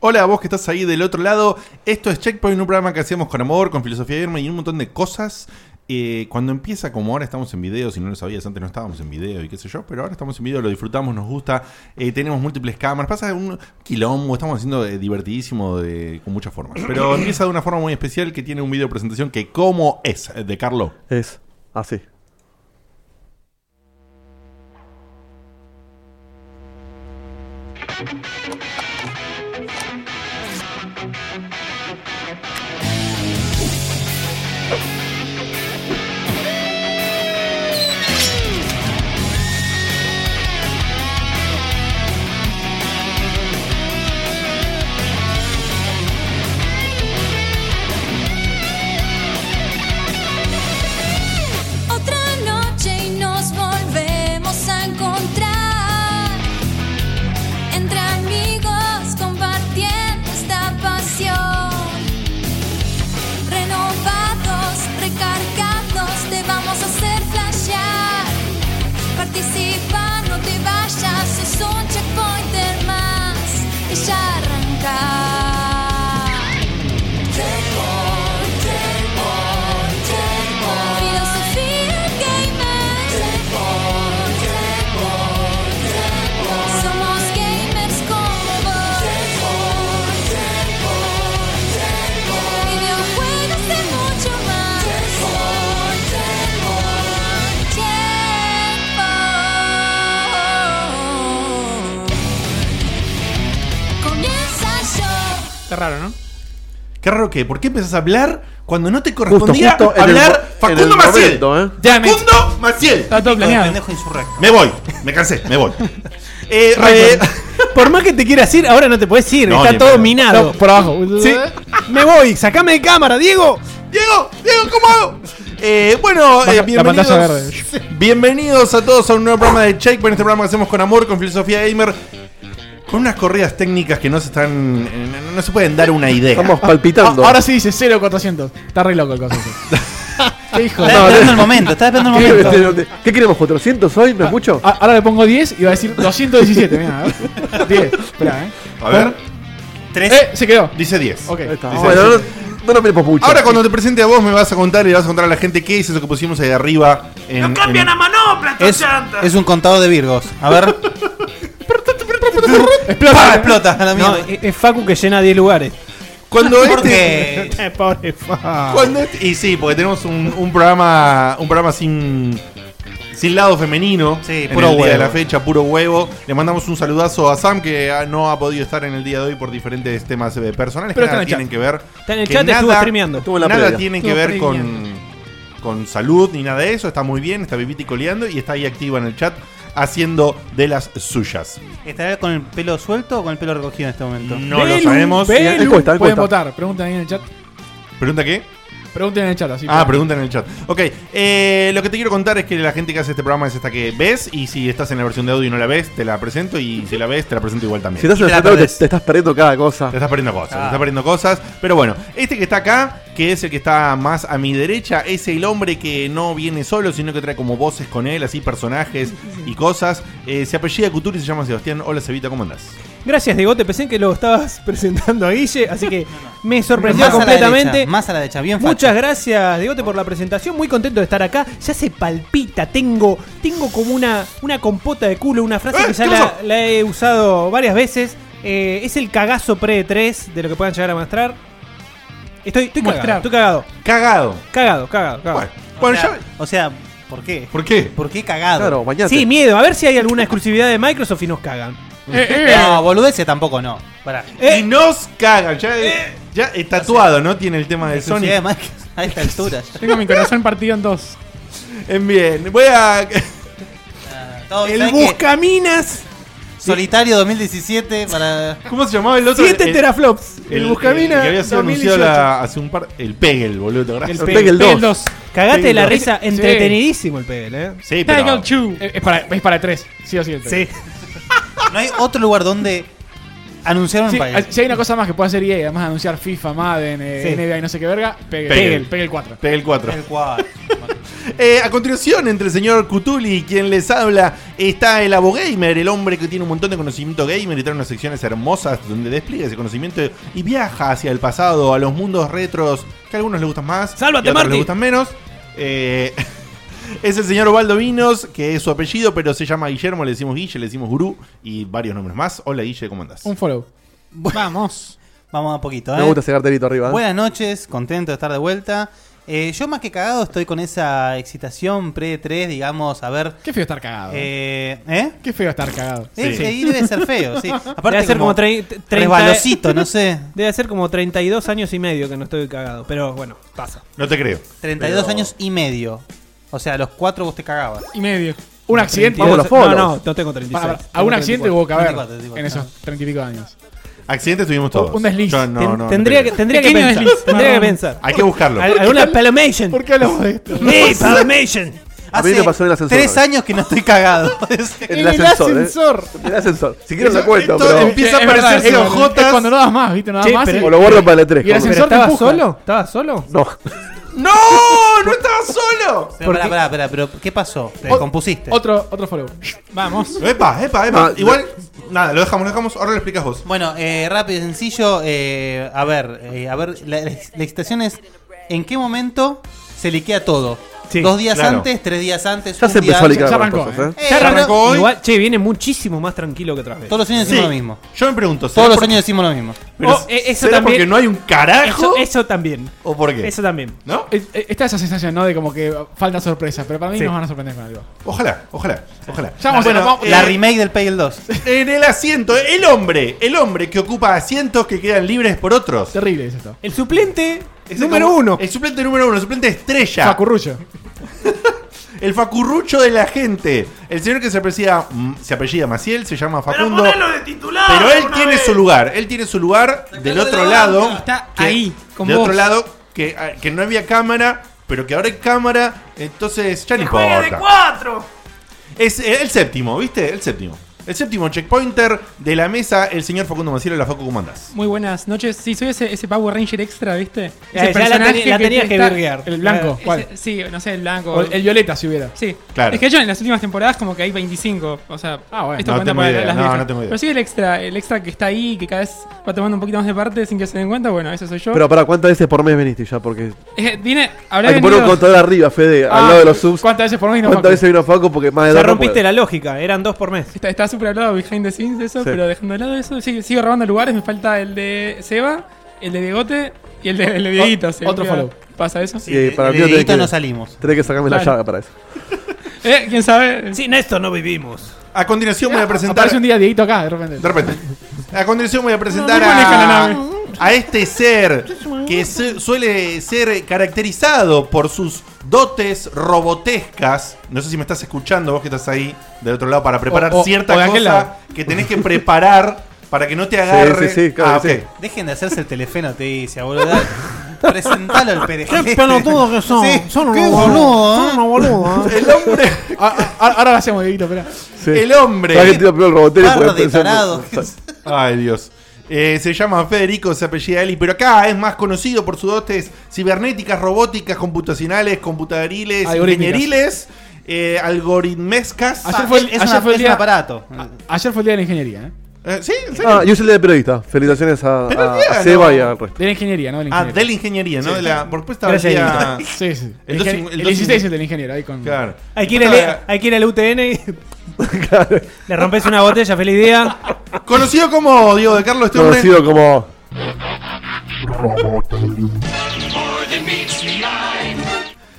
Hola, vos que estás ahí del otro lado. Esto es Checkpoint, un programa que hacemos con amor, con filosofía y y un montón de cosas. Eh, cuando empieza, como ahora estamos en video, si no lo sabías, antes no estábamos en video y qué sé yo, pero ahora estamos en video, lo disfrutamos, nos gusta, eh, tenemos múltiples cámaras, pasa un quilombo, estamos haciendo eh, divertidísimo de, con muchas formas. Pero empieza de una forma muy especial que tiene un video presentación que, ¿cómo es? eh, De Carlo. Es así. Otra noche y nos volvemos a encontrar entre amigos compartiendo esta pasión. Renovados, recargados, te vamos a hacer flashear. Participa, no te vayas, es un checkpointer más y ya arrancar. Checkpoint, checkpoint, checkpoint. Filosofía gamer. Checkpoint, checkpoint, checkpoint. Somos gamers como vos. Checkpoint, checkpoint, checkpoint. Videojuegos de mucho más. Checkpoint, checkpoint, checkpoint. Comienza yo. Está raro, ¿no? Qué raro que, ¿por qué empezás a hablar cuando no te correspondía justo en el mo- hablar en Facundo el Maciel? momento, ¿eh? Ya, me- Facundo Maciel. Está todo planeado. Me voy, me cansé, me voy. Eh, eh, Por más que te quieras ir, ahora no te puedes ir. No, está ni todo pedo. minado. No, por abajo. Sí. Me voy, sacame de cámara, Diego. Diego, Diego, ¿cómo hago? Eh, bueno, eh, Baja- la bienvenidos, pantalla verde. bienvenidos a todos a un nuevo programa de Check. Bueno, este programa que hacemos con amor, con filosofía gamer, con unas corridas técnicas que no se están, eh, no- no se pueden dar una idea. Estamos palpitando. Ah, Ahora sí dice 0,400. Está re loco el coso. ¿Qué hijo? Estaba esperando el momento, estaba esperando el ¿Qué, momento. este, ¿Qué queremos? ¿400 hoy? ¿No es mucho? A- Ah, Ahora le pongo 10 y va a decir 217. Mirá, a ver. 10. Espera, eh. A ver, Tres. Eh, se quedó. dice 10. Ok. Ahí está. dice- Ah, bueno, no, no nos miremos mucho. Ahora cuando te presente a vos me vas a contar y le vas a contar a la gente qué es eso que pusimos ahí arriba. En, ¡No cambian a mano! Es, es un contado de Virgos. A ver. Explota. ¡Ah, explota! A la No, mierda. es, es Facu que llena 10 lugares. Cuando este, Porque. Eh, Pobre Ah. fa. cuando este- y sí, porque tenemos un, un programa un programa sin sin lado femenino Sí, en puro el día de huevo. la fecha, puro huevo. Le mandamos un saludazo a Sam que ah, no ha podido estar en el día de hoy por diferentes temas eh, personales Pero que está nada en el tienen que ver. Está en el que chat, estuvo nada- streameando. Estuvo en la nada previa. tienen que Estuvo ver con con salud ni nada de eso, está muy bien, está vivita y coleando y está ahí activa en el chat haciendo de las suyas. ¿Estará con el pelo suelto o con el pelo recogido en este momento? No lo sabemos. Belu, Encuesta, encuesta. Pueden votar. Pregunten ahí en el chat. ¿Pregunta qué? Pregunten en el chat. Así Ah, pregunta en el chat. Ok, eh, lo que te quiero contar es que la gente que hace este programa es esta que ves y si estás en la versión de audio y no la ves, te la presento y si la ves, te la presento igual también. Si estás en el la centro, te, perdés. te estás perdiendo cada cosa. Te estás perdiendo cosas, te estás perdiendo cosas. Pero bueno, este que está acá, que es el que está más a mi derecha, es el hombre que no viene solo, sino que trae como voces con él, así personajes y cosas. Eh, se apellida Couture y se llama Sebastián. Hola, Cevita, ¿cómo andás? Gracias, Diego. Te pensé que lo estabas presentando a Guille, así que me sorprendió Más a la completamente. derecha. Más a la derecha, bien Muchas facho. gracias, Diegote, por la presentación. Muy contento de estar acá. Ya se palpita. Tengo, tengo como una, una compota de culo, una frase ¡Eh! que ya ¿Qué la, pasó? la he usado varias veces. Eh, es el cagazo pre-3 de lo que puedan llegar a mostrar. Estoy, estoy cagado, Mostrar. estoy cagado. Cagado. Cagado, cagado, cagado. Bueno, bueno, O sea, ya- o sea, ¿por qué? ¿Por qué? ¿Por qué cagado? Claro, mañana. Sí, miedo. A ver si hay alguna exclusividad de Microsoft y nos cagan. Eh, No, boludeces tampoco no. Pará. Eh, Y nos cagan. Ya, ya eh, tatuado, ¿no? Tiene el tema de Sony. Exclusividad de Mike a esta altura. Tengo mi corazón partido en dos. En bien, voy a. Ah, todo- el ¿sabes qué? Buscaminas. Solitario 2017 para. ¿Cómo se llamaba el otro? 7 El- teraflops. El, el Buscamina el que había sido 2018. anunciado la- hace un par. El Pegel, boludo, ¿te acordás? El Pegel Pegel dos. 2. Cagate de la risa. Sí. Entretenidísimo el PL, eh. Sí, pero. Pegel 2. Es para, es para 3. Sí o sí. el Pegel. No hay otro lugar donde anunciaron Sí, ah, un país. Si hay una cosa más que puede hacer EA, además de anunciar FIFA, Madden, eh, Sí. NBA y no sé qué verga, Pegel. Pegel. Pegel, Pegel 4. Pegel 4. El cual. Eh, a continuación, entre el señor Cutuli y quien les habla, está el abogamer, el hombre que tiene un montón de conocimiento gamer y trae unas secciones hermosas donde despliega ese conocimiento y viaja hacia el pasado, a los mundos retros, que a algunos les gustan más, ¡Sálvate, y a otros les Marty! gustan menos. Eh, es el señor Ovaldo Vinos, que es su apellido, pero se llama Guillermo, le decimos Guille, le decimos Gurú y varios nombres más. Hola Guille, ¿cómo andás? Un follow. Vamos. Vamos a poquito, ¿eh? Me gusta ese cartelito arriba. ¿eh? Buenas noches, contento de estar de vuelta. Eh, yo más que cagado estoy con esa excitación pre-3, digamos, a ver... Qué feo estar cagado. ¿eh? Eh, ¿Eh? Qué feo estar cagado. Eh, Sí. ahí debe ser feo, sí. Aparte Debe ser como, tre- treinta- resbalosito, no sé. Debe ser como 32 años y medio que no estoy cagado. Pero bueno, pasa. No te creo. 32 años y medio. O sea, a los cuatro vos te cagabas. Y medio. Un 32 accidente. Vamos a los follows. No, no, no tengo 36. Para, para, tengo a un 34. accidente hubo que haber 24, 24, en esos treinta y pico años. Accidentes tuvimos todos. Un desliz. Yo no, Ten- no, no tendría te que, creo. tendría que Pequeño pensar. desliz, Tendría que marrón. pensar. Hay que buscarlo. Al- alguna palomation. ¿Por qué hablamos de esto? Sí, palomation. A mí me Hace pasó en el ascensor. tres años que no estoy cagado. En En el el ascensor. ¿eh? ascensor. En el ascensor. Si quieren lo cuento, esto pero. empieza- a parecerse es cuando- ojotas. es cuando no das más, ¿viste? No das Che, más. pero- y- O lo guardo para el E3. Y el como- ascensor te empuja. ¿Estabas solo? No. ¡No! ¡No estaba solo! Pero, pará, pará, pará, pero ¿qué pasó? Te Ot- compusiste. Otro, otro follow. Vamos. Epa, epa, epa. Ah, Igual, nada, lo dejamos, lo dejamos. Ahora lo explicas vos. Bueno, eh, rápido, sencillo. eh, a ver, eh, a ver, la, la ex- la excitación es en qué momento se liquea todo. Sí, Dos días claro. antes, tres días antes. Ya un se día empezó a antes. liquidar ya con arrancó, cosas, ¿eh? Eh, Ya pero arrancó hoy. Igual, che, viene muchísimo más tranquilo que otra vez. Todos los años decimos lo mismo. Yo me pregunto, ¿será Todos los por- años decimos lo mismo. pero Oh, eh, eso ¿será también- porque no hay un Eso, carajo? eso también. ¿O por qué? Eso también. ¿No? Es- es- Está esa sensación, ¿no? De como que falta sorpresa. Pero para mí Sí. nos van a sorprender con algo. Ojalá, ojalá, ojalá. Ya vamos a- vamos- La eh, remake del Pegel 2. En el asiento, el hombre, el hombre que ocupa asientos que quedan libres por otros. Terrible es esto. El suplente Ese número como- uno. El suplente número uno, el suplente estrella. Facurrucho. el facurrucho de la gente. El señor que se apellida, mm, se apellida Maciel, se llama Facundo. Pero, Ah, él tiene su lugar, él tiene su lugar del otro lado. Está que- ahí, con De vos. otro lado, que, ah, que no había cámara, pero que ahora hay cámara, entonces ya no importa. Es eh, el séptimo, ¿viste? El séptimo. El séptimo checkpointer de la mesa, el señor Facundo Maciel, la Facu, ¿cómo andás? Muy buenas noches. Sí, soy ese, ese Power Ranger extra, ¿viste? Ya, ya Ese la personaje teni- la tenías que está- virguear. El blanco. Eh, Ese- ¿Cuál? sí, no sé, el blanco. O El violeta si hubiera. Sí. Claro. Es que yo en las últimas temporadas como que hay 25. O sea, Ah, bueno. esto No cuenta tengo para idea. las No, viejas. no tengo idea. Pero sí el extra, el extra que está ahí, que cada vez va tomando un poquito más de parte sin que se den cuenta, bueno, eso soy yo. Pero para ¿cuántas veces por mes viniste ya? Porque Es que viene, habrá hay que poner un venido- contador arriba, Fede, al lado de los subs. ¿Cuántas veces por mí no Facu? ¿Cuántas veces vino Facu? Porque más de O dos sea, no rompiste puede. la lógica. Eran dos por mes. Está está súper hablado behind the scenes de eso, Sí. pero dejando de lado eso, sí, sigo robando lugares, me falta el de Seba, el de Diegote y el de, el de Dieguito. O- según otro que follow. ¿Pasa eso? Sí, para el mí no tiene dedito que- no salimos. Tenés que sacarme la Claro. llaga para eso. Eh, ¿Quién sabe? Sin esto no vivimos. A continuación voy a presentar. Ah, Aparece un día Dieguito acá, de repente. De repente. A continuación voy a presentar No, no maneja la a, nave. a este ser que se- suele ser caracterizado por sus dotes robotescas. No sé si me estás escuchando vos que estás ahí del otro lado para preparar O- o- cierta o de aquel lado. cosa que tenés que preparar para que no te agarre. sí, sí, claro Ah, que ok. sí. Dejen de hacerse el teléfono, te dice, boludo. Presentalo al perejil. pelotudos que son. Son unos boludos. ¿eh? Son unos boludos. ¿eh? El hombre. Ah, ah, ah, Ahora lo hacemos, Dieguito, espera. Sí. El hombre. Sabés que te iba a pegar el robotero y Par podés de pensar- tarados. Ay, Dios. Eh, se llama Federico, se apellida Eli, pero acá es más conocido por sus dotes cibernéticas, robóticas, computacionales, computadoriles, Algorítmicas. ingenieriles, eh, algoritmescas. Ah, Ayer fue el- es, ayer una- fue el es un día- Ah, aparato. Ayer fue el día de la ingeniería, ¿eh? Eh, sí, en serio. Ah, yo soy el de periodista. Felicitaciones a, Pero Ah, a- a dígalo. Seba y al resto. De la ingeniería, ¿no? De la Ah, ingeniería. de la ingeniería, ¿no? De la, porque después estaba Gracias, el día- Sí, sí. El El, dos- ingeniero- el el dos- 16 es del ingeniero, ahí con. Claro. eh, Hay que ir al- Estaba- hay que ir al UTN y. Le rompes una botella, feliz día. Conocido como Diego de Carlos, este hombre. Conocido como.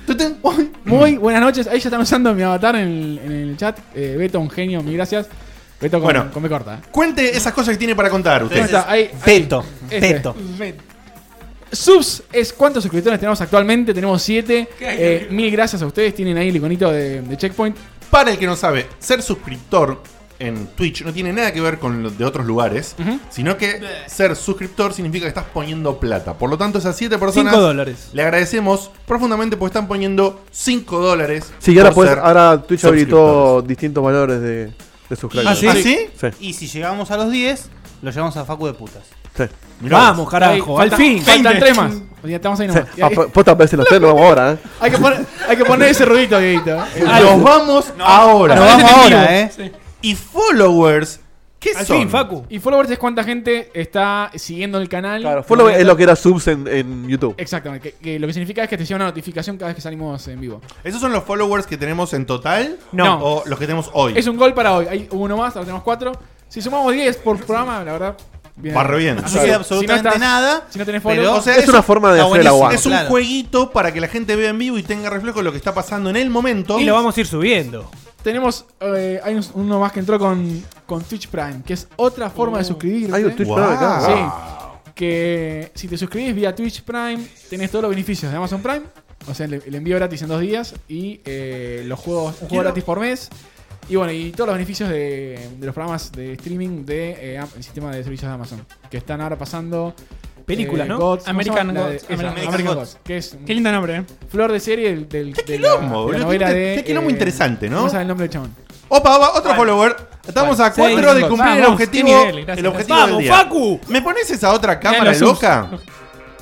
Tutun. Uy. Muy buenas noches. Ahí ya están usando mi avatar en el, en el chat. Eh, Beto, un genio, mil gracias. Beto con, Bueno. con B corta. ¿eh? Cuente esas cosas que tiene para contar ¿Cómo usted. está? Ahí, ahí. Peto. Este. Peto. Subs es cuántos suscriptores tenemos actualmente. Tenemos 7. mil gracias a ustedes. Tienen ahí el iconito de, de Checkpoint. Para el que no sabe, ser suscriptor en Twitch no tiene nada que ver con lo de otros lugares, sino que ser suscriptor significa que estás poniendo plata. Por lo tanto, esas 7 personas 5 dólares. le agradecemos profundamente porque están poniendo 5 dólares. Sí, ahora, por podés- ser ahora Twitch habilitó suscriptores. distintos valores de, de sus ¿Ah, sí? ¿Ah, sí? Sí. Y si llegamos a los 10, lo llevamos a Facu de putas. Sí. Mirá Vamos, vos. carajo, Ahí, al falta- fin. Faltan tres más. Ya estamos ahí Sí. nomás. Y Ah, hay- pues. po- Posta, parece los tres, nos vamos ahora, ¿eh? Hay que poner, hay que poner ese ruidito, Dieguito. eh. Nos vamos ahora. Nos vamos ahora, ¿eh? Y followers, ¿qué Al son? fin, Facu. Y followers es cuánta gente está siguiendo el canal. Claro, fue lo, es lo que era subs en, en YouTube. Exactamente, que, que lo que significa es que te llega una notificación cada vez que salimos en vivo. ¿Esos son los followers que tenemos en total? No. ¿O los que tenemos hoy? Es un gol para hoy. Hay uno más, ahora tenemos cuatro. Si sumamos 10 por programa, la verdad. bien. Va re bien. Así No que sé si absolutamente no estás- nada. Si no tenés pero- follow, O sea, Es una forma de está hacer el Ah, buenísimo. aguante. Es un Claro. jueguito para que la gente vea en vivo y tenga reflejo de lo que está pasando en el momento. Y lo vamos a ir subiendo. tenemos. eh, hay un- uno más que entró con, con Twitch Prime, que es otra forma Oh. de suscribirte. Hay un Twitch Wow. Prime acá. Sí. Que si te suscribís vía Twitch Prime, tenés todos los beneficios de Amazon Prime. O sea, el, el envío gratis en dos días y eh, los juegos, un juego gratis por mes. Y bueno, y todos los beneficios de, de los programas de streaming de eh, am- el sistema de servicios de Amazon. Que están ahora pasando. Películas, eh, ¿no? Gods, ¿cómo se llama? American La de- Gods, esa, American American Gods. Gods, Que es Qué lindo nombre, ¿eh? flor de serie del, del, Qué de la- de quilombo, la, boludo, novela qué- de. eh, qué quilombo interesante, ¿no? No sabe el nombre del chabón. Opa, opa, otro follower. Estamos a cuatro Sí, Ah, de cumplir vamos, el objetivo. qué nivel, gracias, el objetivo del ¡Vamos, día. Facu! ¿Me pones esa otra cámara los subs. loca?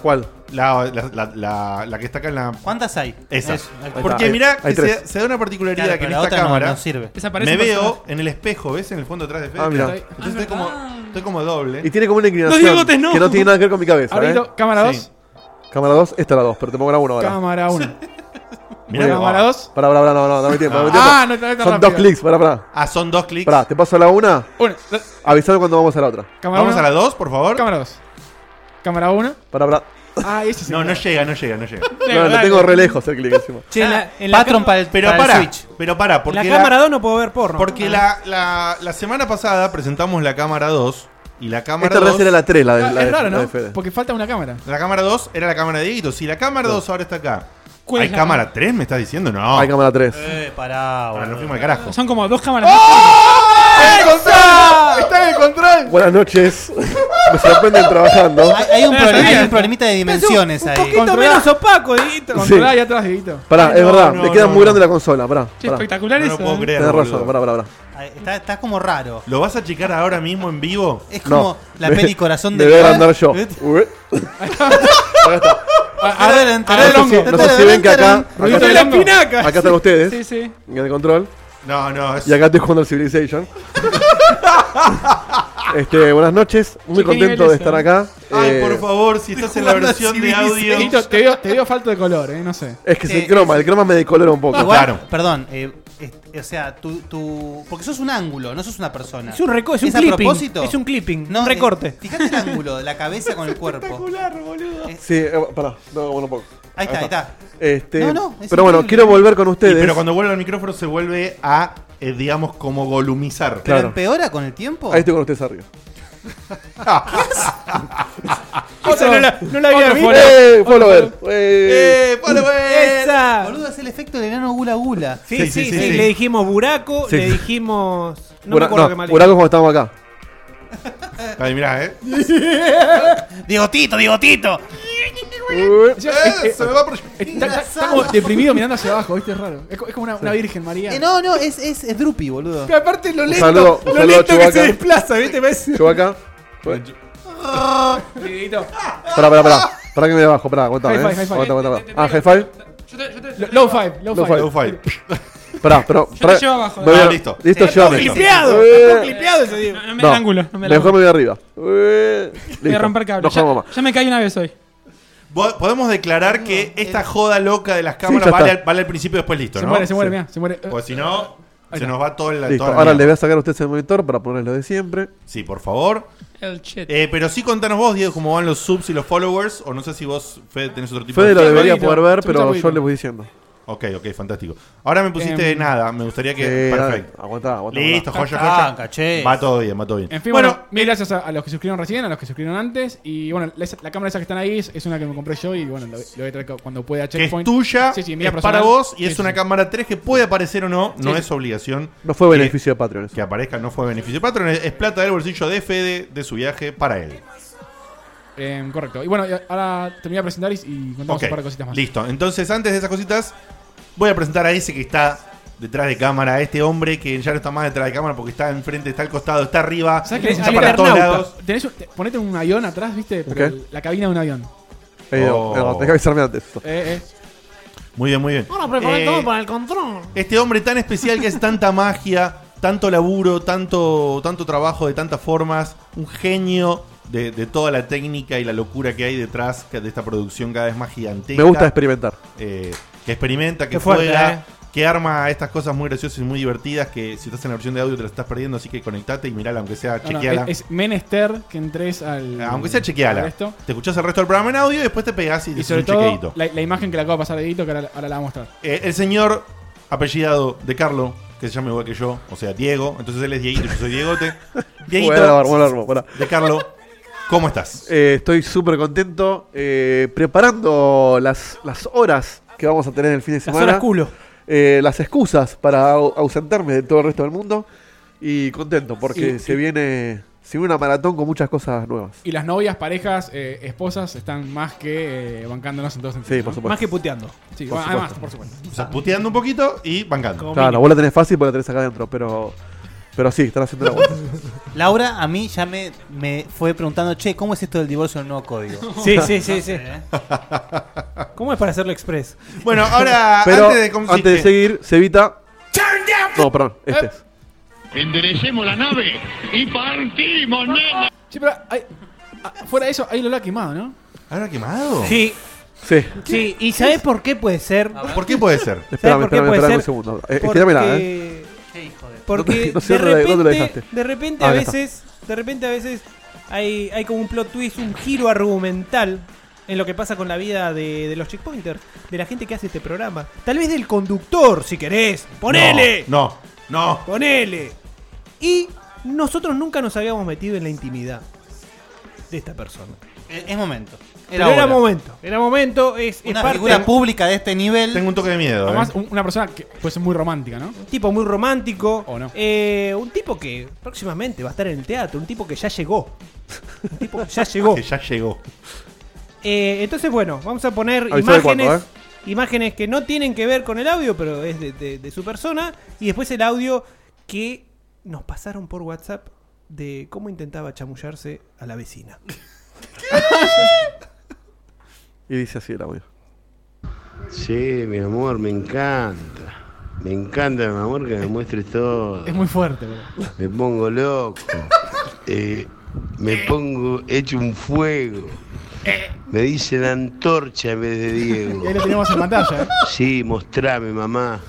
¿Cuál? La, la- la- la- la que está acá en la. ¿Cuántas hay? Esa. Eso, ahí está. Porque Hay- mirá hay que se, tres. se da una particularidad Claro, que pero en esa la otra no- cámara. no sirve. Desaparece me un personaje. veo en el espejo, ¿ves? En el fondo atrás de Fede. Ah, mirá. Entonces estoy Ah, como, verdad. estoy como doble. Y tiene como una inclinación Los bigotes no. que no tiene nada que ver con mi cabeza. ¿eh? Abrilo, cámara 2. Sí. Cámara 2, esta la 2, pero te pongo la 1 ahora. Cámara 1. Mirá, cámara ah. 2. Pará, pará, pará, no, no, dame tiempo. Dame tiempo. Ah, no, no, no, Son rápido. dos clics, pará, pará. Ah, son dos clics. Pará, te paso a la 1, Uno, dos, avisame cuando vamos a la otra. cámara Vamos uno. a la dos, por favor. Cámara 2. Cámara 1. Pará, pará. Ah, ese sí. No, no llega, no llega, no llega. No, lo tengo re lejos el clic encima. Che, en la- en la Patron cámara- para el, Pero para el para, Switch. pero para, En la porque la- cámara 2 no puedo ver porno. Porque Ah. la, la, la semana pasada presentamos la cámara 2 y la cámara Esta 2 recién era la 3, la de, Ah, la de, es raro, la de ¿no? Fede. Porque falta una cámara. la cámara 2 era la cámara de Dieguito. Si la cámara 2 ahora está acá. ¿Cuál ¿Hay es la cámara 3? ¿Me estás diciendo? No. Hay cámara 3. Eh, pará, Ahora nos boludo. fuimos al carajo. Son como dos cámaras. ¡Oh! ¡Ah, ¡El control! ¡Está en el control! Buenas noches. Me sorprenden trabajando. Hay, hay un No, problemi- sabía. hay un problemita de Es un- dimensiones Un ahí. poquito Controlá. menos opaco, Dieguito. Sí. Controlá ahí atrás, Dieguito. Pará, es No, verdad, no, le queda no, muy no. grande la consola, pará. Che, pará. espectacular No eso. lo puedo ¿eh? creer. Tenés boludo. razón, pará, pará, pará. Ahí Está, está como raro. ¿Lo vas a checar ahora mismo en vivo? Es como No. la Me- peli Corazón Me de voy a agrandar yo. ¿Viste? Ué. Acá está. A, a ver, a No ver el sé si- hongo. no sé si ven que acá, acá, Ruidito de hongo. acá están Sí, ustedes, sí. en el control. No, no, es. Y acá estoy jugando al Civilization. este, buenas noches, muy Che, qué contento nivel de eso, estar eh. acá. Ay, Eh, por favor, si estás en la jugando a versión de audio. Dieguito, te veo, te veo falto de color, eh, no sé. Es que es Eh, el croma, el croma me decolora un poco. Igual, Claro. Perdón, eh, es- o sea, tú, tú- Porque sos un ángulo, no sos una persona. Es un reco- es un a clipping, propósito? es un clipping, un eh, recorte. fíjate el ángulo de la cabeza con el cuerpo. Sí, eh, pará, no, bueno, un poco. Ahí está, ahí está. Este, No, no, es pero bueno, increíble. quiero volver con Y, ustedes. pero cuando vuelve al micrófono se vuelve a, eh, digamos, como golumizar. ¿Pero Claro. empeora con el tiempo? Ahí estoy con ustedes arriba. Esa no la, no la Otro había visto. Bueno, ¡Eh! bueno, ¡Follower! ¡Eh! ¡Eh, follower! Esa. Boludo, es el efecto del enano gula gula. Sí Sí, sí sí, sí, sí, sí. Le dijimos buraco, Sí. le dijimos. No me Bura- acuerdo no, qué más le Buraco es cuando estamos acá. Ay, mirá, eh. Digotito, Digotito. Ué. Yo- eh, eh, se me va a proyectar. está- está- está como deprimido mirando hacia abajo, ¿viste? Es raro. Es, co- es como una, una virgen María. Eh, no, no, es, es, es Drupi, boludo. Que aparte lo Un lento. saludo, un Lo saludo a lento que se Chubaca. desplaza, ¿viste? Parece- Chubaca. Dieguito. Pará, pará, pará. Pará que me bajo, pará, aguantame. High eh. five, high five. Te- Aguantame, te- aguantame. te- Ah, high five. Yo te, yo te- Lo- Low five, low, Low five. Low five. Pará, pero. pará. llevo abajo, Me voy eh. a- Ah, listo. Listo, Está todo llévame. clipeado. Eh. Está todo clipeado ese Diego. No, no me da el No, ángulo. No me da el mejor me ángulo. voy arriba. Eh, Voy listo. a romper cable. No ya, jodas más. ya me caí una vez hoy. Bo- Podemos declarar que eh. esta joda loca de las cámaras ya vale, está. al, vale al principio después listo, Se ¿no? muere, se muere, Sí. mira, se muere. Eh, Porque si no, se está. nos va todo el... Listo, toda la ahora le voy mierda. a sacar a ustedes el monitor para ponerlo de siempre. Sí, por favor. El shit. Eh, pero sí contanos vos, Diego, cómo van los subs y los followers. O no sé si vos, Fede, tenés otro tipo Fede de... lo debería saludito, poder ver, un pero saludito. yo le voy diciendo. Ok, ok, fantástico. Ahora me pusiste Em, nada. Me gustaría que... Eh, Perfecto. dale, Aguantá, aguantá. Listo, aguantá. joya, Ah, joya. caché. Va todo bien, va todo bien. En fin, bueno, bueno, mil gracias a, a los que suscribieron recién, a los que suscribieron antes. Y bueno, la, esa- la cámara esa que están ahí es, es una que me compré yo y bueno, lo, lo voy a traer cu- cuando pueda a que es Checkpoint. tuya, Sí, sí, mía es personal. para vos y Sí, es sí, una sí. cámara 3 que puede aparecer o no. No Sí, es obligación. No fue que- beneficio de Patreon. eso. que aparezca no fue beneficio patrón, es es plata del bolsillo de Fede de su viaje para él. Eh, correcto. Y bueno, y ahora terminé de presentar y, y contamos Ok, un par de cositas más. listo. Entonces, antes de esas cositas, voy a presentar a ese que está detrás de cámara, este hombre que ya no está más detrás de cámara porque está enfrente, está al costado, está arriba, ¿Sabes que está para todos lados. Tenés, un- te- ponete un avión atrás, ¿viste? Pero Ok. el- la cabina de un avión. Eh, Oh. no, tenés que avisarme antes. esto. Eh, eh. Muy bien, muy bien. Ahora preparé Eh, todo para el control. Este hombre tan especial que hace tanta magia, tanto laburo, tanto, tanto trabajo de tantas formas, un genio de, de toda la técnica y la locura que hay detrás que- de esta producción cada vez más gigantesca. Me gusta experimentar. eh, que experimenta, que Qué fuerte, juega, eh. que arma estas cosas muy graciosas y muy divertidas que si estás en la versión de audio te las estás perdiendo, así que conectate y mirala, aunque No, sea no, chequeala. Ah, es, es menester que entres al. aunque sea chequeala. al resto. Te escuchás el resto del programa en audio y después te pegás y, Y dices sobre un chequeadito. todo, la, la imagen que le acabo de pasar a Edito, que ahora, ahora la voy a mostrar. Eh, el señor apellidado de Carlo, que se llama igual que yo, o sea, Diego. Entonces él es Dieguito, yo soy Diegote. Dieguito Buena, Barbo, buena, Barbo, buena. de Carlo, ¿cómo estás? Eh, estoy súper contento eh, preparando las, las horas que vamos a tener el fin de Las semana. horas culo. eh, las excusas para au- ausentarme de todo el resto del mundo. Y contento porque se viene se viene una maratón con muchas cosas nuevas. Y las novias, parejas, eh, esposas están más que eh, bancándonos en todos sentidos. Sí, ¿no? por supuesto. Más que puteando. Sí, por bueno, supuesto. además, por supuesto. O sea, puteando un poquito y bancando. Como Claro, mínimo. vos la tenés fácil porque la tenés acá adentro, pero, pero sí, están haciendo la vuelta. Laura a mí ya me, me fue preguntando, che, ¿cómo es esto del divorcio del nuevo código? Sí, sí, sí, sí. ¿Eh? ¿Cómo es para hacerlo express? Bueno, ahora, Pero antes de, com- eh, seguir, se evita. No, perdón, este. es. Enderecemos la nave y partimos, nena. Sí, pero hay- ah, fuera de eso, ahí lo ha quemado, ¿no? ¿Ahora quemado? Sí, Sí, sí. ¿Y sabes por qué puede ser? ¿Por qué puede ser? espérame, por qué espérame, puede espérame un ser? segundo. Eh, estirámela, eh. Che, hijo de- No Porque te- no sé de, dónde la- repente, dónde la dejaste. de repente Ah, a acá está. veces, de repente a veces hay, hay como un plot twist, un giro argumental en lo que pasa con la vida de, de los checkpointers, de la gente que hace este programa. Tal vez del conductor, si querés. ¡Ponele! No, no. no. ¡Ponele! Y nosotros nunca nos habíamos metido en la intimidad de esta persona. Eh, Es momento. Pero Era era hora. momento. Era momento. Es, es Una parte figura de- pública de este nivel. Tengo un toque de miedo. ¿eh? Además, un- una persona que puede ser muy romántica, ¿no? Un tipo muy romántico. O no. eh, un tipo que próximamente va a estar en el teatro. Un tipo que ya llegó. Un tipo que ya llegó. Que ya llegó. Eh, entonces, bueno, vamos a poner Avisá de imágenes. cuándo, ¿eh? Imágenes que no tienen que ver con el audio, pero es de, de- de su persona. Y después el audio que nos pasaron por WhatsApp de cómo intentaba chamullarse a la vecina. Y dice así el audio. Sí, mi amor, me encanta. Me encanta, mi amor, que me muestres todo. Es muy fuerte, pero. Me pongo loco. Eh, me pongo hecho un fuego. Me dice la antorcha en vez de Diego. Y ahí lo tenemos en pantalla, ¿eh? Sí, mostrame, mamá.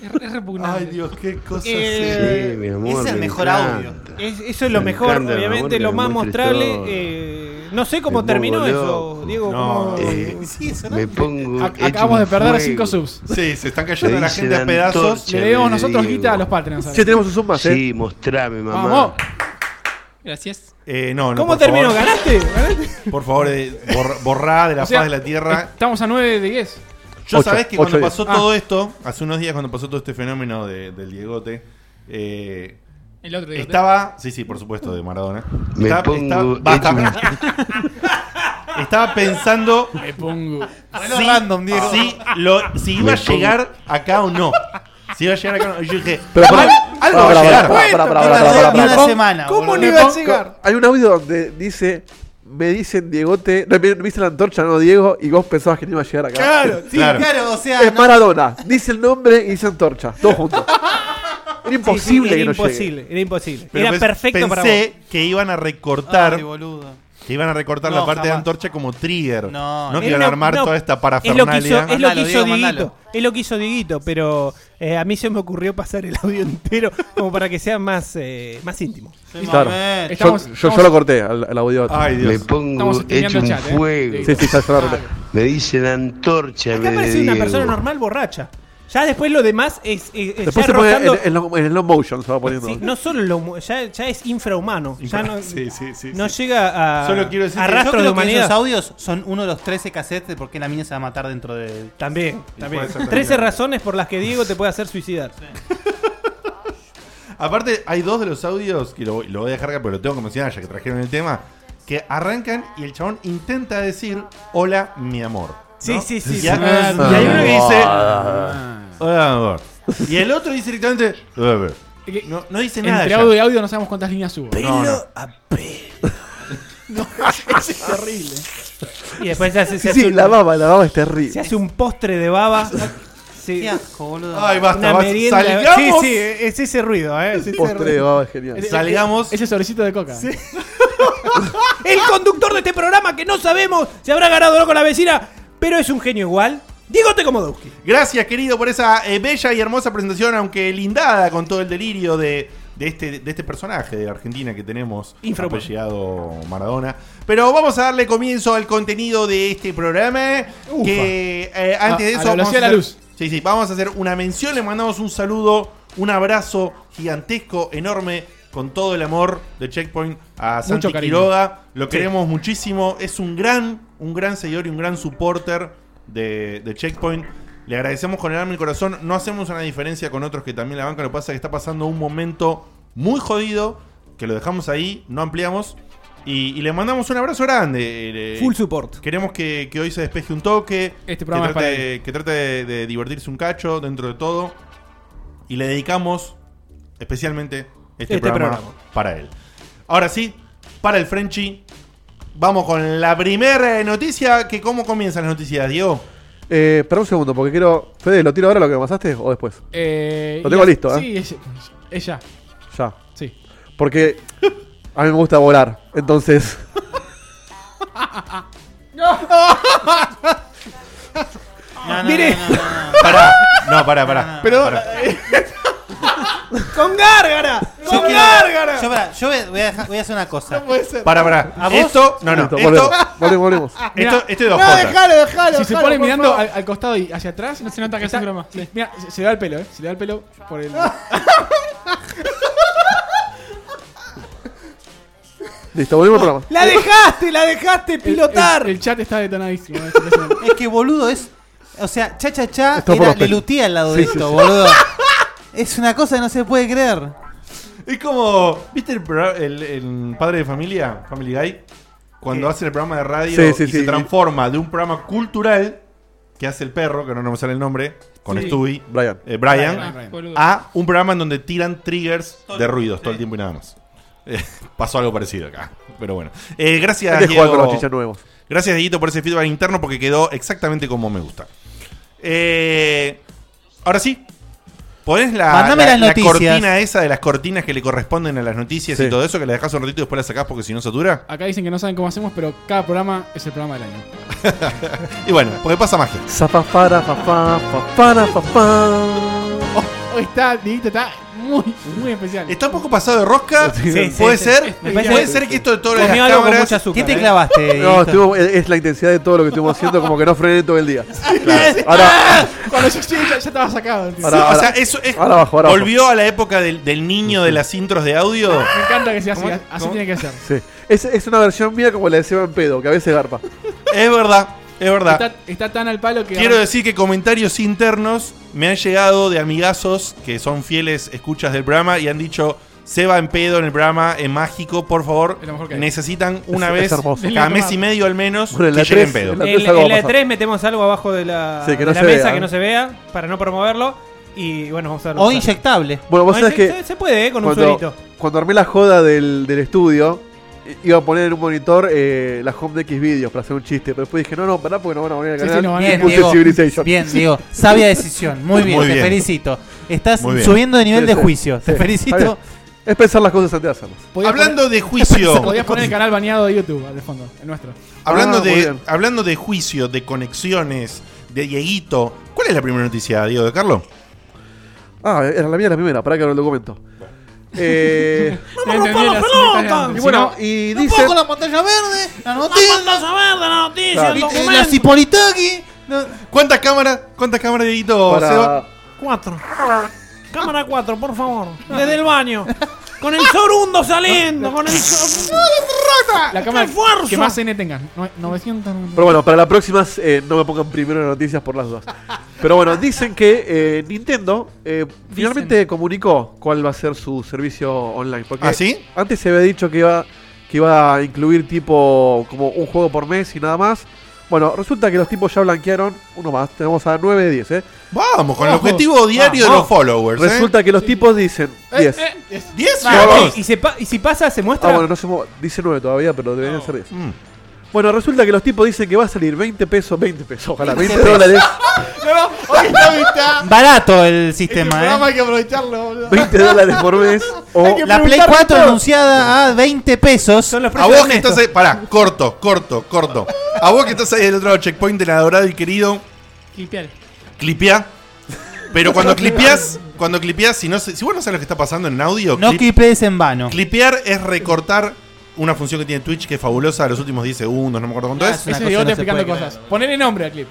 Es, es repugnante. qué cosa. Eh, Eh, Sí, mi amor. es me el mejor encanta. audio. Es- eso es lo Me mejor, encanta, obviamente, mi lo amor, más que me muestres mostrable. todo. eh, no sé cómo Me terminó pongo eso, loco. Diego. No, cómo- eh, Sí, eso no. Me pongo. Ac- hecho Acabamos un de perder fuego. 5 subs. Sí, se están Me cayendo la dice gente a la pedazos. antorcha. Le Che, debemos nosotros Diego. guita a los Patreons. ¿sabes? Che, tenemos un zoom más, eh. Sí, mostrame, mamá. Vamos. Gracias. Eh, no, no, ¿Cómo por terminó? favor. ¿Ganaste? ¿Ganaste? Por favor, eh, borra, borrá de la O sea, faz de la tierra. Estamos a 9 de Ah. 10. Yo Ocho, sabés que ocho cuando días. pasó todo esto, hace unos días cuando pasó todo este fenómeno de- del Diegote, eh, El otro digo, estaba. Sí, sí, por supuesto, de Maradona. Me estaba, pongo estaba- hecho basta. Estaba pensando Me pongo. Habló random, Diego. si, lo- si iba a Me pongo- llegar acá o no. Si iba a llegar acá o no. Yo dije, Pero pará, al- algo va pará, a pará, llegar. pará, pará, pará, Ni pará, una pará, pará. semana. ¿Cómo boludo. no iba a llegar? Hay un audio donde dice. Me dicen Diegote. No, me me dicen la antorcha, no Diego. Y vos pensabas que no iba a llegar acá. Claro, Sí, Claro. claro. o sea, Es no- Maradona. Dice el nombre y dice antorcha. Todos juntos. Era imposible Sí, sí, que era no imposible, llegue. Era imposible, Pero Era pens- perfecto pensé para vos. que iban a recortar, Ay, boludo. que iban a recortar No, la parte de jamás. antorcha como trigger. No, no que era iban a una- armar no, toda esta Es lo que hizo, parafernalia. es lo que Mandalo, hizo Diego, Dieguito. mandalo. Es lo que hizo Dieguito, pero eh, a mí se me ocurrió pasar el audio entero como para que sea más, eh, más íntimo. Soy Claro. mamé. Yo, Estamos- yo- yo estamos- lo corté al, al audio. Ay, Me Dios. pongo Estamos hecho streameando un el chat, ¿eh? fuego. Sí. sí, sí, ya, ya lo Ah, arreglé. Me dice la antorcha en Acá vez de parece Diego. una persona normal borracha. Ya después lo demás es, es- es ya Después se pone en, rozando- en slow- en slow motion, se va poniendo. sí, no solo lo mu- ya, ya es infrahumano. ya no, Sí, sí, sí, no sí. llega a Solo quiero decir a que- Yo rastro creo de que esos humanidad. audios son uno de los 13 cassettes de por qué la mina se va a matar dentro de... También, también. puede ser 13 también. razones por las que Diego te puede hacer suicidar. Aparte, hay dos de los audios que lo, voy- lo voy a dejar acá, pero lo tengo que mencionar ya que trajeron el tema. Que arrancan y el chabón intenta decir: Hola, mi amor. ¿no? Sí, sí, sí, Y, sí. a- y hay uno que dice: Hola, mi amor. Y el otro dice directamente. No, no dice nada. Entre ya. audio y audio no sabemos cuántas líneas subo. No, no. No, es terrible. Y después se hace, se Sí, hace sí, un, la baba, la baba es se terrible. hace un postre de baba. Sí. Qué asco, boludo. Ay, basta, Una basta. merienda. Salgamos. Sí, sí, es ese ruido, ¿eh? es ese Postre de ruido. Eh, baba es genial. Salgamos. Ese sobrecito de coca. El conductor de este programa que no sabemos se habrá ganado o no con la vecina, pero es un genio igual. Diego Tecomodowski. Gracias, querido, por esa eh, bella y hermosa presentación, aunque lindada con todo el delirio de, de este, de este personaje de Argentina que tenemos, Infrahumano. llegado Maradona. Pero vamos a darle comienzo al contenido de este programa. Ufa. Que eh, antes A- de a eso. la velocidad de la hacer- luz. Sí, sí, vamos a hacer una mención. Le mandamos un saludo, un abrazo gigantesco, enorme, con todo el amor de Checkpoint a Santi cariño. Quiroga. Lo queremos muchísimo. Es un gran, un gran seguidor y un gran supporter de, de Checkpoint. Le agradecemos con el alma y el corazón. No hacemos una diferencia con otros que también la banca. Lo que pasa es que está pasando un momento muy jodido. Que lo dejamos ahí, no ampliamos. Y, y le mandamos un abrazo grande. Eh, Full support. Queremos que, que hoy se despeje un toque. Este programa que es trate, para que trate de, de divertirse un cacho dentro de todo. Y le dedicamos especialmente este, Este programa, programa. para él. Ahora sí, para el Frenchy. Vamos con la primera noticia. Que ¿Cómo comienzan las noticias, Diego? Eh, espera un segundo, porque quiero. Fede, ¿lo tiro ahora lo que me pasaste o después? Eh, Lo tengo y- listo, ¿eh? Sí, es, es ya. Ya. Sí. Porque a mí me gusta volar. Entonces. No, no, Mire. no, no, no, no. Pará. No, pará, Ah. pará. Pero- Pará. ¡Con gárgara! Yo, ¡Con quiero- gárgara! yo, pará, yo voy, voy a dejar- voy a hacer una cosa. Pará, pará. ¿A vos? Esto, no, no. Listo, Esto, volvemos. Volvemos, volvemos. Ah, esto, esto es de No, OJ. déjalo, déjalo. Si se pone mirando al, al costado y hacia atrás, No se nota que es está- un broma. Sí. Mira, se, se le da el pelo, ¿eh? Se le da el pelo por el. Listo, volvemos al programa. ¡La dejaste! ¡La dejaste el- pilotar! El, el chat está detonadísimo. ¿eh? Parece- Es que boludo es. O sea, cha cha cha Está por era los pelos. Lelutía al lado de Sí, esto, sí, sí. boludo. Es una cosa que no se puede creer. Es como, ¿viste el, pro- el- el padre de familia, Family Guy? Cuando hace el programa de radio Sí, sí, y se sí. transforma de un programa cultural que hace el perro, que no nos sale el nombre, con Sí. Stewie, Brian. eh, Brian, Brian. Boludo. a un programa en donde tiran triggers de ruidos todo el tiempo y nada más. Eh, pasó algo parecido acá, pero bueno. Eh, gracias, Hay que jugar con Diego. los chichas nuevos. Gracias, Dieguito, por ese feedback interno porque quedó exactamente como me gusta. Eh, ahora sí. Ponés Ah, la, Mandame la- las la noticias. cortina esa de las cortinas que le corresponden a las noticias Sí. y todo eso, que la dejás un ratito y después la sacás porque si no satura. Acá dicen que no saben cómo hacemos, pero cada programa es el programa del año. Y bueno, porque pasa magia. Zafafara, fafá, fafara, fafá. Hoy está, Dieguito, está muy, muy especial. Está un poco pasado de rosca. Sí, sí, puede sí. ser. Me parece Puede que- ser que esto de todas las Comió algo con mucha cámaras. azúcar. ¿Qué ¿eh? te clavaste? No, Dieguito? estuvo- es es la intensidad de todo lo que estuvimos haciendo, como que no frené todo el día. Ahora, Cuando yo llegué ya, ya estaba sacado. tío. Sí, Ahora, o sea, ahora. eso es- Ahora abajo, ahora abajo. volvió a la época del, del niño de las intros de audio. Me encanta que sea así. ¿Cómo? Así ¿Cómo? tiene que ser. sí. es, es una versión mía como la de Seba en pedo, que a veces garpa. Es verdad, es verdad. Está, está tan al palo que. Quiero decir que comentarios internos me han llegado de amigazos que son fieles escuchas del programa y han dicho, Seba en pedo en el programa, en mágico, por favor, Es lo mejor que hay. necesitan una Es- es vez, hermoso. cada mes y medio al menos, Bueno, en que la lleguen tres, en pedo. En, La tres algo en va a la pasar. 3 metemos algo abajo de la, Sí, que de no la se mesa vea, que ¿eh? no se vea para no promoverlo. Y bueno, vamos a O inyectable. Bueno, vos Ay, sabés se, que se- se puede, ¿eh? Con un cuando, suelito. cuando armé la joda del, del estudio, i- iba a poner en un monitor eh, la home de X videos para hacer un chiste, pero después dije, no, no, pará porque no van a poner el Sí, sí, canal. no van a- Y Bien, puse Diego. Civilization. Bien, Diego. Sabia decisión. Muy bien, Muy te bien. felicito. Estás Muy bien. subiendo de nivel Sí, de sí, juicio. sí, Te felicito. está bien. Es pensar las cosas antes de hacerlas. Podías Hablando de Poner, juicio, podías poner el canal baneado de YouTube al de fondo, el nuestro. hablando, Ah, muy de, bien. hablando de juicio, de conexiones, de Dieguito, ¿cuál es la primera noticia, Diego de Carlos? Ah, era la mía la primera, pará que ahora lo documento. Eh, Ya entendí las letras y grandes. bueno, y dice... la pantalla verde, la noticia, Claro. la Cipolitaki. No, ¿Cuántas cámaras? ¿Cuántas cámaras, Dieguito? Seba? para, 4. Cámara 4, por favor. Desde el baño. Con el sorundo saliendo. Con el. La cámara esfuerzo! que más N tengan. No- 990. Pero bueno, para la próxima eh, no me pongan primero las noticias por las dudas. Pero bueno, dicen que eh, Nintendo eh, finalmente comunicó cuál va a ser su servicio online. Porque ¿Ah, sí? antes se había dicho que iba, que iba a incluir tipo como un juego por mes y nada más. Bueno, resulta que los tipos ya blanquearon uno más. Tenemos a 9 de 10, ¿eh? Vamos, con el objetivo diario de los followers. ¿eh? Resulta que los tipos dicen 10. ¿Diez? Ah, Vamos. y, y se pa- y si pasa, se muestra. Ah, bueno, no se mo- dice 9 todavía, pero deberían ser 10. Mm. Bueno, resulta que los tipos dicen que va a salir 20 pesos, 20 pesos, ojalá, 20 pesos. dólares. Hoy está, está. Barato el Este sistema, programa ¿eh? hay que aprovecharlo, boludo. 20 dólares por mes. O que- La Play 4 anunciada a 20 pesos. Son los A precios vos que honestos. estás ahí. Pará, corto, corto, corto. A vos que estás ahí del otro lado del checkpoint del adorado y querido, Clipear. clipeá. Pero cuando clipeás, cuando clipeás, si, no, se- si vos no sabes lo que está pasando en audio, No clip- clipes en vano. clipear es recortar una función que tiene Twitch que es fabulosa, los últimos 10 segundos, no me acuerdo cuánto Ah, es. Ese una cosa bigote no se explicando puede cosas. creer. Ponele nombre al clip.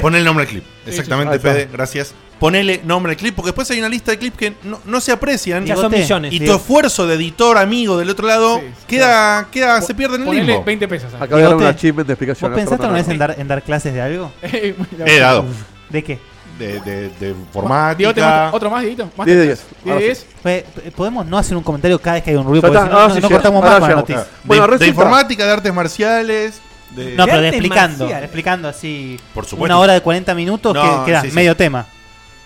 Ponele el nombre al clip. Sí, Exactamente, sí, sí. Ahí Fede, está. gracias. Ponele nombre al clip, porque después hay una lista de clips que no, no se aprecian. Ya son Bigote. millones. Y tu esfuerzo de editor, amigo del otro lado, Sí, sí, queda, queda, se pierde en el Ponele limbo. 20 pesos. acá voy a dar un Bigote. achievement de ¿Vos explicación. pensaste alguna Fernando. vez en dar, en dar clases de algo? Eh, He dado. ¿De qué? De, de, de Bigote, informática. más- ¿Otro más, Dieguito? Más 10 de tres. 10. 10 de 10. Fue- ¿Podemos no hacer un comentario cada vez que hay un ruido? Ya Porque está, si no, Ah, ahora no, sí no llegamos, cortamos ahora más con la llegamos. noticia. De- Bueno, de, resulta- informática, de artes marciales. De, No, pero de artes explicando. marciales. Explicando así. por supuesto. Una hora de 40 minutos No, que queda sí, sí. medio tema.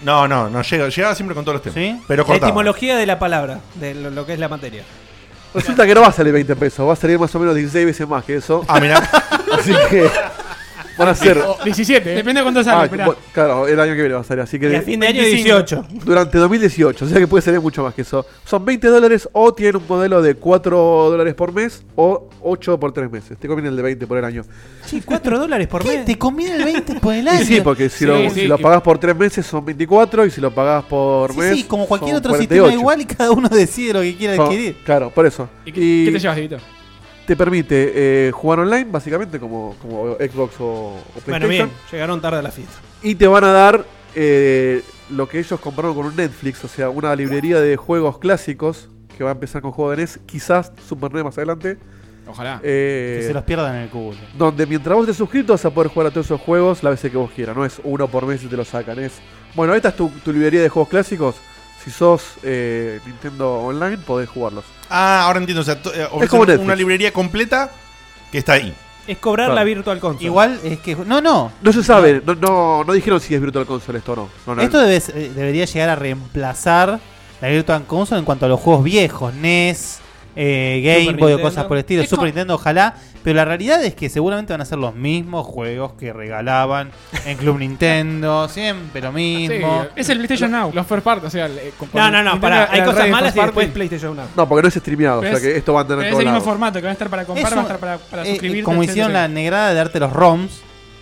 No, no, no llega, llegaba siempre con todos los temas. ¿Sí? Pero La cortaba. etimología de la palabra, de lo, lo que es la materia. Resulta que no va a salir 20 pesos, va a salir más o menos 16 veces más que eso. Ah, mirá. Así que van a ser. O 17. eh. Depende de cuánto Ah, sale, esperá. bueno, claro, el año que viene va a salir. Así que Y de- a fin de año 25. 18. durante 2018, o sea que puede salir mucho más que eso. Son 20 dólares o tiene un modelo de 4 dólares por mes o 8 por 3 meses. Te conviene el de 20 por el año. Sí, 4 dólares por ¿Qué? mes. ¿Te conviene el 20 por el Y año? sí, porque si, Sí, lo, sí. si lo pagás por 3 meses son 24 y si lo pagás por Sí, mes. sí, como cualquier son otro 48. sistema igual y cada uno decide lo que quiere Son- adquirir. claro, por eso. ¿Y qué, Y- qué te llevas, Dieguito? te permite eh, jugar online, básicamente, como, como Xbox o, o PlayStation. Bueno, bien, llegaron tarde a la fiesta. Y te van a dar eh, lo que ellos compraron con un Netflix, o sea, una librería de juegos clásicos que va a empezar con juegos de NES, quizás Super NES más adelante. Ojalá. eh, Que se los pierdan en el culo. donde mientras vos estés suscrito vas a poder jugar a todos esos juegos la veces que vos quieras, no es uno por mes y te lo sacan, es... Bueno, esta es tu, tu librería de juegos clásicos, si sos eh, Nintendo Online podés jugarlos. Ah, ahora entiendo. O sea, to- eh, ofrecen como Netflix. una librería completa que está ahí. Es cobrar Claro. la Virtual Console. Igual es que. No, no. No se sabe, no, no, no dijeron si es Virtual Console esto o no. no, no. Esto debe ser- eh, debería llegar a reemplazar la Virtual Console en cuanto a los juegos viejos, NES, eh, Game Super Boy o Nintendo. cosas por el estilo, Es Super co- Nintendo, ojalá. Pero la realidad es que seguramente van a ser los mismos juegos que regalaban en Club Nintendo, siempre lo mismo. Ah, Eh, Sí, eh, Es el PlayStation Now. Los first part, o sea, el- eh, con- No, con- no, no, Nintendo pará. era Hay el cosas rey de malas y first party. después PlayStation Now. No, porque no es streameado, o Pero sea que esto va a andar Pero en es el todos mismo lados. formato que va a estar para comprar, Eso- va a estar para, para Eh, suscribirte. como hicieron la etcétera. negrada de darte los ROMs.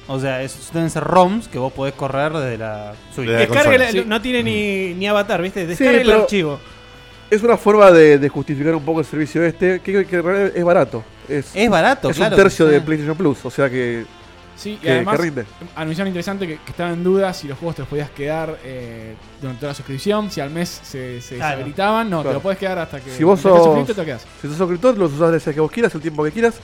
O sea, esos deben ser ROMs que vos podés correr desde la Switch. Desde la Descarga consola. el- Sí. No tiene ni, ni avatar, ¿viste? Descarga el pero- archivo. Es una forma de, de justificar un poco el servicio este, que, que en realidad es barato. Es, Es barato, es claro. un tercio que de sí. PlayStation Plus, o sea que, Sí, y que, además que rinde. anunciaron interesante que, que estaba en duda si los juegos te los podías quedar eh, durante toda la suscripción, si al mes se, se Claro. deshabilitaban. No, te Claro. lo podés quedar hasta que. Si vos mientras estés sos- suscrito, te lo quedás. Si sos suscriptor, los usás las veces que vos quieras, el tiempo que quieras.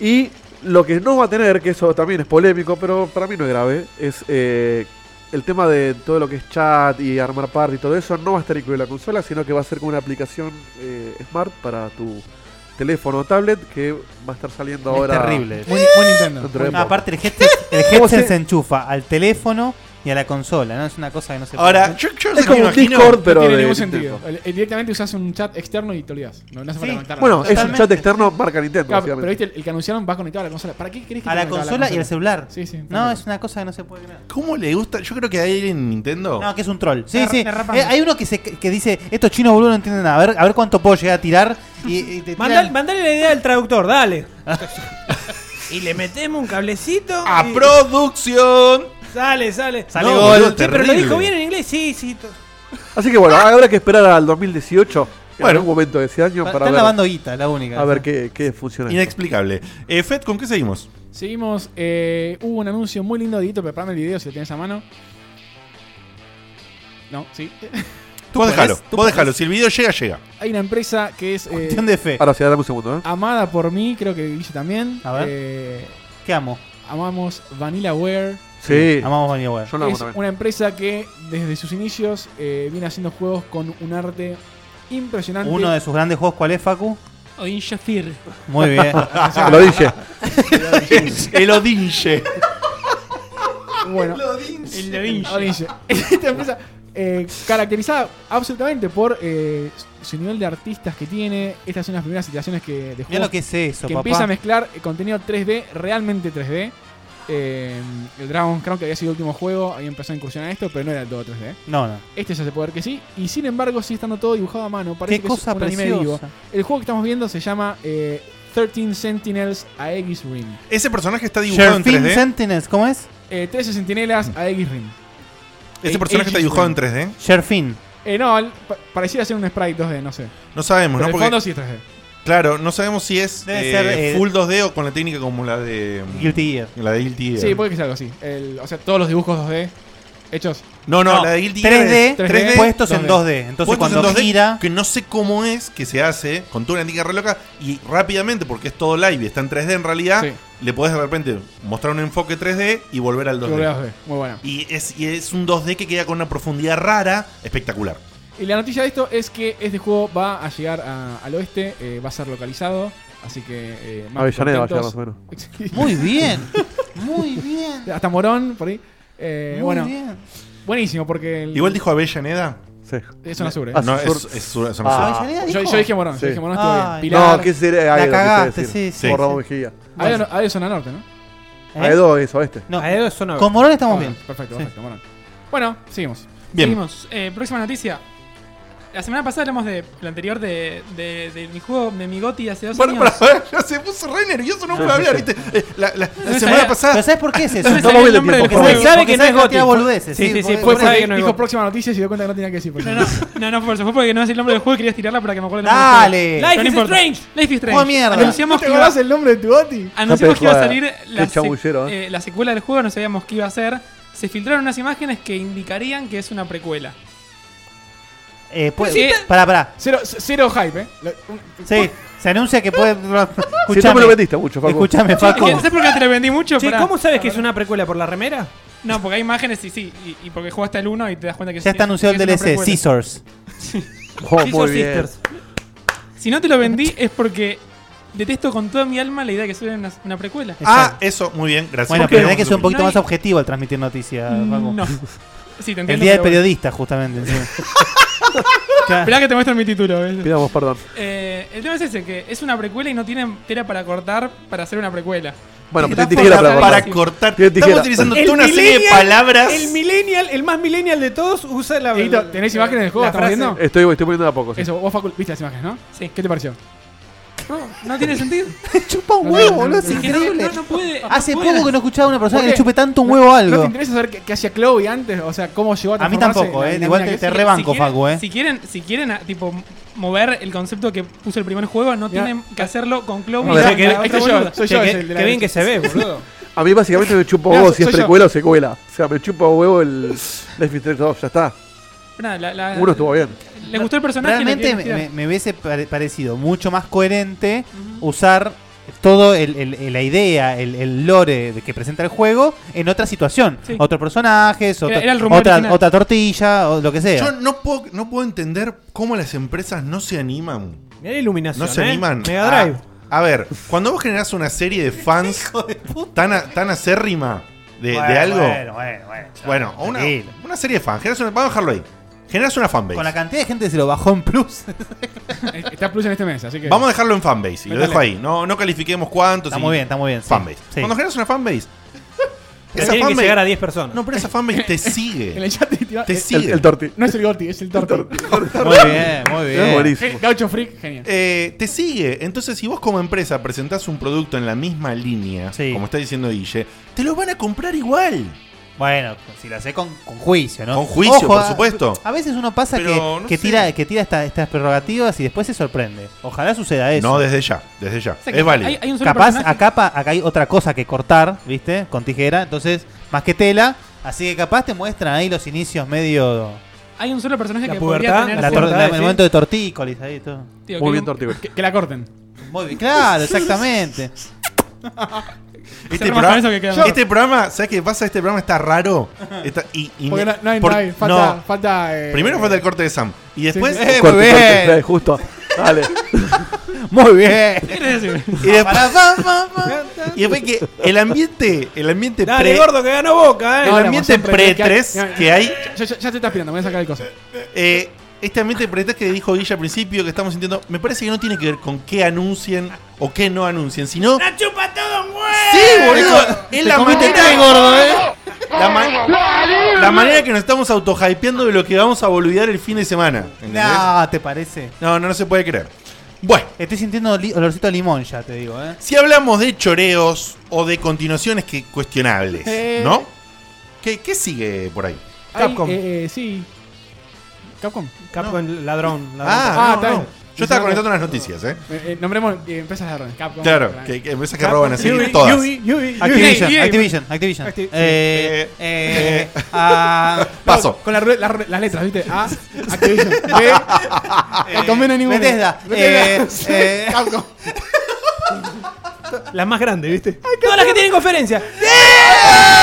Y lo que no va a tener, que eso también es polémico, pero para mí no es grave, es eh, el tema de todo lo que es chat y armar party y todo eso, no va a estar incluido en la consola, sino que va a ser como una aplicación eh, smart para tu teléfono o tablet que va a estar saliendo Es ahora. terrible. Muy, muy Nintendo. dentro de No, poco. aparte el headset, el ¿Cómo headset se- se enchufa al teléfono y a la consola, ¿no? Es una cosa que no se puede Ahora, hacer. yo, yo no es sé qué me como un imagino. Discord, pero no tiene de ningún Nintendo. sentido. El- el- directamente usas un chat externo y te olvidás. No, no hace falta Sí. conectar Bueno, nada. es un Totalmente. chat externo marca Nintendo. Claro, pero básicamente. viste, el, el que anunciaron va conectado a la consola. ¿Para qué crees que a te la conectaba consola y al celular. Sí, sí, No, claro. es una cosa que no se puede creer. ¿Cómo le gusta? Yo creo que hay en Nintendo. No, que es un troll. Sí, Te- sí. te rapan. Eh, hay uno que se que dice, estos chinos boludo no entienden nada, a ver, a ver cuánto puedo llegar a tirar y, y te Mandale, tiran- mandale la idea del traductor, dale. y le metemos un cablecito. ¡A y- producción! Sale, sale. Sale No, gol, boludo, che, pero terrible. lo dijo bien en inglés, sí, sí. to- Así que bueno, habrá que esperar al 2018, en Bueno. algún momento de ese año, Pa- para Están ver, lavando guita, la única. a ver qué, qué funciona. Inexplicable. Eh, Fed, ¿con qué seguimos? Seguimos. eh, hubo un anuncio muy lindo, Dieguito. Preparame el video si lo tienes a mano. No, sí. Tú vos podés, déjalo, tú vos déjalo. Si el video llega, llega. Hay una empresa que es eh, Cuestión de fe. Ahora sí, dame un segundo, ¿eh? amada por mí, creo que Guille también. A ver. Eh, ¿Qué amo? amamos VanillaWare. Sí, Amamos Vanilla Web. yo lo amo es también. una empresa que desde sus inicios eh, viene haciendo juegos con un arte impresionante. Uno de sus grandes juegos, ¿cuál es, Facu? Odin Shafir. Muy bien. Lo dije. El Odinche. Bueno, El Lodinche. Odinche. Esta empresa eh, caracterizada absolutamente por eh, su nivel de artistas que tiene. Estas son las primeras situaciones que de Mira juegos lo que es eso, que empieza a papá. mezclar eh, contenido 3D, realmente 3D. Eh, el Dragon Crown, que había sido el último juego, ahí empezó a incursionar esto, pero no era del todo 3D. No, no. Este se hace poder que sí, y sin embargo sigue estando todo dibujado a mano. Parece Qué que cosa es un anime vivo. preciosa. El juego que estamos viendo se llama eh, 13 Sentinels Aegis Rim. Ese personaje está dibujado en Sherfin 3D. Sentinels, ¿cómo es? Eh, 13 Sentinelas Aegis Rim. Ese Este personaje está Aegis dibujado en Rim. 3D. Sherfin. Eh, no, el- pa- pareciera ser un sprite 2D, no sé. No sabemos, Pero ¿no? el Porque, fondo sí es 3D. claro, no sabemos si es Debe eh, ser, eh, full 2D o con la técnica como la de. Guilty Gear. La de Guilty Gear. Sí, puede que sea algo así. El- o sea, todos los dibujos 2D hechos. no, no, No, la de Guilty Gear. 3D, 3D, puestos en 2D. 2D. Entonces Puestos en cuando 2D, gira, Que no sé cómo es que se hace con toda una técnica re loca y rápidamente, porque es todo live y está en 3D en realidad, Sí. le podés de repente mostrar un enfoque 3D y volver al 2D. Doble 2D. Muy bueno. Y es, y es un 2D que queda con una profundidad rara, espectacular. Y la noticia de esto es que este juego va a llegar a- al oeste, eh, va a ser localizado, así que... eh, más Avellaneda va a llegar más contentos. o Sí. menos. muy bien. Muy bien. Hasta Morón, por ahí. Eh, Muy bueno, bien. buenísimo porque... el- Igual dijo Avellaneda. Sí. Es una sur, eh. Ah, No, es, sur- es sur- zona sur. Ah. Avellaneda yo, dijo. yo dije Morón, yo Sí. dije Morón, estuvo Ah, bien. Ay. Pilar, No, que sería La Aedo, quise cagaste, decir. sí, sí. Sí. Por Ramón Mejía. Aedo, no- Aedo zona norte, ¿no? ¿Eh? Aedo es oeste. No, Aedo es zona con Morón estamos bien. Perfecto, Sí. perfecto, Morón. Bueno, seguimos. Bien. Seguimos. Eh, próxima noticia. La semana pasada hablamos de lo anterior de, de- de mi juego, de mi GOTY hace dos Bueno, años. para- ya se puso re nervioso, no puede hablar, ¿viste? Eh, La, la- la No semana sabía. pasada. ¿Pero sabes por qué es eso? No me No salía voy el de nombre tiempo, del por juego. sabe que porque no es sabe que Gotti. tira boludeces, Sí, sí, sí, sí. porque- Fue porque- sabe que no es Dijo Gotti. próxima noticia y se dio cuenta que no tenía que decir. por No, eso. no, no, no, por eso fue porque no es el nombre del juego y querías tirarla para que me acuerde el nombre del juego. Dale. Pero Life no is importa. Strange. Life is Strange. Oh, mierda. Anunciamos ¿Te que iba, acordás el nombre de tu goti? anunciamos que iba a Joder, salir la, qué chamullero, eh, la secuela del juego, no sabíamos qué iba a ser. Se filtraron unas imágenes que indicarían que es una precuela. Eh, puede- Sí. Pará, pará. Cero, c- cero hype, ¿eh? Lo- un- Sí, se anuncia que puede. Si no Escuchame, me lo vendiste mucho, Facu. escuchame, Es Facu. que, ¿Sabes por qué te lo vendí mucho? Che, Pará. ¿cómo sabes que es una precuela? ¿Por la remera? No, porque hay imágenes y sí, y, y porque jugaste el 1 y te das cuenta que Ya está anunciado el que es una DLC, precuela. Scissors. Oh, Sí, muy sos bien. sisters. Si no te lo vendí es porque detesto con toda mi alma la idea de que sea una, una precuela. Ah, eso, muy bien, gracias. Bueno, Ok, pero tenés vamos que a ser un poquito No hay- más objetivo al transmitir noticias, Facu. No. Sí, te entiendo. El día del pero bueno. periodista, justamente. encima. Esperá que te muestren mi título. ¿ves? Pidamos perdón. Eh, el tema es ese, que es una precuela y no tienen tela para cortar para hacer una precuela. Bueno, Está pero tiene tijera fuera, para sí. cortar. Para cortar. Tiene Estamos tijera. utilizando El toda una serie de millennial- palabras. El millennial, el más millennial de todos, usa la. Edito, ¿tenés imágenes del juego? la ¿Estamos frase. viendo? Estoy, estoy poniendo de a poco. sí. Eso, vos Facul, viste las imágenes, ¿no? Sí. ¿Qué te pareció? No, no tiene sentido. Chupa un No, huevo, no, boludo, es no, Es que no, increíble. no- no puede. no Hace puede. poco que no escuchaba a una persona ¿Por que le qué? chupe tanto un huevo ¿No te algo. interesa saber qué, qué hacía Chloe antes? O sea, cómo llegó a A mí transformarse tampoco, en la- eh, en la igual mina te- que te es? Si rebanco, quieren- Facu, eh. Si quieren, si quieren ah, tipo, mover el concepto que puso el primer juego, no Mirá. tienen que hacerlo con Clown A y ver, la- que- la Ahí otra estoy boluda. yo, soy yo. Che, es qué- el de la qué bien derecha. que se ve, boludo. A mí básicamente me chupo Mira, huevo si soy es yo. precuela o secuela. O sea, me chupo huevo el Life is Strange 2, ya está. Nada, la- la- Uno estuvo bien. ¿Les gustó el personaje? Realmente ¿Le me, quieren me- me hubiese pare- parecido mucho más coherente usar todo el- el- el- la idea, el, el lore de que presenta el juego en otra situación. Sí. Otros personajes, otra, era el rumor otra, original. otra tortilla, o lo que sea. Yo no puedo, no puedo entender cómo las empresas no se animan. Mirá la iluminación. No se ¿eh? animan. Mega Drive. A, a ver, cuando vos generás una serie de fans tan, a- tan acérrima de, de Bueno, algo. Bueno, bueno, bueno. ya, Bueno, o una, tranquilo. una serie de fans. Generás una, vamos a dejarlo ahí. Generás una fanbase. Con la cantidad de gente que se lo bajó en plus. Está plus en este mes, así que. Vamos a dejarlo en fanbase. Y lo Métale. dejo ahí. No, no califiquemos cuántos. está y- muy bien, está muy bien. sí. Fanbase. Sí. Cuando generas una fanbase. Pero tienen que llegar a 10 personas. No, pero esa fanbase te En sigue. el chat te tiró- te eh, sigue. El, el torti. No es el Gorti, es el Torto. Muy bien, muy Es bien. buenísimo. Eh, Gaucho Freak, genial. Eh, te sigue. Entonces, si vos como empresa presentás un producto en la misma línea, Sí. como está diciendo Guille, te lo van a comprar igual. Bueno, si lo hace con, con juicio, ¿no? Con juicio, Ojo, por a- supuesto. A veces uno pasa Pero, que, no que sé. tira, que tira esta- estas prerrogativas y después se sorprende. Ojalá suceda eso. No, desde ya, desde ya. O sea que es válido. Hay, hay un solo Capaz personaje. acá, pa- acá hay otra cosa que cortar, ¿viste? Con tijera, entonces, más que tela. Así que capaz te muestran ahí los inicios medio. Hay un solo personaje La que pubertad, podría tener La tor- tor- fuerza. la- el sí. momento de tortícolis ahí todo. Tío, Muy que- bien, torti. Que, que la corten. Muy bien, claro, exactamente. Este Cerramos programa, con eso que queda. este programa, ¿sabes qué pasa? Este programa está raro. Está- y, y Porque me- no, no hay, por- no hay. Falta. no. falta eh, Primero falta el corte de Sam. Y después, sí, sí. Eh, muy Corte, corte, bien. justo. Dale. Muy bien. ¿Quieres decir? Y después, y después que el ambiente, el ambiente Dale, pre, gordo, que ganó Boca, eh. el No, éramos ambiente siempre pre que hay- 3 ya- que hay, Ya, ya- ya te está esperando, me voy a sacar el coso. eh, este ambiente pre 3 que dijo Guilla al principio, que estamos sintiendo, me parece que no tiene que ver con qué anuncien o qué no anuncien, sino. ¡La chupa todo un huevo! Sí, boludo. Es la manera gordo, eh. La, ma- la manera que nos estamos autohypeando de lo que vamos a boludear el fin de semana. ¿entendés? No, Ah, ¿te parece? No, no, no se puede creer. Bueno. Estoy sintiendo li- olorcito a limón ya, te digo, ¿eh? Si hablamos de choreos o de continuaciones que cuestionables, Eh. ¿no? ¿Qué, qué sigue por ahí? Capcom. Ay, eh, eh, sí. Capcom. Ah, Capcom, ladrón. ladrón. Ah, está no, bien. no. Yo estaba conectando las noticias, ¿eh? Eh, eh, nombremos eh, empresas de orden. Capcom. Claro, Capcom. que, que empresas que roban así Yui, todas. Yui, Yui, Activision, Yui, Yui. Activision, Activision. Acti- eh, sí. eh, Eh. ah, Paso. Eh, Con la rule- la rule- las letras, ¿viste? A, Activision. B, Capcom no hay ninguna. Eh, Bethesda, eh, eh, Capcom. La más grande, ¿viste? Todas las que tienen conferencia.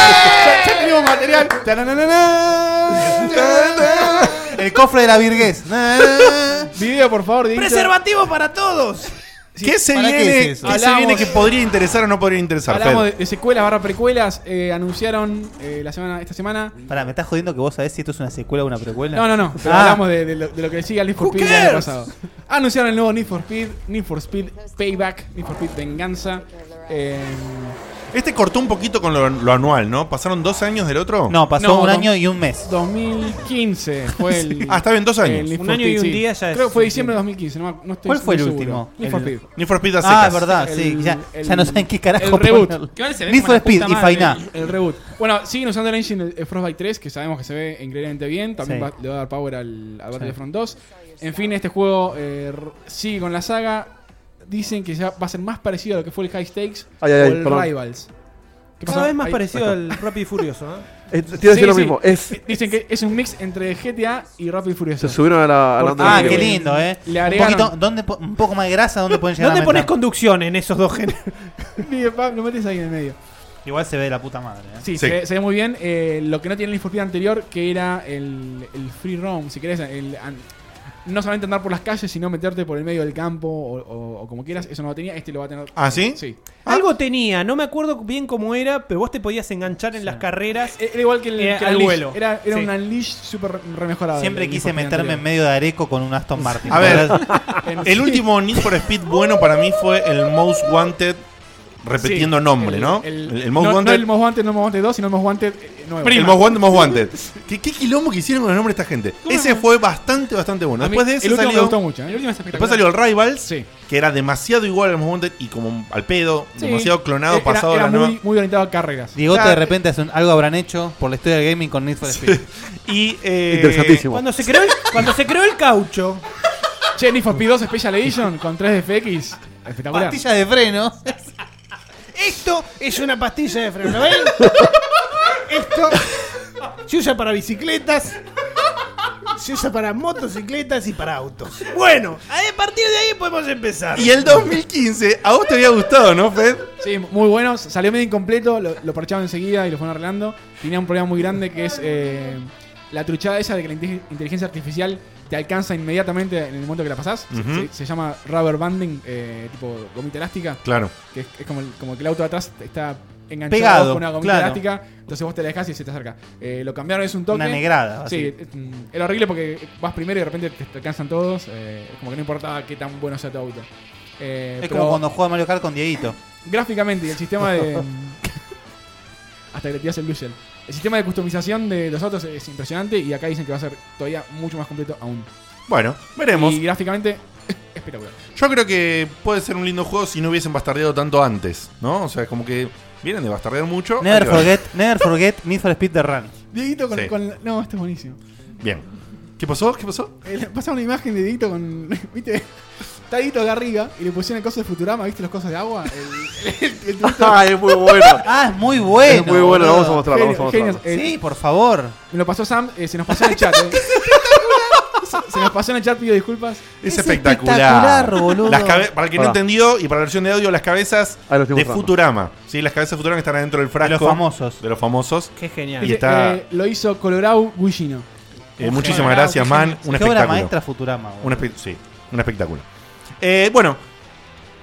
Ya, ya tenemos material. Tananana. el cofre de la virguez. Na, na, na. Video, por favor. de Instagram. Preservativo para todos. ¿Qué se ¿para qué viene? es eso? qué se Hablamos- viene que podría interesar o no podría interesar? Hablamos Fede? de, de secuelas barra precuelas. eh, anunciaron eh, la semana, esta semana. Pará, me estás jodiendo que vos sabés si esto es una secuela o una precuela. No, no, no. pero Ah. Hablamos de, de lo, de lo que decía Need for Speed del año pasado. Anunciaron el nuevo Need for Speed, Need for Speed Payback, Need for Speed Venganza. Eh, Este cortó un poquito con lo, lo anual, ¿no? ¿Pasaron dos años del otro? No, pasó No, un no. año y un mes. 2015 fue el. Ah, está bien, dos años. el Need Un for año y Speed, un sí. día ya es Creo que fue diciembre de 2015. No, me- no estoy ¿Cuál fue muy el seguro. último? Need for El- Speed. Ni for Speed a Ah, es secas. verdad, el- sí. Ya, el- ya no saben qué carajo el reboot. ponerle. Que ahora se ve Need como for la Speed y puta madre. Fainá. El reboot. Bueno, siguen usando el engine de Frostbite 3, que sabemos que se ve increíblemente bien. También Sí. va- le va a dar power al, al Battlefront 2. En fin, este juego eh, r- sigue con la saga. Dicen que ya va a ser más parecido a lo que fue el High Stakes Ay, ay, o ay, el perdón. Rivals. ¿Qué pasó? Cada vez más Ahí. parecido al Rápido y Furioso. ¿eh? Es- te iba a decir Sí, lo sí. mismo. Es, Dicen que es un mix entre GTA y Rápido y Furioso. se subieron a la, a la Por- onda Ah, de- qué lindo, eh. Le un, agregaron- poquito, ¿dónde po- un poco más de grasa, ¿dónde pueden llegar ¿Dónde a pones meter? conducción en esos dos géneros? Dije, "Pa, lo metes ahí en el medio. Igual se ve de la puta madre, eh. Sí, Sí. Se, ve, se ve muy bien. Eh, lo que no tiene el Need for Speed anterior, que era el, el free roam, si querés. el- an- no solamente andar por las calles, sino meterte por el medio del campo o, o- o como quieras. Eso no lo tenía. Este lo va a tener. ¿Ah, sí? Sí. Algo tenía, no me acuerdo bien cómo era, pero vos te podías enganchar en las carreras. E- Era igual que el, Era que al Unleash. vuelo. Era, era Sí. un Unleash súper re mejorado. Siempre el Need quise for Speed meterme en anterior. medio de Areco con un Aston Martin. A ver. Pero- En- El último Need for Speed bueno para mí fue el Most Wanted, repitiendo Sí, nombre, el- ¿no? El, El, el Most no, no Wanted. el Most Wanted, no el Most Wanted 2, sino el Most Wanted eh, nuevo. El Most Wanted, Most Wanted. ¿Qué, qué quilombo que hicieron con el nombre de esta gente? ¿Cómo Ese no? fue bastante, bastante bueno. A mí Después de ese el último me salió, gustó mucho. ¿eh? El último es después espectacular. salió el Rivals, Sí. que era demasiado igual al Most Wanted y como al pedo, Sí. demasiado clonado, Era- pasado era a la muy, nueva. muy orientado a carreras. Digote Claro. de repente hace un- algo habrán hecho por la historia del gaming con Need for Speed. Y, eh, Interesantísimo. Cuando se creó el, cuando se creó el caucho, Che, Need for Speed 2 Special Edition con 3 DFX. Espectacular. Pastilla de freno. esto es una pastilla de freno, ¿lo ven? Esto se usa para bicicletas, se usa para motocicletas y para autos. Bueno, a partir de ahí podemos empezar. y el 2015, a vos te había gustado, ¿no, Fed? Sí, muy buenos. Salió medio incompleto, lo, lo parchaban enseguida y lo fueron arreglando. Tenía un problema muy grande que es eh, la truchada esa de que la inte- inteligencia artificial te alcanza inmediatamente en el momento que la pasás. Se- Ujú. se, se llama rubber banding, eh, tipo gomita elástica, Claro. que es, es como, el, como que el auto de atrás está enganchado Pegado, con una gomita claro. elástica. Entonces vos te la dejás y se te acerca. Eh, lo cambiaron, es un toque. Una negrada. Sí, así. es, mm, era horrible porque vas primero y de repente te te alcanzan todos. eh, es como que no importaba qué tan bueno sea tu auto. Eh, Es pero como cuando juega Mario Kart con Dieguito. Gráficamente y el sistema de. hasta que le tiras el Blue Shell. El sistema de customización de los autos es impresionante y acá dicen que va a ser todavía mucho más completo aún. Bueno, veremos. Y gráficamente, espectacular. Yo creo que puede ser un lindo juego si no hubiesen bastardeado tanto antes, ¿no? O sea, como que vienen de bastardear mucho. Never Ahí va. forget, never forget Need for Speed The Run. Dieguito con. Sí. con- no, esto es buenísimo. Bien. ¿Qué pasó? ¿Qué pasó? Eh, le- pasa una imagen de Dieguito con. ¿Viste? Está Dieguito acá arriba y le pusieron el coso de Futurama, ¿viste los cosas de agua? El- el- el- el tubito- Ah, es muy bueno. Ah, es muy bueno. es muy bueno, lo boludo. vamos a mostrar, lo vamos a Genio- mostrar. genios. Eh, Sí, por favor. Me lo pasó Sam, eh, se nos pasó en el chat. eh. Se- se nos pasó en el chat, pido disculpas. Es, Es espectacular. espectacular, boludo. Las cabe- para el que no Pará. entendió y para la versión de audio, las cabezas Ahí lo estoy de mostrando. Futurama. Sí, las cabezas de Futurama que están adentro del frasco. De los famosos. De los famosos. Qué Y genial. Dice, está- eh, lo hizo Colorado Guillino. Eh, muchísimas gracias, man. Un Qué obra espectáculo. maestra Futurama. boludo. Un espe- sí, un espectáculo. Eh, bueno,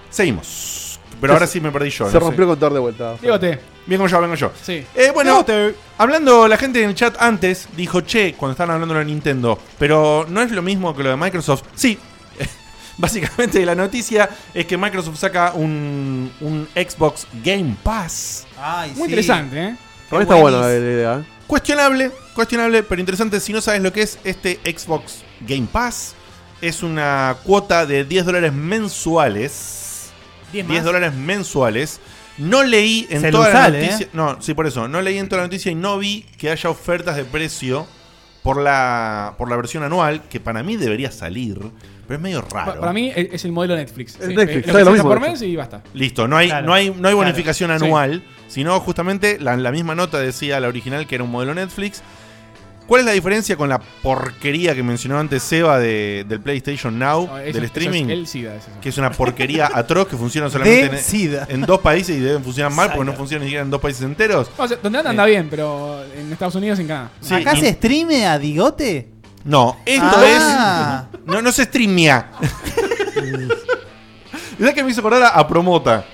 Seguimos. Pero ahora sí me perdí yo. Se no sé. rompió el contador de vuelta. Dígote. Vengo yo, vengo yo. Sí. Eh, bueno, hablando, la gente en el chat antes dijo, che, cuando estaban hablando de Nintendo, pero no es lo mismo que lo de Microsoft. Sí. Básicamente la noticia es que Microsoft saca un, un Xbox Game Pass. Ay, Muy interesante, ¿eh? Para mí está buena la idea. ¿eh? Cuestionable, cuestionable, pero interesante si no sabes lo que es este Xbox Game Pass. Es una cuota de 10 dólares mensuales. 10 más. 10 dólares mensuales. No leí en Se toda lo la sale, noticia. ¿eh? No, sí, por eso. No leí en toda la noticia y no vi que haya ofertas de precio por la, por la versión anual, que para mí debería salir, pero es medio Pa- raro. Para mí e-, es es el modelo Netflix. Es Netflix, Eh, sabe lo lo que mismo, por de hecho. mes y basta. Listo, no hay, Claro, no hay, no hay bonificación claro, sí. anual, sino justamente la, la misma nota decía la original que era un modelo Netflix. ¿Cuál es la diferencia con la porquería que mencionó antes Seba de- del PlayStation Now, No, eso- del eso streaming? es el SIDA, es eso. Que es una porquería atroz que funciona solamente De en, SIDA. en dos países y deben funcionar mal porque no funciona ni siquiera en dos países enteros. O sea, donde anda anda bien, pero en Estados Unidos y en Canadá. Sí, ¿Acá y- se streame a Digote? No, esto Ah. es. No, no se streamea. ¿Verdad que me hizo acordar a, a Promota?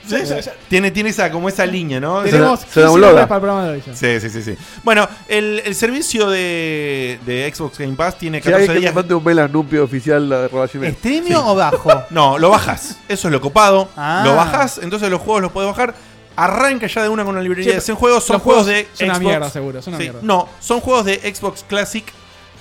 Tiene, tiene esa, como esa línea, ¿no? Esa- Tenemos se 15 downloada. dólares para el programa de hoy. ya. Sí, sí, sí, sí. Bueno, el, el servicio de, de Xbox Game Pass tiene Si hay 14 que me días. mande un mail a Numpio oficial de arroba Gmail. ¿Streamio o bajo? No, lo bajas. Eso es lo copado. Ah. Lo bajas, entonces los juegos los puedes bajar. Arranca ya de una con una librería Che, de 100 juegos. Son los juegos juegos de son una Xbox. mierda, seguro, son una mierda. No, son juegos de Xbox Classic.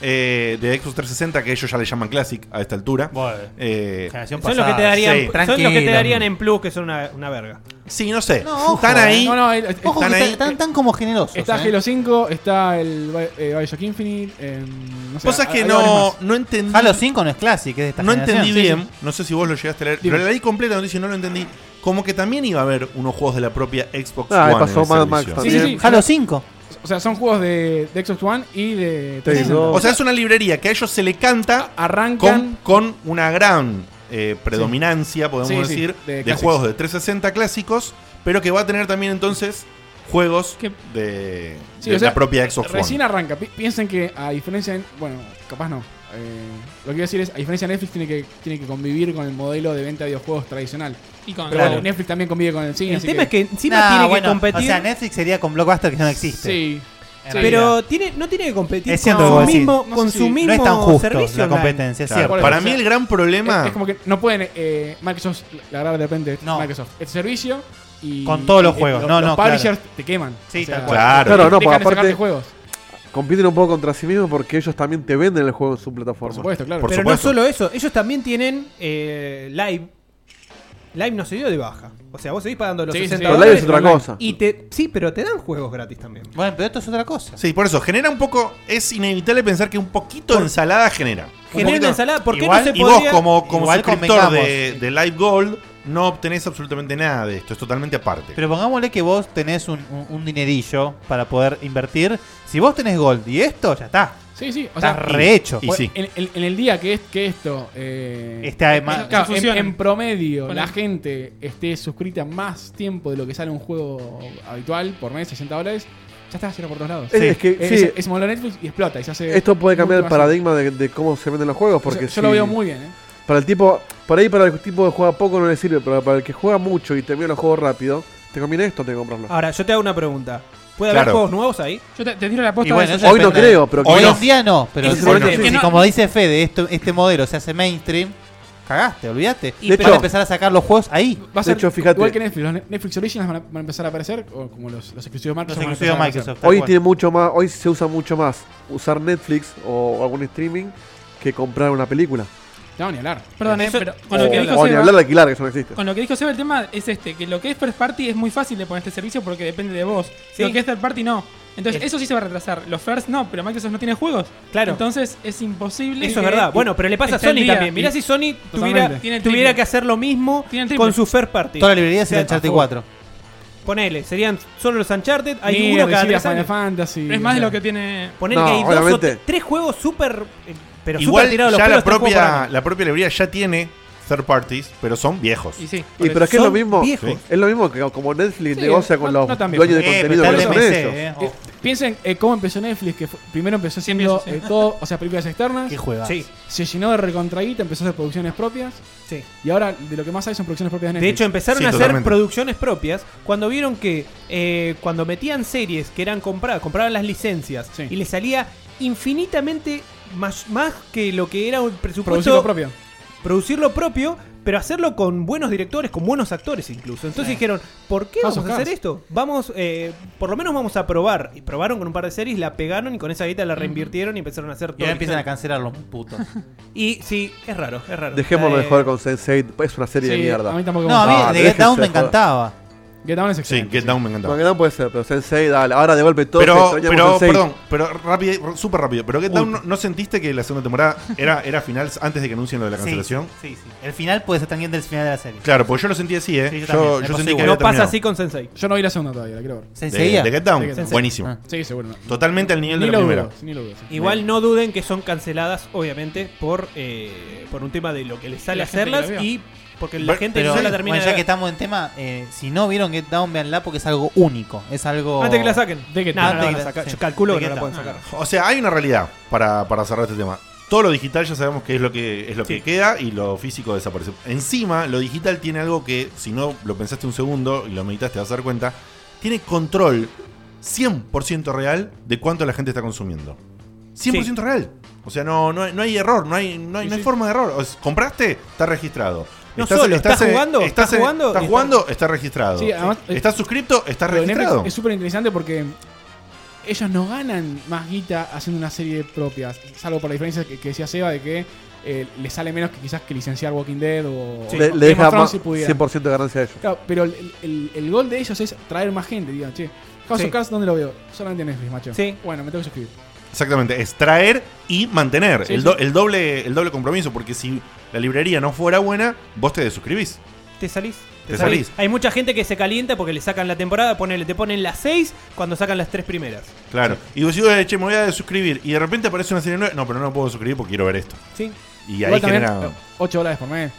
eh, de Xbox 360, que ellos ya le llaman Classic a esta altura. Eh, Generación Son los que te darían, son sí. los que te Tranquilo. darían en plus, que son una, una verga. sí, no sé. No, ojo, Están eh. ahí. No, no, el- el- Ojo, Están que ahí. está- están tan como generosos. está eh. Halo 5, está el Bi- eh, Bioshock Infinite. eh, no sé, Cosas hay- que hay varios no, más. no entendí. Halo 5 no es clásico, es de esta No generación. entendí Sí, sí. bien, no sé si vos lo llegaste a leer, Dime. pero la leí completa la noticia y no lo entendí. Como que también iba a haber unos juegos de la propia Xbox Ah, One. ahí pasó en el Mad Max servicio. Sí, también. sí, sí. Halo 5. O sea, son juegos de, de Xbox One y de Play 360. dos. O sea, es una librería que a ellos se le canta con, arrancan. con una gran eh, predominancia, podemos Sí, sí, decir, de de, clásicos. juegos de 360 clásicos, pero que va a tener también entonces juegos Que- de, Sí, de o sea, la propia Xbox Recién One. arranca. Pi- piensen que a diferencia en, Bueno, capaz no. Eh, lo que quiero decir es, a diferencia de Netflix tiene que, tiene que convivir con el modelo de venta de videojuegos tradicional. Y con Pero Claro. Netflix también convive con el cine. El así tema es que encima Nah, tiene que bueno, competir. O sea, Netflix sería con Blockbuster que no existe. Sí. En sí. pero tiene, no tiene que competir Es con cierto su lo que decís. mismo, No con sé si- su no mismo No es tan justo servicio la online. competencia, es Claro, cierto. por Para eso, mí o sea, el gran Es, problema... es como que no pueden eh, Microsoft largar de repente No. Microsoft el servicio y Con todos los y, eh, juegos. los- No, los no, publishers claro. te queman Sí, O sea, tal cual. Claro, dejan Claro, no, porque de sacarte aparte juegos compiten un poco contra sí mismos porque ellos también te venden el juego en su por plataforma. supuesto claro Por Pero supuesto. no solo eso, ellos también tienen eh, live. Live no se dio de baja. O sea, vos seguís pagando los Sí, sí, 60 sí. Pero live dólares es otra online. cosa. Y te, sí, pero te dan juegos gratis también. Bueno, pero esto es otra cosa. Sí, por eso, genera un poco... Es inevitable pensar que un poquito de ensalada genera. Un Genera poquito- una ensalada. ¿Por qué Igual- no se y vos podría...? como, como Igual suscriptor de, convengamos. de Live Gold no obtenés absolutamente nada de esto, es totalmente aparte. Pero pongámosle que vos tenés un, un- un dinerillo para poder invertir. Si vos tenés Gold y esto, ya está. sí sí o sea Está rehecho. y- o- sí. en, en- en el día que, es, que esto eh, Está más. claro, en, Fusionan. en promedio Con la el- gente esté suscrita más tiempo de lo que sale un juego habitual por mes 60 dólares ya está lleno por todos lados Es, es que Eh, sí, es, es modelo Netflix y explota y se hace esto puede cambiar el mucho más- paradigma de, de cómo se venden los juegos porque yo, yo lo si- veo muy bien ¿eh? para el tipo para ahí para el tipo que juega poco no le sirve, pero para el que juega mucho y termina los juegos rápido, te conviene esto, te comprarlo. Ahora, yo te hago una pregunta. ¿Puede Claro. haber juegos nuevos ahí? Yo te, te tiro la aposta Y bueno, de eso. eso Hoy no depende. creo, pero Hoy Hoy quizás- no. en día no, pero En si- ese momento si, sí. si como dice Fede, esto, este modelo se hace mainstream, cagaste, olvídate. De Van a hecho- empezar a sacar los juegos ahí. Va a De ser hecho, fíjate- igual que Netflix. Los Ne- Netflix Originals van a, van a empezar a aparecer, o como los, los exclusivos No Microsoft. van sé qué a estudió empezar a Microsoft. tal Hoy cual. tiene mucho más, hoy se usa mucho más usar Netflix o algún streaming que comprar una película. aparecer. No, ni hablar. Perdón, eh, pero con o, lo que dijo o ni Seba- hablar de alquilar, que eso no existe. Con lo que dijo Seba, el tema es este, que lo que es first party es muy fácil de poner este servicio porque depende de vos. Sí. Lo que es third party no. Entonces, El- eso sí se va a retrasar. Los first no, pero Microsoft no tiene juegos. Claro. Entonces, es imposible. Eso es que- verdad. Bueno, pero le pasa a Está el Sony día. también. Mirá Y- si Sony tuviera, Totalmente. Tiene el tuviera triple. que hacer lo mismo Tiene el triple. con su fair party. Toda la librería es el Sí, Uncharted a 4. Ponele, serían solo los Uncharted, hay Ni uno Resident cada tres Final años. Fantasy. Pero es o más de sea, lo que tiene. Ponele No, que hay dos o obviamente. tre- tres juegos súper... eh, Pero Igual súper tirados los ya pelos, la tres juegos por propia, año. la propia librería ya tiene third parties, pero son viejos. Y sí. por Y eso. pero es que es lo son mismo, viejos. es lo mismo que como Netflix Sí, negocia con no- los no tan dueños de viejo. contenido Eh, que pero son está ellos. Eh, Piensen eh, cómo empezó Netflix, que fu- primero empezó siendo empezó, sí. eh, todo, o sea, películas externas. ¿Qué juega? Sí. Se llenó de recontraguita, empezó a hacer producciones propias. Sí. Y ahora de lo que más hay son producciones propias De de Netflix. hecho, empezaron Sí, a hacer totalmente. producciones propias cuando vieron que eh, cuando metían series que eran compradas, compraban las licencias Sí. y les salía infinitamente más, más que lo que era un presupuesto. producir lo propio. Producir lo propio, pero hacerlo con buenos directores, con buenos actores incluso. Entonces dijeron, ¿por qué House vamos of a hacer Cards. esto? Vamos, eh, por lo menos vamos a probar. Y probaron con un par de series, la pegaron y con esa guita la reinvirtieron y empezaron a hacer Y todo. ahora lo empiezan que a cancelar los putos. sea. Y sí, es raro, es raro. Dejémoslo de Eh, joder con Sense8. Es una serie de Sí, mierda. A mí tampoco me No, gusta. Ah, a mí de Get déjense Down me de joder. encantaba. Get Down es Sí, excelente. Get Down me encantaba. Magadán puede ser, pero Sense8, dale. Ahora de golpe todo. Pero, se extraña pero por Sense8. perdón, pero rápido, súper rápido. Pero Get Down, no, ¿no sentiste que la segunda temporada era, era final antes de que anuncien lo de la Sí, cancelación? Sí, sí. El final puede ser también del final de la serie. Claro, porque yo lo sentí así, ¿eh? Sí, yo también, yo me yo pasó sentí que igual. había No pasa terminado. así con Sensei. Yo no vi la segunda todavía, la quiero ver. ¿Se De, enseguía? de Get Down, De Get Down. buenísimo. Ah. Sí, seguro. No. Totalmente al nivel Ni de la lo primera. dudo, ni lo dudo, sí. Igual no duden que son canceladas, obviamente, por, eh, por un tema de lo que les sale La gente que la hacerlas vio. y porque la Pero- gente Pero no la bueno, termina ya de que ver. estamos en tema, eh, si no vieron Get Down, véanla porque es algo único. Es algo. Antes que la saquen. De que No, no la antes van que a la- sacar. sí. Yo calculo De Ah. que no que la está. pueden sacar. O sea, hay una realidad para, para cerrar este tema. Todo lo digital ya sabemos que es lo que es lo que queda y lo físico desaparece. Encima, lo digital tiene algo que, si no lo pensaste un segundo y lo meditaste, te vas a dar cuenta, tiene control 100% real de cuánto la gente está consumiendo. 100% real. O sea, no, no, hay- no hay error, no hay, no hay, no hay forma de error. O sea, compraste, está registrado. No solo, estás jugando, estás, estás jugando jugando, estás y jugando, está registrado. Sí, además, eh, estás suscrito, estás Pero Netflix registrado. es súper interesante porque ellos no ganan más guita haciendo una serie propia, salvo por la diferencia que, que decía Seba de que eh, le sale menos que quizás que licenciar Walking Dead o, o Le, Game le deja of Thrones más si pudiera. 100% de ganancia a ellos. Claro, pero el, el- el gol de ellos es traer más gente, digan, che. House Sí. of Cards, ¿dónde lo veo? Solamente en Netflix, macho. Sí. Bueno, me tengo que suscribir. Exactamente, extraer y mantener. Sí, el, sí. do- el doble, el doble compromiso, porque si la librería no fuera buena, vos te desuscribís. Te salís. Te salís. Hay mucha gente que se calienta porque le sacan la temporada, ponele, te ponen las seis cuando sacan las tres primeras. Claro. Y vos decís, che, me voy a desuscribir. Y de repente aparece una serie nueva. No, pero no me puedo suscribir porque quiero ver esto. ¿Sí? Y Igual ahí también, genera. 8 dólares por mes.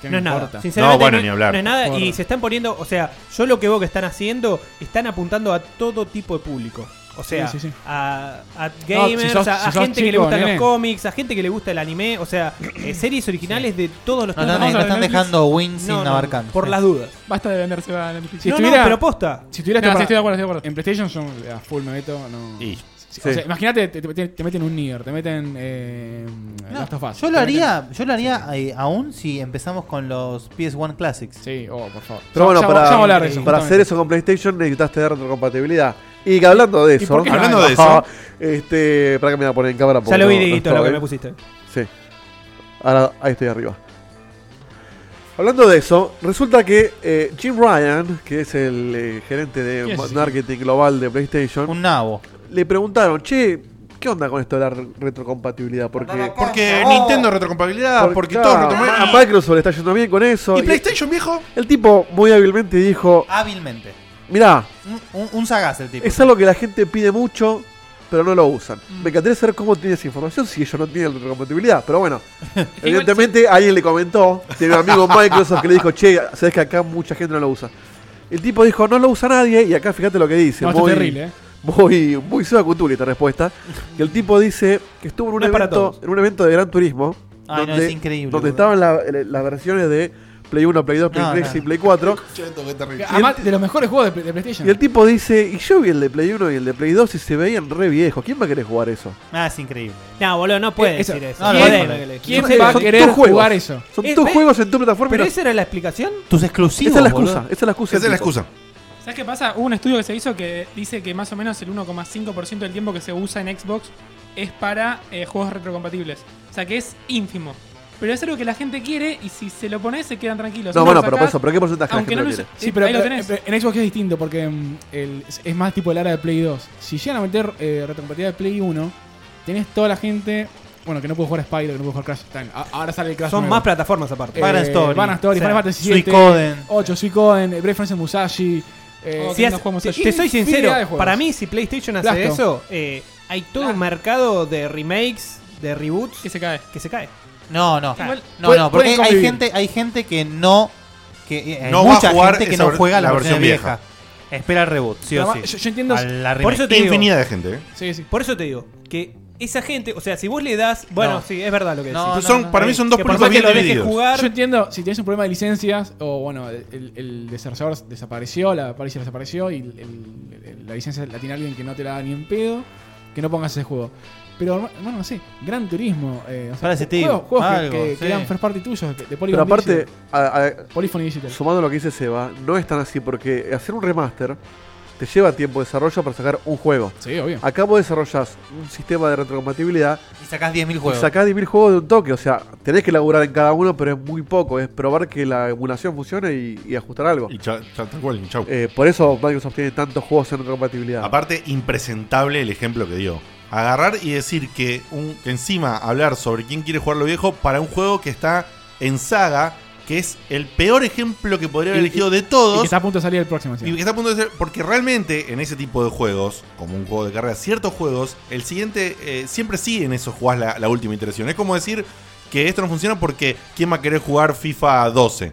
¿Qué No me es nada. importa? Sinceramente, No, bueno, es- ni hablar. no es nada. Por- Y se están poniendo, o sea, yo lo que veo que están haciendo, están apuntando a todo tipo de público. O sea, sí, sí. a, a gamers, si sos- a, a si sos gente que le chico, gustan nene. los cómics, a gente que le gusta el anime, o sea, eh, series originales de todos los No, tiempos. no, no, Vamos a no ver están Netflix. dejando Wings No, sin no, abarcar. Por las dudas. Basta de venderse a Netflix. Si no, estuviera- no, pero posta. Si tuviera No, esta sí, estoy de acuerdo, para- estoy de acuerdo. En PlayStation yo a full me meto, no. Y- Sí, o Sí. sea, Imagínate, te, te- te meten un Nier, te meten eh, No, Last of Us. yo te lo haría, yo lo haría Sí. eh, aún si empezamos con los PS1 Classics. meten- Sí, oh, por favor. Pero bueno, Ya- ya- para, ya vamos a hablar de eso, para justamente. hacer eso con PlayStation necesitas tener retrocompatibilidad. Y que hablando de ¿Y eso. por qué no? Hablando de Ajá, Este, para que me la poner en cámara. Ya porque lo vi, no- no Dieguito, lo estaba que bien. me pusiste. Sí. Ahora, ahí estoy arriba. Hablando de eso, resulta que eh, Jim Ryan, que es el eh, gerente de ¿Quién es ma- ese? marketing global de PlayStation, Un nabo. le preguntaron, che, ¿qué onda con esto de la re- retrocompatibilidad? Porque, Porque Nintendo retrocompatibilidad, porque claro, todos a retrocompatibilidad. Microsoft le está yendo bien con eso. Y PlayStation, viejo. el tipo muy hábilmente dijo, Hábilmente. mirá, Un, un- un sagaz el tipo. Mm. es algo que la gente pide mucho, pero no lo usan. Me encantaría saber cómo tiene esa información si ellos no tienen retrocompatibilidad. Pero bueno, evidentemente alguien le comentó, tiene un amigo en Microsoft que le dijo, che, sabes que acá mucha gente no lo usa. El tipo dijo, no lo usa nadie, y acá fíjate lo que dice. No, esto muy, es terrible, eh. muy, muy Seba Cutuli esta respuesta. Que el tipo dice que estuvo en un, No es para evento, todos. en un evento de Gran Turismo. Ay, Ah, no, es increíble, Donde boludo. estaban la- la- las versiones de Play 1, Play 2, Play No, 3 no, y no. Play 4. Además, de los mejores juegos de, Play- de PlayStation. Y el tipo dice, y yo vi el de Play 1 y el de Play 2 y se veían re viejos. ¿Quién va a querer jugar eso? Ah, es increíble. No, boludo, no puede Eso- decir Eh, eso. no, lo Podés, dijo, Miguel. ¿Quién Ese- va a son querer tus juegos. jugar eso? Son Es- tus ve- juegos en tu plataforma. y ¿Pero no- esa era la explicación? Tus exclusivos. esa es la excusa, boludo. esa es la excusa. Esa es del la tipo. excusa. ¿Sabes qué pasa? Hubo un estudio que se hizo que dice que más o menos el 1,5% del tiempo que se usa en Xbox es para eh, juegos retrocompatibles. O sea que es ínfimo. Pero es algo que la gente quiere y si se lo pones se quedan tranquilos. No, Si bueno, lo pero por sacás, eso, pero ¿qué porcentaje la Aunque no gente lo lo use. quiere? Sí, pero, ahí lo pero- tenés. pero en Xbox es distinto porque mm, el- es- es más tipo el área de Play 2. Si llegan a meter eh, retrocompatibilidad de Play 1, tenés toda la gente. Bueno, que no puede jugar a Spider, que no puede jugar Crash. Está bien, a- ahora sale el Crash. Son nuevo. más plataformas aparte. Eh, Banner Story. Banner Story, O sea, Final Fantasy VII, Suicoden. 8, Suicoden, eh, Brave Friends and Musashi. eh, Oh, Si no hace- jugamos te, allí. te soy Infinidad de sincero, juegos. para mí si PlayStation hace Blasto. eso, eh, hay todo un mercado de remakes, de reboots que se cae. que se cae. No, no. Igual- No, no, porque pueden hay convivir. gente, hay gente que no. Que, eh, hay No va a mucha jugar gente que esa no ver- juega la, la versión, versión vieja. Espera el reboot, sí Pero o además, sí. yo- yo entiendo- A la Por remake. eso te digo, Infinidad de gente. ¿eh? Sí, sí. por eso te digo que esa gente, o sea, si vos le das, bueno, No. sí, es verdad Ah, lo que decís. No, Entonces son- para mí son dos que por públicos más que bien lo dejes divididos. jugar, Yo entiendo, si tienes un problema de licencias, o bueno, el, el desarrollador desapareció, la apariencia desapareció y el- el- el- la licencia la tiene alguien que no te la da ni en pedo, que no pongas ese juego. Pero bueno, no sé, Gran Turismo, eh, o sea, Parece ju- juegos, Tim, juegos que- algo, que, sí. que eran first party tuyos, que- de Pero Polygon aparte, Digital, a- a- Polyphony Digital. Sumando lo que dice Seba, no es tan así porque hacer un remaster te lleva tiempo de desarrollo para sacar un juego. Sí, obvio. Acá vos desarrollás un sistema de retrocompatibilidad Y sacás 10.000 y juegos. sacás 10.000 juegos de un toque. O sea, tenés que laburar en cada uno, pero es muy poco. Es probar que la emulación funcione y, y ajustar algo. Y cha- cha- tal cual, y chau. Eh, por eso Microsoft tiene tantos juegos en retrocompatibilidad. Aparte, impresentable el ejemplo que dio. Agarrar y decir que, un, que encima hablar sobre quién quiere jugar lo viejo para un juego que está en saga, que es el peor ejemplo que podría haber Y- elegido de Y que todos. está a punto de salir el próximo. encima. Y que está a punto de ser. Porque realmente en ese tipo de juegos, como un juego de carrera, ciertos juegos, el siguiente eh, siempre sigue en esos jugás la, la última iteración. Es como decir que esto no funciona porque ¿quién va a querer jugar FIFA 12?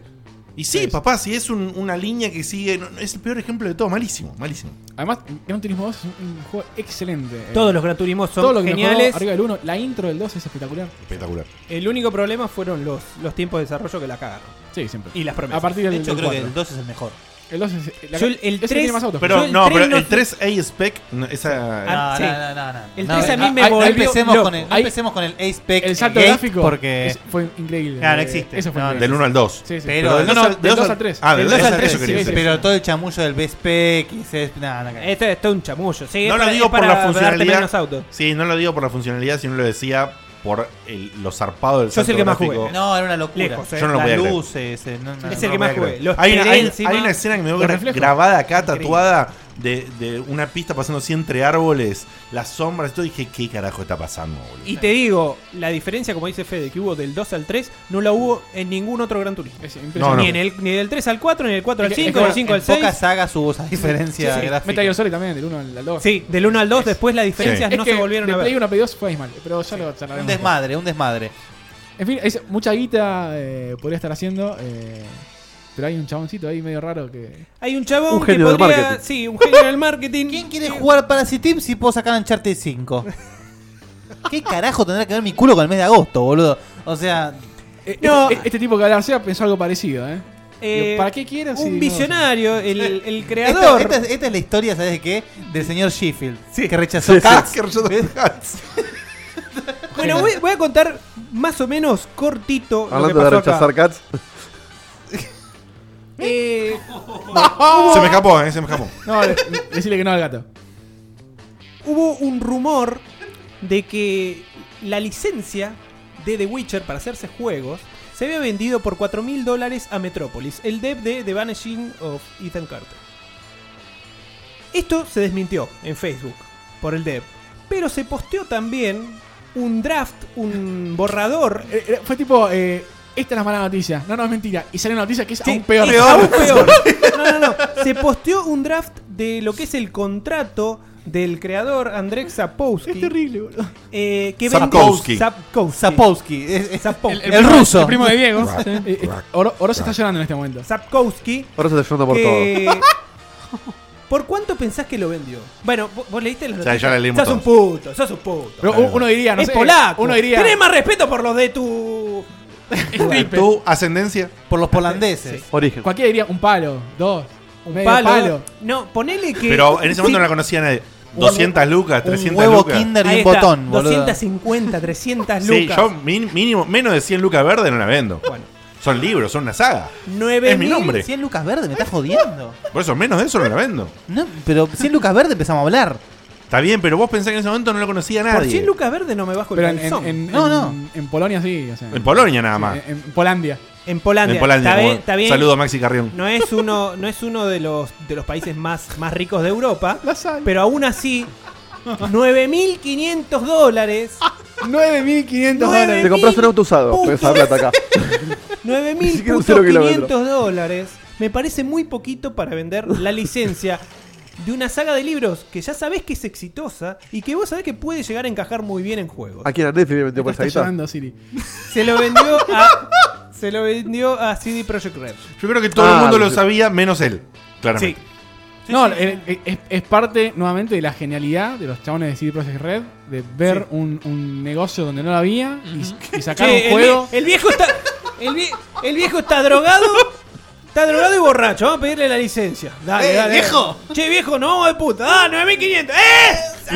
Y sí, Sí. papá, si es un- una línea que sigue. no- no, es el peor ejemplo de todo, malísimo, malísimo. Además, Gran Turismo 2 es un, un juego excelente. eh. todos los Gran Turismo son Todo lo que mejoró geniales. arriba del 1, la intro del 2 es espectacular. Espectacular. El único problema fueron los, los tiempos de desarrollo que la cagaron. Sí, siempre. Y las a promesas. partir del, De hecho, del creo que el cuatro. 2 es el mejor. el 2 es la- Yo el- el ese que tres- tiene más autos. Pero el no, tren pero no- el 3A Spec, no, esa. Ah, sí. no, no. El No, 3 a eh, mí me ah, volvió empecemos loco. con el, no Ahí- empecemos con el Ace Spec. el salto Gate, gráfico porque es- fue increíble. Ah, no Eh, existe. Eso fue No, increíble. del 1 al 2. Sí, sí. Pero del del dos 2 al- al, del dos al 3. Ah, del Del 2 dos al al 3. tres, sí, sí. pero todo el chamullo del B-Spec. y ese- no, no, Esto es todo un chamullo. Sí, es No lo para- digo es por para la darte funcionalidad. menos autos. Sí, no lo digo por la funcionalidad, sino lo decía por el, lo zarpado del Yo soy salto el que más jugué. gráfico. No, era una locura. Lejos, eh. Yo no lo Las voy a creer. luces. eh, no, no, Es no el que lo más voy a jugué. creer. Los Hay una, tiré hay- encima. hay una escena que me Los veo reflejos. grabada acá, Increíble. tatuada, de, de una pista pasando así entre árboles, las sombras y todo. Dije, ¿qué carajo está pasando, boludo? Y te digo, la diferencia, como dice Fede, que hubo del 2 al 3, no la hubo en ningún otro Gran Turismo. Es No, no. impresionante. Ni, en el, ni del 3 al 4, ni del 4 Es al que- es 5, que ni del bueno, 5 al En 6. pocas sagas hubo esa diferencia Sí, sí. gráfica. Metal Gear Solid también, del 1 al 2. Sí, del 1 al 2 después las diferencias Es no que se volvieron de a ver. Play 1 a Play 2 fue Ismael, pero ya lo charlaremos. Un desmadre, un desmadre. En fin, es- mucha guita eh, podría estar haciendo, eh, pero hay un chaboncito ahí medio raro que... Hay un chabón Un que genio del podría. marketing. Sí, un genio del marketing. ¿Quién quiere Sí. jugar Parasitim si puedo sacar Uncharted 5? ¿Qué carajo tendrá que ver mi culo con el mes de agosto, boludo? O sea, Eh, No. este, este tipo que hablaba sea pensó algo parecido, ¿eh? Eh, Digo, ¿Para qué quiero si Un no- visionario, el, el esta, creador. esta es, esta es la historia, ¿sabes de qué? Del señor Sheffield, que rechazó Sí, sí. Cats. Que rayado de Hats. Bueno, voy, voy a contar más o menos cortito. lo que Hablando de pasó acá. rechazar cats, Eh, Se me escapó, eh, se me escapó. ¡Ah! No, le- decirle que no al gato. hubo un rumor de que la licencia de The Witcher para hacerse juegos se había vendido por 4 mil dólares a Metropolis, el dev de The Vanishing of Ethan Carter. Esto se desmintió en Facebook por el dev, pero se posteó también un draft, un borrador. Eh, eh, fue tipo, eh, esta es la mala noticia. No, no, es mentira. Y sale una noticia que es Sí, aún peor. y aún peor. No, no, no. Se posteó un draft de lo que es el contrato del creador Andrzej Sapowski. Es terrible, boludo. eh, que Sapkowski. vendió- Sapkowski. Sapowski, es- es- Sapkowski. El ruso. El primo de Diego. sí. Eh, eh, Oro, Oro se está llorando en este momento. Sapkowski, ahora se está llorando por todo. que- ¿Por cuánto pensás que lo vendió? Bueno, vos, vos leíste las O sea, ya la leímos Sos un puto, sos un puto. Pero Claro. u- uno diría, no es sé, polaco. Uno diría, Tenés más respeto por los de tu. Stripper. ¿Tu ascendencia? por los polandeses. Origen. cualquiera diría un palo, dos, un medio Palo. palo. No, ponele que. Pero en ese momento Sí, no la conocía nadie. 200 lucas, Un 300 huevo lucas. Kinder y ahí un está, botón, boludo. 250, 300 lucas. Sí, yo min- mínimo, menos de 100 lucas verdes no la vendo. Bueno, Son libros, son una saga. 9 Es mi nombre. 100 lucas verde, me estás jodiendo. Por eso, menos de eso no la vendo. No, pero 100 lucas verde empezamos a hablar. Está bien, pero vos pensás que en ese momento no lo conocía Por nadie. 100 lucas verdes no me bajo el Pero en, en, calzón. en- No, en- no. en Polonia sí. O sea, En Polonia nada más. En, en Polandia. En Polandia. en Polandia. Está como- bien, está bien. Saludo a Maxi Carrión. No es uno, no es uno de, los, de los países más, más ricos de Europa. La sal. Pero aún así, 9.500 dólares. Ah, 9.500 dólares. dólares. Te compras un auto usado, Puto. pues esa plata acá. Ni siquiera un cero 9.500 kilómetro. dólares. Me parece muy poquito para vender la licencia de una saga de libros que ya sabés que es exitosa y que vos sabés que puede llegar a encajar muy bien en juegos. Aquí en Netflix me vendió por Está esa guita. llorando, Siri. Se lo vendió a, se lo vendió a CD Projekt Red. Yo creo que todo Ah, el mundo lo lo sé. sabía, menos él. Claramente. No, eh, eh, es, es parte nuevamente de la genialidad de los chabones de CD Projekt Red de ver un, un negocio donde no lo había y- y, sacar Che, un el juego. vie- El, viejo está. El, vie- el viejo está drogado. Está drogado y borracho. Vamos a pedirle la licencia. Dale, ¡Eh, dale. viejo! Che, viejo, no vamos de puta. Ah, 9500. ¡Eh!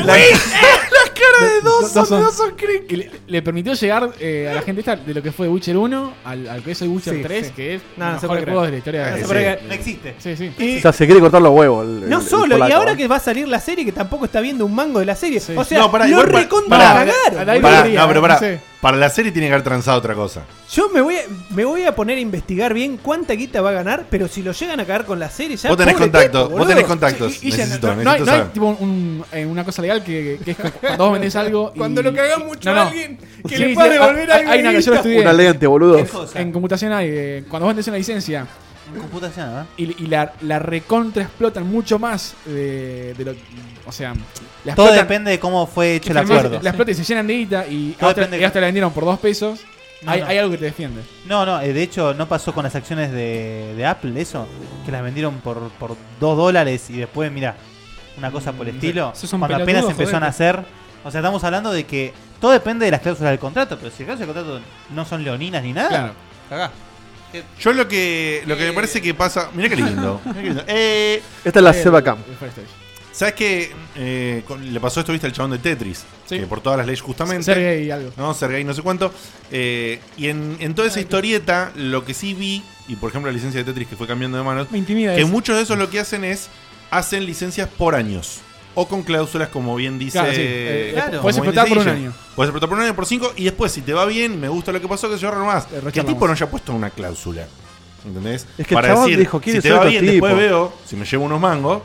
La- ¡Eh! Eh. Do- dos son- y le, le permitió llegar eh, a la gente esta de lo que fue Witcher 1 al, al que es hoy Witcher Sí, 3, sí. que es No, el no se mejor puede juego creer. de la historia. No de- se puede creer. No existe. Sí, sí. Y- O sea, se quiere cortar los huevos. el- No el- el solo, y polaco, ahora ¿eh? que va a salir la serie que tampoco está viendo un mango de la serie. Sí. O sea, No, pará, lo igual pa- recontra pará. cagaron. Al aire Pará, debería, no, pero pará. no sé. Para la serie tiene que haber transado otra cosa. Yo me voy, a, me voy a poner a investigar bien cuánta guita va a ganar, pero si lo llegan a cagar con la serie, ya. vos tenés pobre contacto, tipo, vos boludo. tenés contactos. Y- y- y- necesito, no, no hay, necesito no hay saber. tipo un- eh, una cosa legal que, que es como cuando vos vendés algo. y- Cuando lo cagás mucho No, no. a alguien, que Sí, le pueda sí, devolver hay- algo. Hay una que yo lo estudié. Una lente, boludo. cosa. En computación hay. eh, cuando vos vendés una licencia En computación, ¿eh? ¿verdad? y, y la, la recontra explotan mucho más de, de lo. O sea, la Todo explotan- depende de cómo fue hecho el Además, acuerdo. Las plotas se llenan de guita y Todo hasta, depende y de- hasta la vendieron por dos pesos. No, hay, no. hay algo que te defiende. No, no, eh, de hecho no pasó con las acciones de, de Apple, eso, que las vendieron por, por 2 dólares y después, mira, una cosa por el estilo, Sos un cuando pelotudo, apenas empezó a jodete. nacer. O sea, estamos hablando de que todo depende de las cláusulas del contrato, pero si las cláusulas del contrato no son leoninas ni nada, Eh, Claro. cagá. Yo lo que, lo que me parece que pasa. Mirá qué lindo. mirá qué lindo. Eh, Esta es la Eh, Seba Camp. el Firestage. ¿Sabes qué? Eh, con- le pasó esto, viste, al chabón de Tetris. Sí. Que por todas las leyes, justamente. Sergey y algo. No, Sergei, no sé cuánto. Eh, y en, en toda esa historieta, lo que sí vi, y por ejemplo la licencia de Tetris que fue cambiando de manos, Me intimida que eso. muchos de esos lo que hacen es, hacen licencias por años. O con cláusulas, como bien dice. Claro, sí. Eh, claro. como Puedes bien explotar dice por un Guille. año. Puedes explotar por un año, por cinco, y después, si te va bien, me gusta lo que pasó, que se yo más. Eh, que el reclamamos. este tipo no haya puesto una cláusula. ¿Entendés? Es que el chabón dijo, si "Quiere te ser va otro bien, tipo". después veo, si me llevo unos mangos.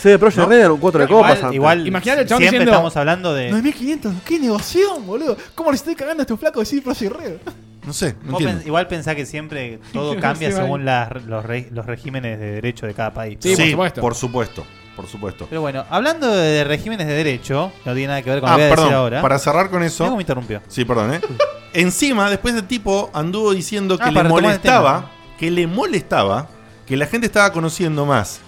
CD Projekt No. Red era un 4 de copas Igual, antes. igual Imagínate al chabón siempre diciendo- estamos hablando de... 9500, qué negoción, boludo. ¿Cómo le estoy cagando a estos flacos de CD Projekt Red? No sé, no vos entiendo. pen- igual pensá que siempre todo Sí, cambia sí, vale. según las re- los, re- los regímenes de derecho de cada país. Sí, por supuesto. Por supuesto, por supuesto. Pero bueno, hablando de regímenes de derecho, no tiene nada que ver con Ah, lo que voy a perdón, decir ahora. para cerrar con Mirá cómo eso. me interrumpió? Sí, perdón, Ah, ¿eh? Encima, después el tipo anduvo diciendo que Ah, le para retomar el molestaba, tema. que le molestaba, que la gente estaba conociendo más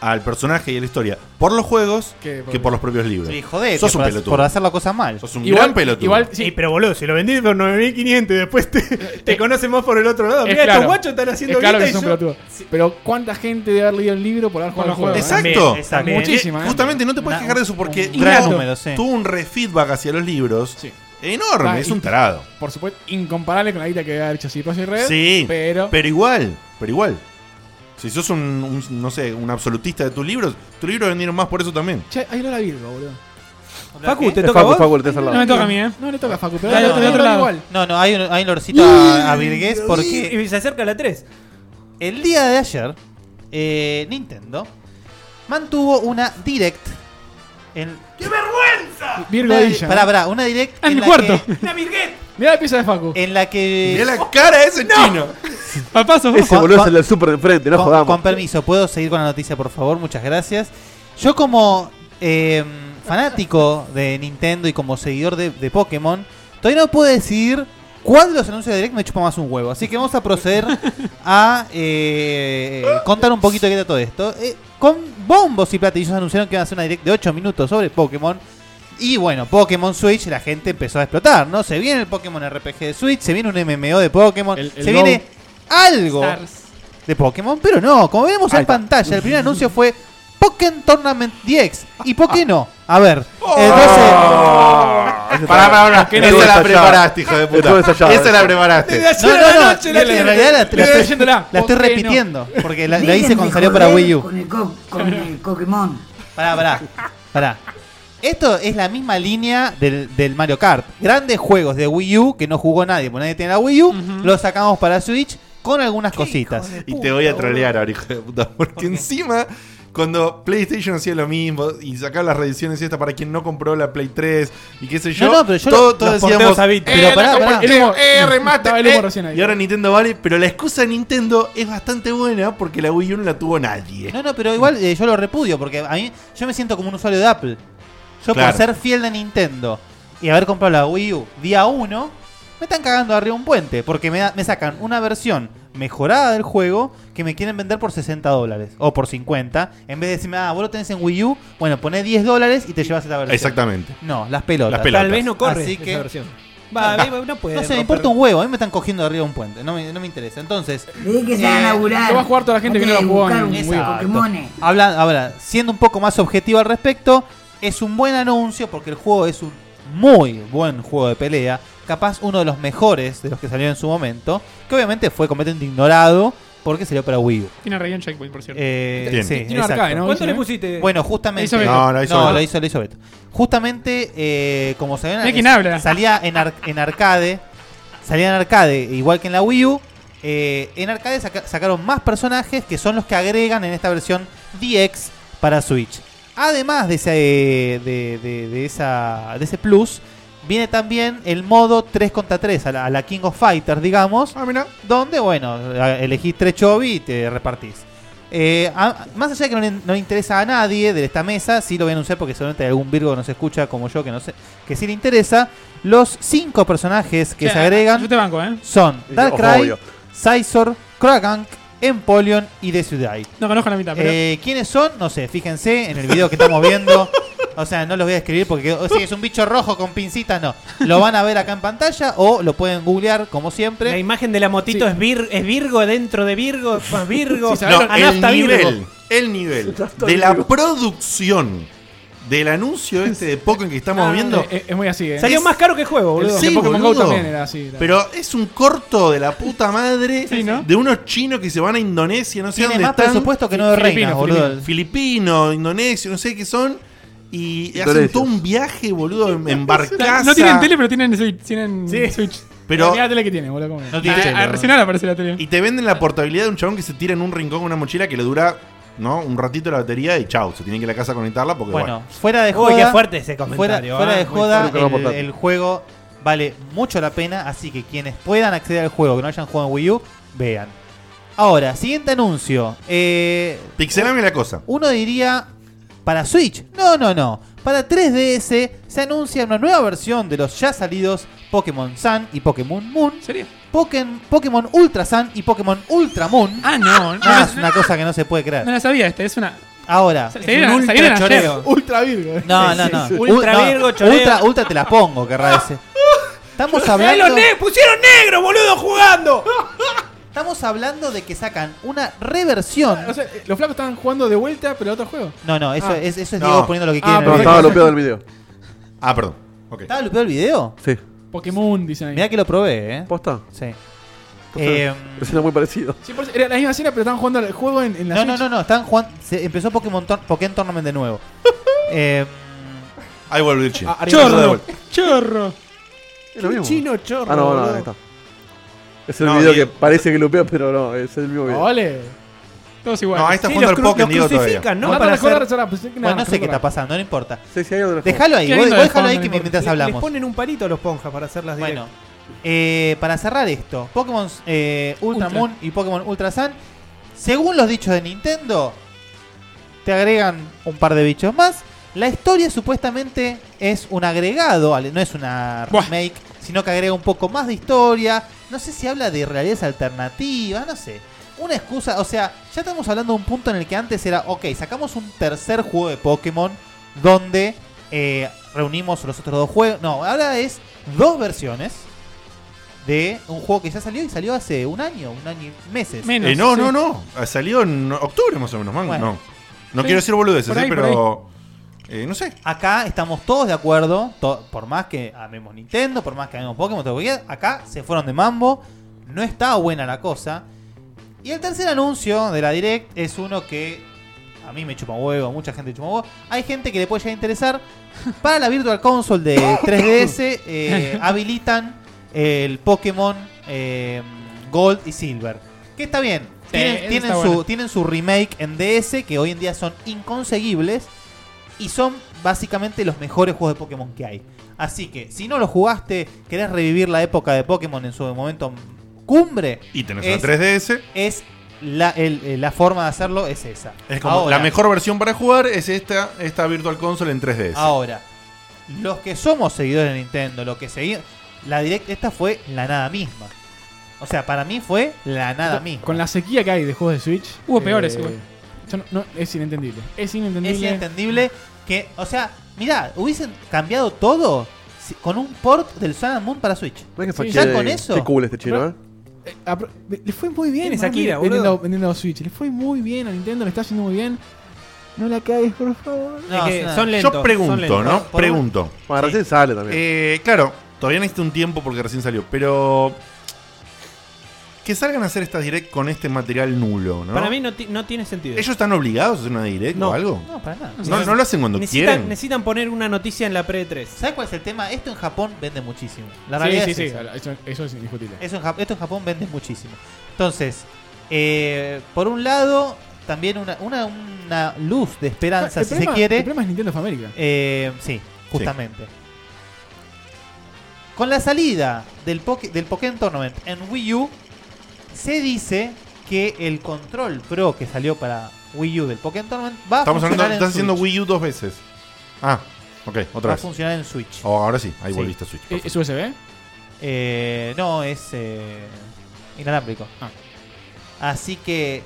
al personaje y a la historia por los juegos Que que por- por, los propios libros. Sí, joder, sos que un por, pelotudo. por hacer la cosa mal. Sos un gran Igual, pelotudo. igual sí, Sí, Eh, pero boludo, si lo vendí por 9500 y después te, te conocen más por el otro lado. es Mira, claro. estos guachos están haciendo es claro guita que son y yo- pelotudos. Pero cuánta gente debe haber leído el libro por haber jugado al Por juego. los ¿eh? Exacto. Exacto. También. Muchísima, ¿eh? Justamente no te puedes Una- quejar de eso porque un gran tuvo- número, sí. tuvo un refeedback hacia los libros Sí. enorme. Ah, es y- un tarado. Por supuesto, incomparable con la guita que había hecho CD Projekt Red. Sí, Pero, eh, pero igual, pero igual. Si sos un, un, no sé, un absolutista de tus libros, tus libros vendieron más por eso también. Che, ahí lo la Virgo, boludo. Facu, ¿te Es toca a Facu, vos? Facu, el tercer No lado. me toca a mí, ¿eh? No le toca a Facu, pero Dale, dale, dale, otro lado. igual. No, no, hay un, hay un lorcito a, a Virgués porque Y se acerca la 3. el día de ayer eh, Nintendo mantuvo una direct en Virgo una, de Villa. pará, pará, una direct Ah, en en el la cuarto. que- Mirá la pieza de Facu. en la Mirá que la cara de ese chino. Al paso. Ese Juan- boludo es Juan- el del super de enfrente, no con, jodamos. con permiso, puedo seguir con la noticia, por favor, muchas gracias. Yo como eh, fanático de Nintendo y como seguidor de, de Pokémon, todavía no puedo decidir cuál de los anuncios de Direct me chupa más un huevo. Así que vamos a proceder a eh, contar un poquito de qué era todo esto. Eh, con bombos y platillos anunciaron que iban a hacer una Direct de 8 minutos sobre Pokémon. Y bueno, Pokémon Switch, la gente empezó a explotar, ¿no? Se viene el Pokémon RPG de Switch, se viene un MMO de Pokémon, El- el se Go. viene algo de Pokémon, pero no, como vemos en pantalla, el primer anuncio fue Pokémon Tournament DX. ¿Y por qué no? A ver, Oh, eh, entonces. Ah, Pará, Ah. pará, pará. no Esa la desayado? preparaste, hijo de Estuvo puta. desayado, Esa la eso. preparaste. No, no, no, la- tiene. en realidad la, la Le estoy estoy, leyéndola. la estoy ¿Por qué no? repitiendo, porque la, la hice cuando salió para Wii U. Con el, co- con el Pokémon. Pará, pará, pará. Esto es la misma línea del, del Mario Kart. Grandes juegos de Wii U que no jugó nadie, porque nadie tiene la Wii U, los sacamos para Switch con algunas cositas. Y te voy a trolear ahora, hijo de puta. Porque encima, cuando PlayStation hacía lo mismo y sacaba las reediciones y esta para quien no compró la Play 3 y qué sé yo, No, no, pero yo todo, lo- todo los decíamos. porteos a Vita. Pero "Eh, pará, la pará. compraste, El humo- eh, remate, Estaba el humo eh". recién ahí. Y ahora Nintendo vale, pero la excusa de Nintendo es bastante buena porque la Wii U no la tuvo nadie. No, no, pero igual eh, yo lo repudio porque a mí yo me siento como un usuario de Apple. Yo Claro. por ser fiel de Nintendo y haber comprado la Wii U día 1, me están cagando arriba un puente porque me, da- me sacan una versión mejorada del juego que me quieren vender por 60 dólares o por 50. En vez de decirme, ah, vos lo tenés en Wii U, bueno, poné 10 dólares y te llevas esta versión. Exactamente. No, las pelotas. Las pelotas. Tal vez no corre Así esa que- versión. Va, va, no puede. No sé, me romper- importa un huevo, a mí me están cogiendo de arriba de un puente, no me, no me interesa. Entonces, eh, Desde que se van a laburar. Eh, Lo va a jugar toda la gente que no lo Antes de jugó en buscar un Wii U. Exacto. Pokémones. Habla, ahora, siendo un poco más objetivo al respecto, es un buen anuncio porque el juego es un muy buen juego de pelea, capaz uno de los mejores de los que salió en su momento, que obviamente fue completamente ignorado porque salió para Wii U. Tiene reguión checkpoint, por cierto. Eh, Bien. sí, Tiene un exacto. arcade, ¿no? ¿Cuánto Sí, le ¿eh? pusiste? Bueno, justamente. Lo hizo Beto. No, lo hizo Beto. lo hizo, lo hizo Beto. Justamente, eh, como se Mirá quién habla. salía en, ar- en arcade, salía en arcade, igual que en la Wii U. eh, en arcade saca- sacaron más personajes que son los que agregan en esta versión DX para Switch. Además de ese, de, de- de esa, de ese plus, viene también el modo 3 contra 3, a la, a la King of Fighters, digamos Ah, mira. donde, bueno, a- elegís tres chovis y te repartís. Eh, a- más allá de que no le, no le interesa a nadie de esta mesa, sí lo voy a anunciar porque seguramente hay algún Virgo que nos escucha como yo que no sé, que sí le interesa. Los cinco personajes que O sea, se agregan Yo te banco, ¿eh? son Darkrai, Obvio. Sizor, Kragunk, Empoleon y Desuday. No conozco la mitad, pero. Eh, ¿Quiénes son? No sé, fíjense en el video que estamos viendo. O sea, no los voy a escribir porque quedó- o sea, es un bicho rojo con pincitas, no. Lo van a ver acá en pantalla o lo pueden googlear como siempre. La imagen de la motito Sí. es, vir- es Virgo dentro de Virgo, más Virgo. Sí, No, ¿sabes Anafta el nivel, Virgo. el nivel Anafta de la Virgo. producción del anuncio este de Pokémon que estamos viendo. Eh, eh, es muy así, ¿eh? Salió más caro que el juego, boludo. Sí, Que Pokémon Go boludo. también era así. era. Pero es un corto de la puta madre Sí, ¿no? de unos chinos que se van a Indonesia, no sé Tiene dónde más están. presupuesto que no de reinas, Filipino, boludo. Filipino, indonesio, no sé qué son. Y hacen Indonesios. todo un viaje, boludo, en, en No- barcaza. No tienen tele, pero tienen Switch. Tienen Sí. Switch. Pero, Mirá la tele que tiene, boludo. ¿cómo es? No Ah, tiene ah, recién ahora aparece la tele. y te venden la portabilidad de un chabón que se tira en un rincón con una mochila que le dura, ¿no? Un ratito la batería y chau, se tiene que ir a la casa a conectarla porque, bueno, Bueno, fuera de Uy, joda. qué fuerte ese fuera, comentario. fuera ah, de muy joda, fuerte. Creo que el, lo portátil. el juego vale mucho la pena. Así que quienes puedan acceder al juego que no hayan jugado en Wii U, vean. Ahora, siguiente anuncio. Eh, pixelame la cosa. uno diría para Switch. No, no, no. Para 3DS se anuncia una nueva versión de los ya salidos Pokémon Sun y Pokémon Moon, ¿Sería? Pokémon, Pokémon Ultra Sun y Pokémon Ultra Moon. Ah, no. No, Ah, la- es una cosa que no se puede no creer. la sabía esta. Es una. Ahora, Salieron salieron ayer. choreo. Ultra Virgo. No, no, no. Ultra no, Virgo, choreo. ultra, ultra te la pongo, querrá decir. Estamos Mirá, hablando, los ne- pusieron negro, boludo, jugando. estamos hablando de que sacan una reversión. O sea, eh, los flacos estaban jugando de vuelta, pero a otro juego. No, no, eso, Ah. es, eso es No. Diego poniendo lo que Ah, quiere. en el Pero Perfecto. video. estaba lo peor del video. Eh, Ah, perdón. Ok. ¿Estaba lupeado el video? Sí. Pokémon, dicen ahí. Mirá que lo probé, ¿eh? ¿Posta? Sí. sea, Eh, Escena muy parecido. Sí, por- era la misma escena, pero estaban jugando el juego en, en la no, no, Switch. no, no. Están jugando, se empezó Pokémon Tor- Pokémon Tournament de nuevo. Eh, Ahí vuelve el chino. Ah, arriba. Chorro. Chorro. Es lo mismo. Chino chorro. Ah, no, no, boludo. ahí está. Es el No, video bien. que parece que lupea, pero no, es el mismo video. Ole. Todos No, ahí iguales. está Sí, jugando los al cru- los Pokémon, Diego, todavía. crucifican, ¿no? Mandá Para la joda, hacer- resolá, pues, nada, bueno, no sé qué resolá. está pasando, no importa. Sí, sí, hay algo de la Déjalo ahí, Qué vos, lindo vos de déjalo fondo, ahí no que importa. mientras Les- Les hablamos. ponen un palito a los ponjas para hacerlas directas. Bueno, eh, para cerrar esto, Pokémon eh, Ultra, Ultra. Moon y Pokémon Ultra Sun, según los dichos de Nintendo, te agregan un par de bichos más. La historia supuestamente es un agregado, al- no es una Buah. remake, sino que agrega un poco más de historia. No sé si habla de realidades alternativas, no sé. Una excusa, o sea, ya estamos hablando de un punto en el que antes era, ok, sacamos un tercer juego de Pokémon donde eh, reunimos los otros dos juegos. No, ahora es dos versiones de un juego que ya salió y salió hace un año, un año y meses. Menos. Eh, no, sí. no, no. Ah, Salió en octubre más o menos, man. Bueno. No, no Sí. quiero decir boludeces, Por ahí, sí, por pero. eh, no sé. Acá estamos todos de acuerdo, to- por más que amemos Nintendo, por más que amemos Pokémon, todo lo que quieras, acá se fueron de mambo, no está buena la cosa. Y el tercer anuncio de la Direct es uno que a mí me chupa un huevo, a mucha gente le chupa un huevo. Hay gente que le puede llegar a interesar. Para la Virtual Console de 3DS eh, habilitan el Pokémon eh, Gold y Silver. Que está bien. Sí, Tienen, eso tienen está su, bueno. tienen su remake en DS que hoy en día son inconseguibles y son básicamente los mejores juegos de Pokémon que hay. Así que si no lo jugaste, querés revivir la época de Pokémon en su momento cumbre, Y tenés Es- una 3DS. es la, el- eh, la forma de hacerlo es esa. Es como Ahora- la mejor versión para jugar es esta, esta Virtual Console en 3DS. Ahora, los que somos seguidores de Nintendo, lo que seguimos, la directa esta fue la nada misma. O sea, para mí fue la nada misma. Con la sequía que hay de juegos de Switch. eh, Hubo peores igual. yo no- no, es inentendible. Es inentendible. Es inentendible que, o sea, mirá, hubiesen cambiado todo si- con un port del Sun and Moon para Switch. Mirá que ya fache- con eso. Qué cool este chino, ¿eh? Apro- Le fue muy bien. Tienes ¿no? Akira, vendiendo, boludo. vendiendo Switch. Le fue muy bien a Nintendo, le está haciendo muy bien. No la caes, por favor. No, Es que es una- son lentos. Yo son pregunto, lentos. ¿no? Por- por- Pregunto. Bueno, recién sale también. Eh, claro, todavía necesita un tiempo porque recién salió, pero. Que salgan a hacer estas direct con este material nulo, ¿no? Para mí no, ti- no tiene sentido. ¿Ellos están obligados a hacer una direct No. o algo? No, para nada. No, no lo hacen cuando necesitan, quieren. necesitan poner una noticia en la pre 3. ¿Sabes cuál es el tema? Esto en Japón vende muchísimo. La Sí, realidad sí, es sí. esa. Eso, eso es indiscutible. Eso en Jap- esto en Japón vende muchísimo. Entonces, eh, por un lado, también una, una, una luz de esperanza, El si problema- se quiere. El problema es Nintendo of America. Eh, sí, justamente. Con la salida del, Poké- del Pokémon Tournament en Wii U, se dice que el control pro que salió para Wii U del Pokémon Tournament va Estamos hablando, a funcionar en estás haciendo Switch. Wii U dos veces. Ah, ok, Va otra a vez. funcionar en Switch. Oh, ahora sí, ahí Sí. volviste a Switch. Eh, ¿Es USB? Eh, no, es eh, inalámbrico. Ah. Así que,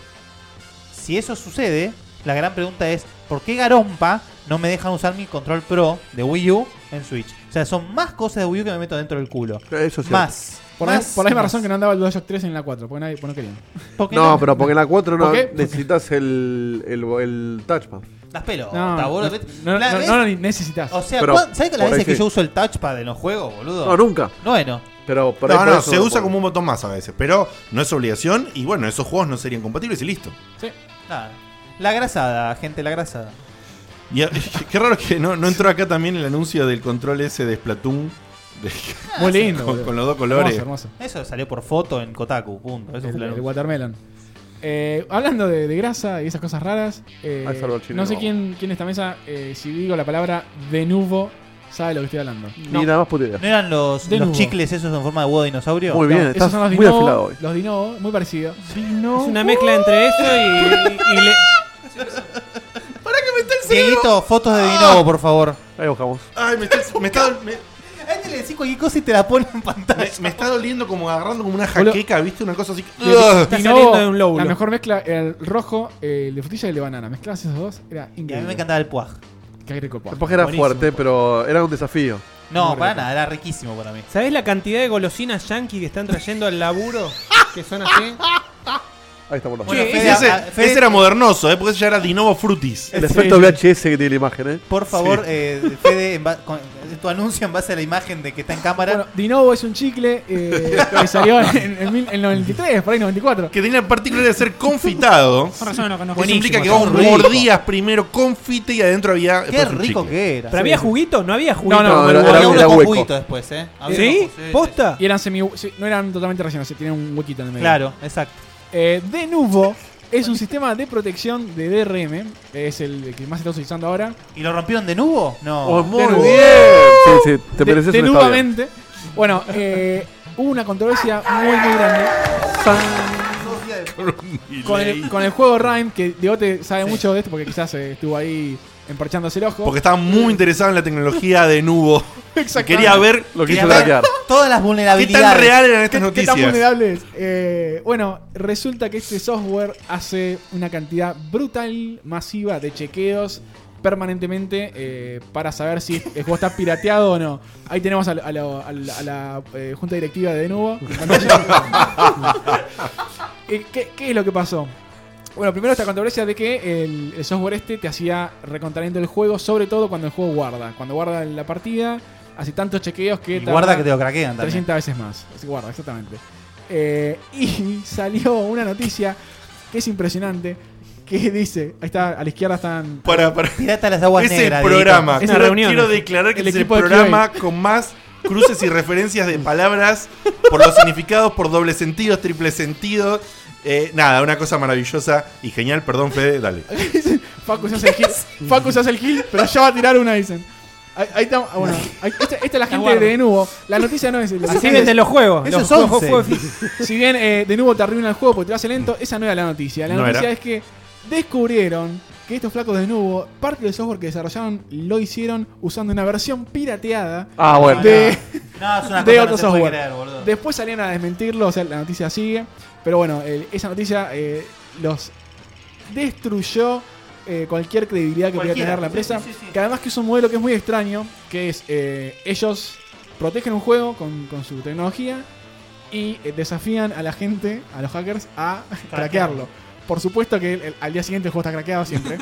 si eso sucede, la gran pregunta es, ¿por qué Garompa no me dejan usar mi control pro de Wii U en Switch? O sea, son más cosas de Wii U que me meto dentro del culo. Eso sí. Más. Por, más, la, por la misma más. razón que no andaba el DualShock 3 en la 4. Porque, nadie, porque no querían. ¿Por qué No, pero porque en la 4 no ¿Por qué? necesitas el, el, el touchpad. Las pelotas, No, no, boludo. no, La no, vez- no lo ni- necesitas. o sea, Pero, ¿cuán- ¿sabes que las por veces ahí que sí. yo uso el touchpad en los juegos, boludo? No, nunca. Bueno, Pero por ahí No, por no, eso se usa por- como un botón más a veces, pero no es obligación. Y bueno, esos juegos no serían compatibles y listo. Sí. nada. La grasada, gente, la grasada. Y, qué raro que no, no entró acá también el anuncio del control ese de Splatoon de- Muy lindo. boludo. con, con los dos colores. Hermoso, hermoso. Eso salió por foto en Kotaku, punto. Eso fue El, la el luz. watermelon. Eh, hablando de, de grasa y esas cosas raras, eh, Ahí salvo al chino, no sé vamos. quién, quién de esta mesa, eh, si digo la palabra de nuevo, sabe lo que estoy hablando. Ni nada más puta idea. ¿No eran los, De los nuevo. chicles esos en forma de huevo de dinosaurio? Muy bien, No, estás esos son los muy Dinovo, afilado hoy. Los Dinovo, muy parecido. Es una mezcla entre eso y, y le- Dieguito, fotos de Dinovo, por favor. Ahí buscamos. Ay, me está, me está- me- A este le decís cualquier cosa y te la pone en me- pantalla. me está doliendo como agarrando como una Boludo. jaqueca, ¿viste? Una cosa así. que- Dinovo, Está saliendo de un lóbulo. La mejor mezcla era el rojo, eh, el de frutilla y el de banana. Mezclabas esos dos, era Y a mí me increíble. encantaba el puaj. Qué rico, po. El paje era Buenísimo. fuerte, pero era un desafío. No, Muy para rico. nada, era riquísimo para mí. ¿Sabés la cantidad de golosinas yankee que están trayendo al laburo? Que son así. Ahí estamos los Bueno, Ese, Fede, a- Fede, ese era modernoso, ¿eh? Porque ese ya era Dinovo Frutis. El efecto VHS que tiene la imagen, ¿eh? Por favor, eh, Fede, en ba- con- tu anuncio en base a la imagen de que está en cámara. Bueno, Dinovo es un chicle eh, que salió en, en, mil- en 93, por ahí 94. Que tenía la particularidad de ser confitado. Por razón no lo conozco. pues Eso implica que vos Buenísimo, está muy mordías primero confite y adentro había. Qué después un rico chicle. que era. ¿Pero había juguito? No había juguito. No, no, No, Manuel. era- Había uno con hueco. juguito después, ¿eh? Había ¿Sí? uno con- ¿Posta? Y eran semi. sí, No eran totalmente rellenos, se tienen un huequito en el medio. Claro, exacto. Eh, de nuevo, es un sistema de protección de DRM. Es el que más se está utilizando ahora. ¿Y lo rompieron de nuevo? No. Oh, muy Denuvo. bien. Sí, sí, De- te mereces un estadio. Denubamente. Bueno, eh, hubo una controversia muy, muy grande. Con el, con el juego Rhyme, que Diote sabe mucho de esto porque quizás eh, estuvo ahí emparchándose el ojo. Porque estaba muy interesado en la tecnología de Nubo. Exactamente. Quería ver Lo qué quiso tan- hackear. Todas las qué vulnerabilidades. tan real eran ¿Qué, estas qué tan noticias. vulnerable es? Eh, bueno, resulta que este software hace una cantidad brutal, masiva de chequeos permanentemente eh, para saber si el juego está pirateado o no. Ahí tenemos a, la- a la- a la, a la, eh, junta directiva de nuevo. Eh, ¿Qué, qué es lo que pasó? Bueno, primero esta controversia de que el, el software este te hacía recontariendo el juego, sobre todo cuando el juego guarda. Cuando guarda la partida, hace tantos chequeos que... Y tarda- guarda que te lo craquean también. 300 veces más. Así que guarda, exactamente. Eh, y salió una noticia que es impresionante. Que dice, ahí está, a la izquierda están. Para, para. Pirata de las aguas Ese negras. Dieguito. programa. Es una Quiero, reunión. quiero declarar que El es el equipo de programa con más cruces y referencias de palabras por los significados, por doble sentido, triple sentido. Eh, nada, una cosa maravillosa y genial. Perdón, Fede, dale. Facu se hace el gil, Facu se hace el gil, pero ya va a tirar una, dicen. Ahí, ahí está, ah, bueno, ahí- esta, esta es la gente guardo. de Denuvo. La noticia no es. la Así noticia venden los juegos. Eso los es juegos 11. juegos- Si bien eh, de nuevo te arruinan el juego porque te hace lento, esa no era la noticia. La No noticia era. es que descubrieron que estos flacos de nuevo, parte del software que desarrollaron, lo hicieron usando una versión pirateada Ah, bueno. de, No, es de otro una cosa, no se puede software. creer, boludo. Después salieron a desmentirlo, o sea, la noticia sigue. Pero bueno, el- esa noticia eh, los destruyó eh, cualquier credibilidad que pudiera Cualquiera, tener la sí, empresa. sí, sí, sí. Que además que es un modelo que es muy extraño, que es eh, ellos protegen un juego con, con su tecnología y eh, desafían a la gente, a los hackers, a craquearlo. Por supuesto que el- el- al día siguiente el juego está craqueado siempre.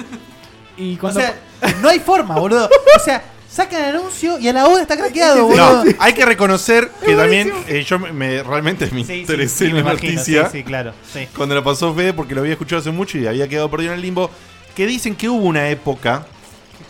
y O cuando sea, no hay forma, boludo. O sea, sacan el anuncio y a la hora está craqueado, No, boludo. hay que reconocer que también eh, yo me, me- realmente me Sí, sí, interesé sí, en me la imagino, noticia Sí, sí, claro. Sí. cuando la pasó Fede porque lo había escuchado hace mucho y había quedado perdido en el limbo. Que dicen que hubo una época.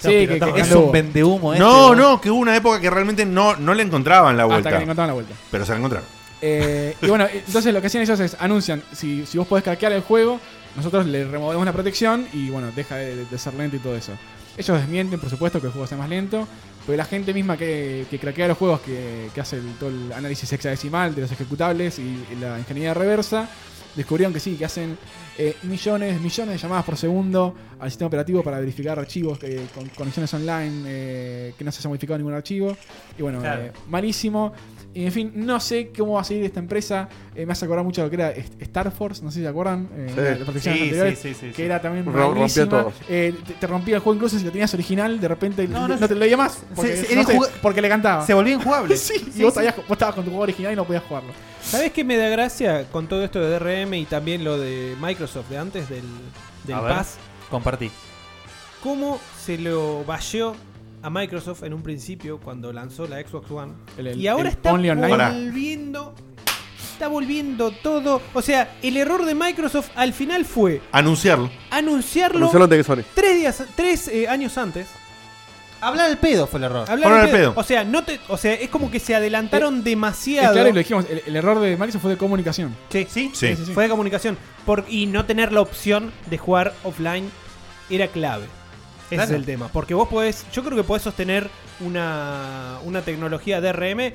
Sí, que- que- Es Calvo. un vendehumo este. no, boludo. no, que hubo una época que realmente no, no le encontraban la hasta Ah, que le vuelta. encontraron la vuelta. Pero se la encontraron. Eh, y bueno, entonces lo que hacían ellos es anuncian, si, si vos podés craquear el juego, nosotros le removemos la protección y bueno, deja de, de ser lento y todo eso. Ellos desmienten, por supuesto, que el juego sea más lento, pero la gente misma que, que craquea los juegos, que, que hace el- todo el análisis hexadecimal de los ejecutables y, y la ingeniería reversa, descubrieron que sí, que hacen eh, millones, millones de llamadas por segundo al sistema operativo para verificar archivos eh, con conexiones online, eh, que no se haya modificado ningún archivo. Y bueno, Claro. eh, malísimo. Y en fin, no sé cómo va a seguir esta empresa. Eh, me hace acordar mucho lo que era Est- Star Force, no sé si se acuerdan. eh, Sí. una de las protecciones Sí, anteriores, sí, sí, sí, que sí. era también Ro- rompía malísima. todo. Eh, te, te rompía el juego incluso si lo tenías original, de repente No, no, no, te lo leía más. Porque, se- no era sé, jug- porque le cantaba. Se volvió injugable. sí, y sí, vos, sí. sabías- vos estabas con tu juego original y no podías jugarlo. ¿Sabés qué me da gracia con todo esto de DRM y también lo de Microsoft de antes del, del A ver. Pass? Compartí. ¿Cómo se lo valleó a Microsoft en un principio cuando lanzó la Xbox One? El- el- y ahora el está Only Online. Pará. volviendo. Está volviendo todo. O sea, el error de Microsoft al final fue Anunciarlo. anunciarlo Anunciaron antes que Sony. tres días, tres eh, años antes. Hablar al pedo fue el error. Ah, Hablar Ahora de- el pedo. O sea, no te, o sea, es como que se adelantaron Eh, Es demasiado. claro, y lo dijimos, el, el error de Microsoft fue de comunicación. Sí, sí. Sí. Sí, sí, sí. Fue de comunicación. Por, y no tener la opción de jugar offline era clave. Ese Claro. es el tema. Porque vos podés, yo creo que podés sostener una, una tecnología DRM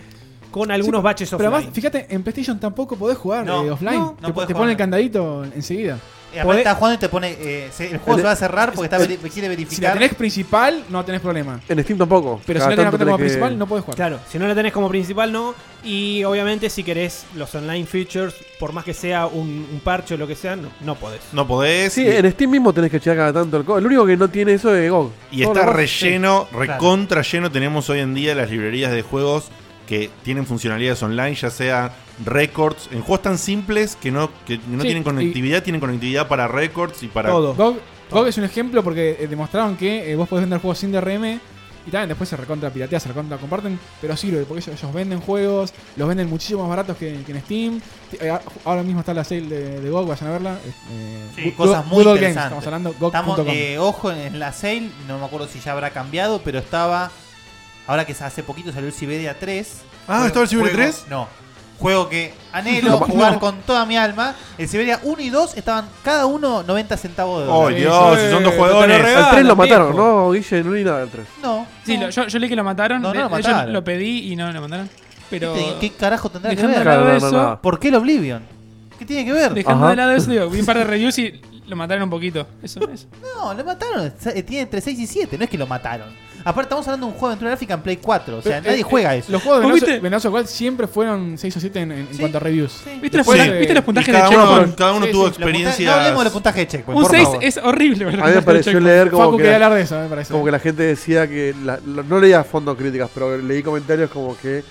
con algunos Sí, baches Pero offline. además, fíjate, en PlayStation tampoco podés jugar No, eh, offline. no, te no podés te jugar. ponen el candadito enseguida. Eh, aparte Podés- Estás jugando y te pone. eh, se- el juego se va a cerrar porque está veri- quiere Si la verificar. tenés principal, no tenés problema. En Steam tampoco. Pero Cada si no tenés la tanto cuenta como tenés que- principal, no podés jugar. Claro, si no la tenés como principal, no. Y obviamente, si querés los online features, por más que sea un, un parche o lo que sea, no, no podés. No podés. Sí, y- en Steam mismo tenés que checar cada tanto el código. El único que no tiene eso es GOG. Y Todo está lo demás- relleno, claro. recontra lleno. Tenemos hoy en día las librerías de juegos que tienen funcionalidades online, ya sea records, en juegos tan simples que no, que no Sí, tienen conectividad, tienen conectividad para records y para. Todo. GOG, GOG es un ejemplo porque eh, demostraron que eh, vos podés vender juegos sin DRM y también después se recontra piratea, se recontra comparten, pero sirve porque ellos, ellos venden juegos, los venden muchísimo más baratos que, que en Steam. Eh, a- ahora mismo está la sale de, de GOG, vayan a verla. eh, Sí, Good- cosas Good muy Old Games, interesantes. estamos hablando Estamos, GOG.com. eh, ojo en la sale, no me acuerdo si ya habrá cambiado, pero estaba. Ahora que hace poquito salió el Siberia 3. Ah, ¿estaba el Siberia 3? No. Juego que anhelo jugar con toda mi alma. El Siberia 1 y 2 estaban cada uno 90 centavos de ¡Oh, dólar. Dios! eh, Si no te son dos lo jugadores. regalo. Al 3 Ah, lo lo mataron, viejo. ¿no, Guille? No hay nada del 3. No. Sí, no. lo- yo, yo leí que lo mataron. No, no de- lo de hecho, mataron. lo pedí y no lo mataron. Pero ¿Viste? ¿Qué carajo tendrá que dejando de ver? Claro, lado no, no, eso, no. ¿Por qué el Oblivion? ¿Qué tiene que ver? dejando Ajá. de lado eso, digo, vi un par de reviews y lo mataron un poquito. Eso es. No, lo mataron. Eh, Tiene entre 6 y 7, no es que lo mataron. Aparte, estamos hablando de un juego de aventura gráfica en Play 4. O sea, Eh, nadie eh, juega eso. Los juegos de ¿Vos Venazo- viste? Venazo Gold siempre fueron 6 o 7 en, en Sí. cuanto a reviews. ¿Viste, los Después, puntajes- eh, ¿Viste los Y puntajes de cada uno, Checkpoint? cada uno Sí, tuvo sí, Los punta- experiencias. No hablemos de puntaje de checkpoint. Un por 6 favor. es horrible, ¿verdad? A mí me pareció leer como Facu que, quería la, hablar de eso, me parece. como que la gente decía que. la- la- no leía a fondo críticas, pero leí comentarios como que eh,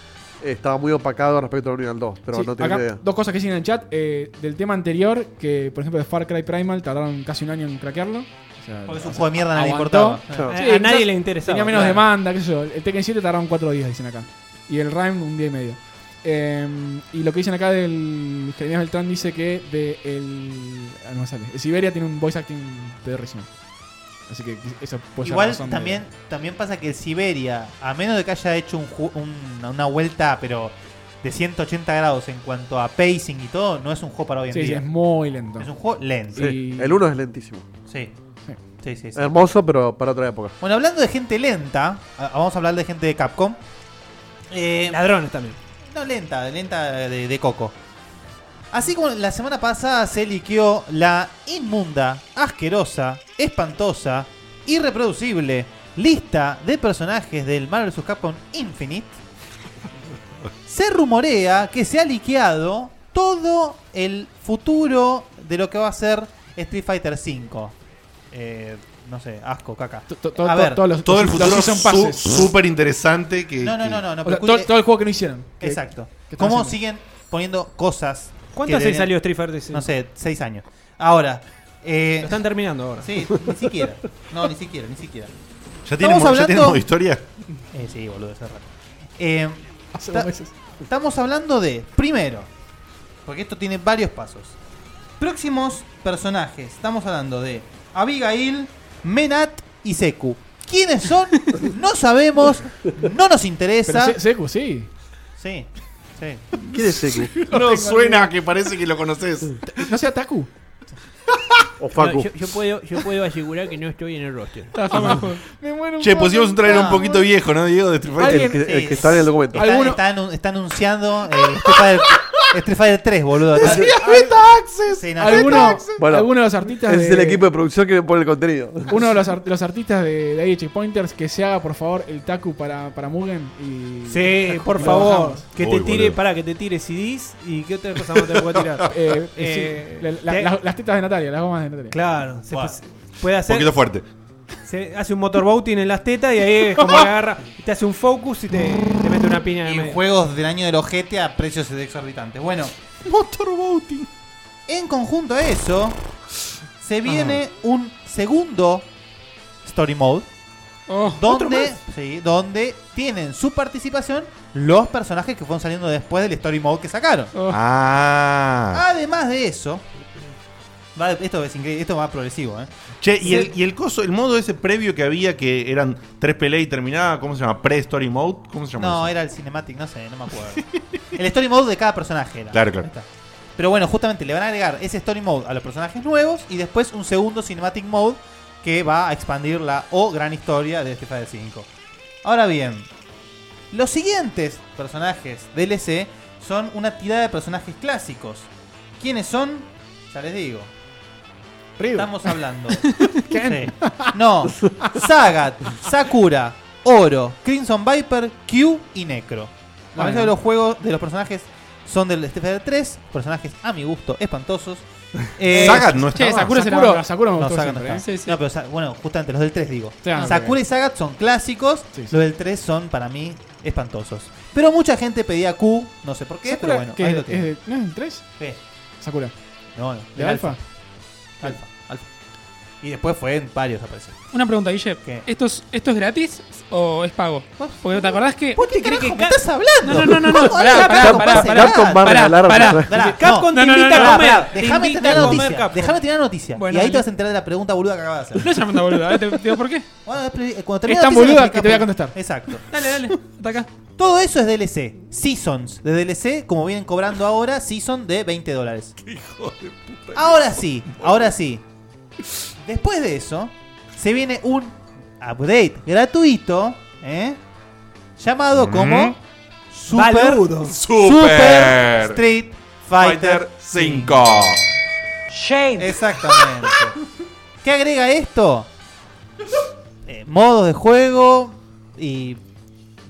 estaba muy opacado respecto al Unreal 2, pero Sí, no tengo acá ni idea. Dos cosas que dicen en el chat. eh, del tema anterior, que por ejemplo de Far Cry Primal tardaron casi un año en craquearlo. O sea, Porque es o un sea, juego de mierda, nadie aguantó. importaba. Claro. A- Sí, a quizás nadie le interesaba. Tenía menos claro. demanda, qué sé yo. El Tekken 7 tardaron cuatro días, dicen acá. Y el Rhyme un día y medio. Eh, y lo que dicen acá del Jeremías Beltrán dice que de el. ah, no me sale. El Siberia tiene un voice acting perrísimo. Así que eso puede ser Igual razón de- también, también pasa que el Siberia, a menos de que haya hecho un ju- un- una vuelta, pero de 180 grados en cuanto a pacing y todo, no es un juego para hoy en Sí, sí, día. es muy lento. es un juego lento. Sí. Sí. y- El 1 es lentísimo. Sí. Sí. Sí, sí, sí. Hermoso, pero para otra época. Bueno, hablando de gente lenta, a- vamos a hablar de gente de Capcom. Eh, Ladrones también. No, lenta, lenta de, de coco. Así como la semana pasada se liqueó la inmunda, asquerosa, espantosa, irreproducible lista de personajes del Marvel vs. Capcom Infinite. Se rumorea que se ha liqueado todo el futuro de lo que va a ser Street Fighter V. Eh, no sé, asco, caca. to- a to- ver, todos los- Todo el Los futuro season passes. súper interesante que... No, no, que- no, no, no, O sea, pero todo, escuche- todo el juego que no hicieron. Que- Exacto. que están ¿Cómo haciendo. siguen poniendo cosas? ¿Cuánto hace se que salió Street Fighter? Sí. No sé, seis años. Ahora, eh, Lo están terminando ahora. sí, ni siquiera. No, ni siquiera, ni siquiera. ¿Ya tiene, Estamos mo- ya tiene hablando- modo historia? Eh, sí, boludo, hace rato. Eh, Hace Ta- dos meses. Estamos hablando de, primero, porque esto tiene varios pasos. Próximos personajes. Estamos hablando de Abigail, Menat y Seku. ¿Quiénes son? No sabemos, no nos Pero interesa. Se- Seku, sí. Sí, sí. ¿Quién es Seku? No, suena que parece que lo conoces. No sea Taku. O Facu. yo, puedo, yo puedo asegurar que no estoy en el roster. Está, está bajo. Me muero un Ah, Che, pues pusimos un trailer un Ah, poquito viejo, ¿no, Diego? De Street Fighter. El que, el Sí. que está en el documento. Está, ¿Alguno? está anu- está anunciando eh, Street, Fighter, Street Fighter 3, boludo. Sí, no, ¿Alguno, Bueno, alguno de los artistas Ese es de- el equipo de producción que pone el contenido. Uno de los, ar- los artistas de, de IH Pointers que se haga por favor el Taku para, para Mugen y. Sí, por lo favor. bajamos. Que Uy, te tire, boludo. pará, que te tire CDs y qué otra cosa más te puedo tirar. Eh, Eh, sí, la- la- te- las- las tetas de Natalia, las gomas de Natalia. Claro, se, Buah. puede Un poquito hacer. fuerte. Se hace un motorboating en las tetas y ahí es como que agarra, te hace un focus y te, te mete una piña en el y medio. juegos del año del ojete a precios exorbitantes. Bueno, Motorboating. En conjunto a eso, se viene un segundo Story Mode Oh, donde, sí, donde tienen su participación los personajes que fueron saliendo después del Story Mode que sacaron. Oh. Ah. Además de eso, va- esto es increíble, esto va progresivo, ¿eh? Che, y el, y el coso, el modo ese previo que había que eran tres peleas y terminaba, ¿cómo se llama? ¿Pre-Story Mode? ¿Cómo se llama? No, eso? era el cinematic, no sé, no me acuerdo. el story mode de cada personaje era. Claro, claro. Ahí está. Pero bueno, justamente le van a agregar ese story mode a los personajes nuevos y después un segundo cinematic mode que va a expandir la o gran historia de Street Fighter 5. Ahora bien, los siguientes personajes DLC son una tirada de personajes clásicos. ¿Quiénes son? Ya les digo. Estamos hablando. Ken. Sí. No, Sagat, Sakura, Oro, Crimson Viper, Q y Necro. La mayoría de los juegos de los personajes son del Street Fighter 3, personajes a mi gusto espantosos. Eh, Sagat no está. Che, Sakura se la banca. Sakura, Sakura me No, gustó Sagat no siempre, está. ¿eh? Sí, sí. No, pero Sa- bueno, justamente los del 3 digo. Sí, ah, Sakura y Sagat son clásicos, Sí, sí. los del 3 son para mí espantosos. Pero mucha gente pedía Q, no sé por qué, pero Sakura, bueno, que ahí es- lo tienen. es de- ¿No es el 3? Sí. Sakura. No, no, ¿De Alfa? Alfa, Alfa. Y después fue en varios aparecidos. Una pregunta, Guille. ¿Qué? ¿Esto es, ¿Esto es gratis o es pago? Porque te acordás que. ¿Vos qué carajo que me Cap- estás hablando? No, no, no, no, no, ¿Cómo pará, hablas? pará, Capcom pará, hace pará, nada. Capcom va a pará, regalar pará. personajes. Pará, no, Capcom No, te no, no, invita no, a no, comer. pará, te Déjame invita terminar a la comer noticia. Capcom. Déjame terminar la noticia. Bueno, y ahí te dale. vas a enterar de la pregunta boluda que acabas de No hacer. es una pregunta boluda, ahora te te digo por qué. Bueno, expli- cuando termine Es la tan noticia, boluda explica que te voy a por- contestar. Exacto. Dale, dale, hasta acá. Todo eso es DLC. Seasons de DLC, como vienen cobrando ahora, season de 20 dólares. Ahora sí, ahora sí. Después de eso, se viene un update gratuito, ¿eh? Llamado como Ujú. Super, Baludo. Super Super Street Fighter Fighter 5. Exactamente. ¿Qué agrega esto? Eh, modos de juego y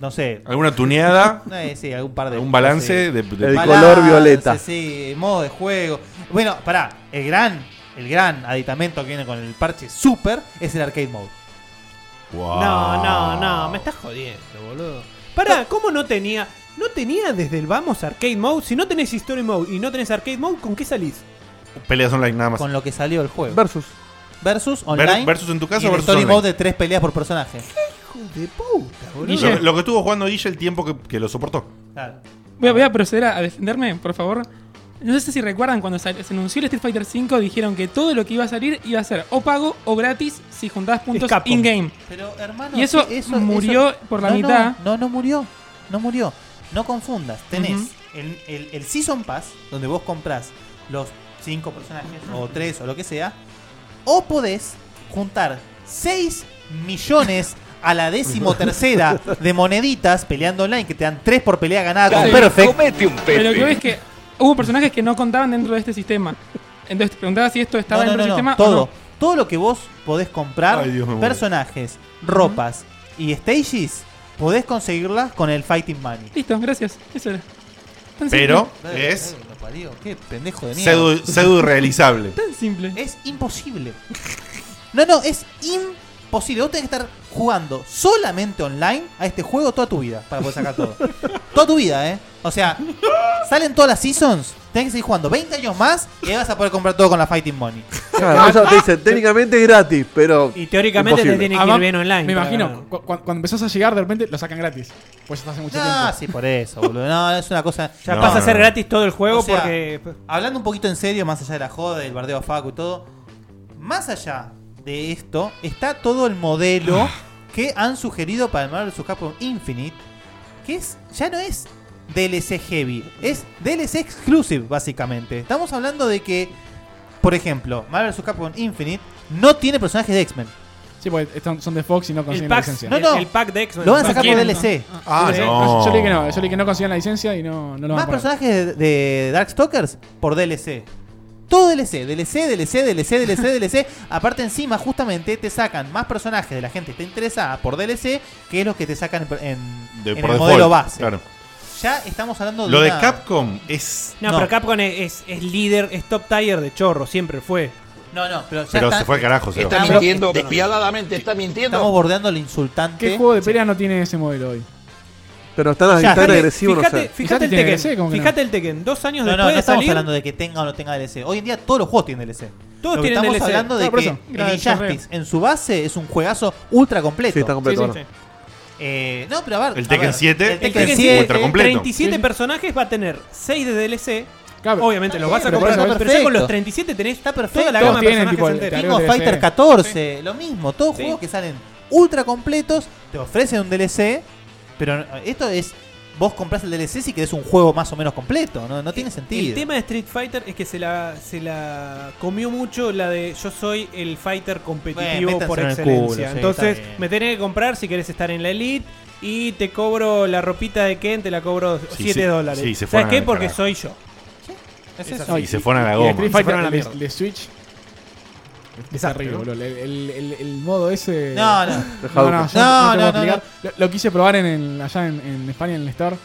no sé, ¿Alguna tuneada? eh, sí, algún par de ¿Algún balance? De, de- El sí. color violeta. Sí, modo de juego. Bueno, pará, el gran el gran aditamento que viene con el parche Super es el arcade mode. Wow. No, no, no, me estás jodiendo, boludo. Pará, ¿cómo no tenía? No tenía desde el vamos arcade mode. Si no tenés story mode y no tenés arcade mode, ¿con qué salís? Peleas online nada más. Con lo que salió el juego. Versus. Versus Ver- online. versus en tu y caso, el versus story online. mode de tres peleas por personaje. De puta, boludo. Lo, lo que estuvo jugando Guille el tiempo que, que lo soportó. Claro. Voy a, voy a proceder a, a defenderme, por favor. No sé si recuerdan cuando sal- se anunció el Street Fighter V, dijeron que todo lo que iba a salir iba a ser o pago o gratis si juntabas puntos Es Capcom. in-game. Pero hermano, Y eso sí, murió por la No, mitad. No, no, no murió. No murió. No confundas. Tenés Ujú. el, el- el Season Pass, donde vos comprás los cinco personajes, o tres, o lo que sea. O podés juntar 6 millones a la decimotercera de moneditas peleando online, que te dan 3 por pelea Ah, ganada con Sí. Perfect. Pero lo que veo es que hubo personajes que no contaban dentro de este sistema. Entonces te preguntaba si esto estaba No, no, dentro no, del no, sistema o Todo. no. Todo lo que vos podés comprar, Ay, Dios, me muero. personajes, ropas y stages, podés conseguirlas con el Fighting Money. Eh, Listo, gracias. Eso era. Tan Pero simple. es Lo parió, Qué pendejo de mierda. pseudo pseudo irrealizable. Tan simple. Es imposible. No, no, es imposible. Vos tenés que estar jugando solamente online a este juego toda tu vida para poder sacar todo. toda tu vida, ¿eh? O sea, salen todas las seasons, tenés que seguir jugando 20 años más y ahí vas a poder comprar todo con la Fighting Money. Claro, eso te dicen, técnicamente es gratis, pero. Y teóricamente te imposible. tiene que Además, ir bien online. Me para- imagino, cu- cu- cuando empezás a llegar, de repente lo sacan gratis. Pues hasta hace mucho No, tiempo. Ah, sí, por eso, boludo. No, es una cosa. Ya No, pasa a no, ser no. gratis todo el juego O sea, porque. pues, Hablando un poquito en serio, más allá de la joda, del bardeo a Facu y todo, más allá de esto, está todo el Ah. modelo que han sugerido para el Marvel vs. Capcom Infinite, que es ya no es DLC heavy, es DLC exclusive, básicamente. Estamos hablando de que, por ejemplo, Marvel vs. Capcom Infinite no tiene personajes de X-Men. Sí, porque están- son de Fox y no El consiguen la pack, licencia. No, el- no. el pack de X-Men. Lo van a sacar por quieren, DLC. Ah, Sí, no. Yo le dije que no, yo le dije que no consiguen la licencia y no, no lo Más van a poner. personajes de, de Darkstalkers por DLC. Todo DLC, DLC, DLC, DLC, DLC, DLC. Aparte encima, justamente, te sacan más personajes de la gente que está interesada por DLC que los que te sacan en, en De- el por default, modelo base. claro. Ya estamos hablando de Lo de una- Capcom es. No, No. pero Capcom es, es- es líder, es top tier de chorro, siempre fue. No, no, pero ya Pero está- se fue al carajo, Seba. Está- mintiendo, despiadadamente está estamos mintiendo. bordeando el insultante. ¿Qué juego de pelea no tiene ese modelo hoy? Pero están, Ya, están fíjate, agresivos, fíjate, no sé. fíjate el Quizás tiene Tekken. DLC, ¿cómo que no? fíjate el Tekken. Dos años No, no, no después de estamos salir, hablando de que tenga o no tenga DLC. Hoy en día todos los juegos tienen DLC. Todos Lo que tienen estamos DLC. hablando de No, por que eso. el Gracias, Injustice en su base es un juegazo ultra completo. Sí, está completo. Sí, sí, ahora. sí. Eh, no, pero a ver. El a Tekken ver, 7, El el Tekken Tekken 7. Ultra completo. 37 Sí, sí. personajes va a tener 6 de DLC. Claro, Obviamente los vas a Pero comprar, por pero, eso, ya con perfecto. los 37 tenés Está toda la perfecto. gama Todos de tienen, personajes tipo, el- entera. Claro, King of DLC. Fighter 14, lo mismo. Todos Sí. juegos que salen ultra completos, te ofrecen un DLC, pero eh, esto es. Vos compras el DLC si querés un juego más o menos completo, no, no tiene sentido. El tema de Street Fighter es que se la, se la comió mucho la de yo soy el fighter competitivo Bueno, métanse por en el excelencia. culo, sí, Entonces está bien. me tenés que comprar si querés estar en la elite y te cobro la ropita de Ken, te la cobro 7 sí, dólares. sí, se ¿Sabes fueron qué? al Porque carajo. soy yo. Es es eso. No, Y se fueron a la y el goma. Street Se fueron Fighter, a la el, mierda. el de Switch. Es Desastre, terrible, ¿no? boludo. El, el- el- el modo ese. No, no. No, no, yo no, No, te puedo no, no, explicar. Lo, lo quise probar en el- allá en, en España, en el store.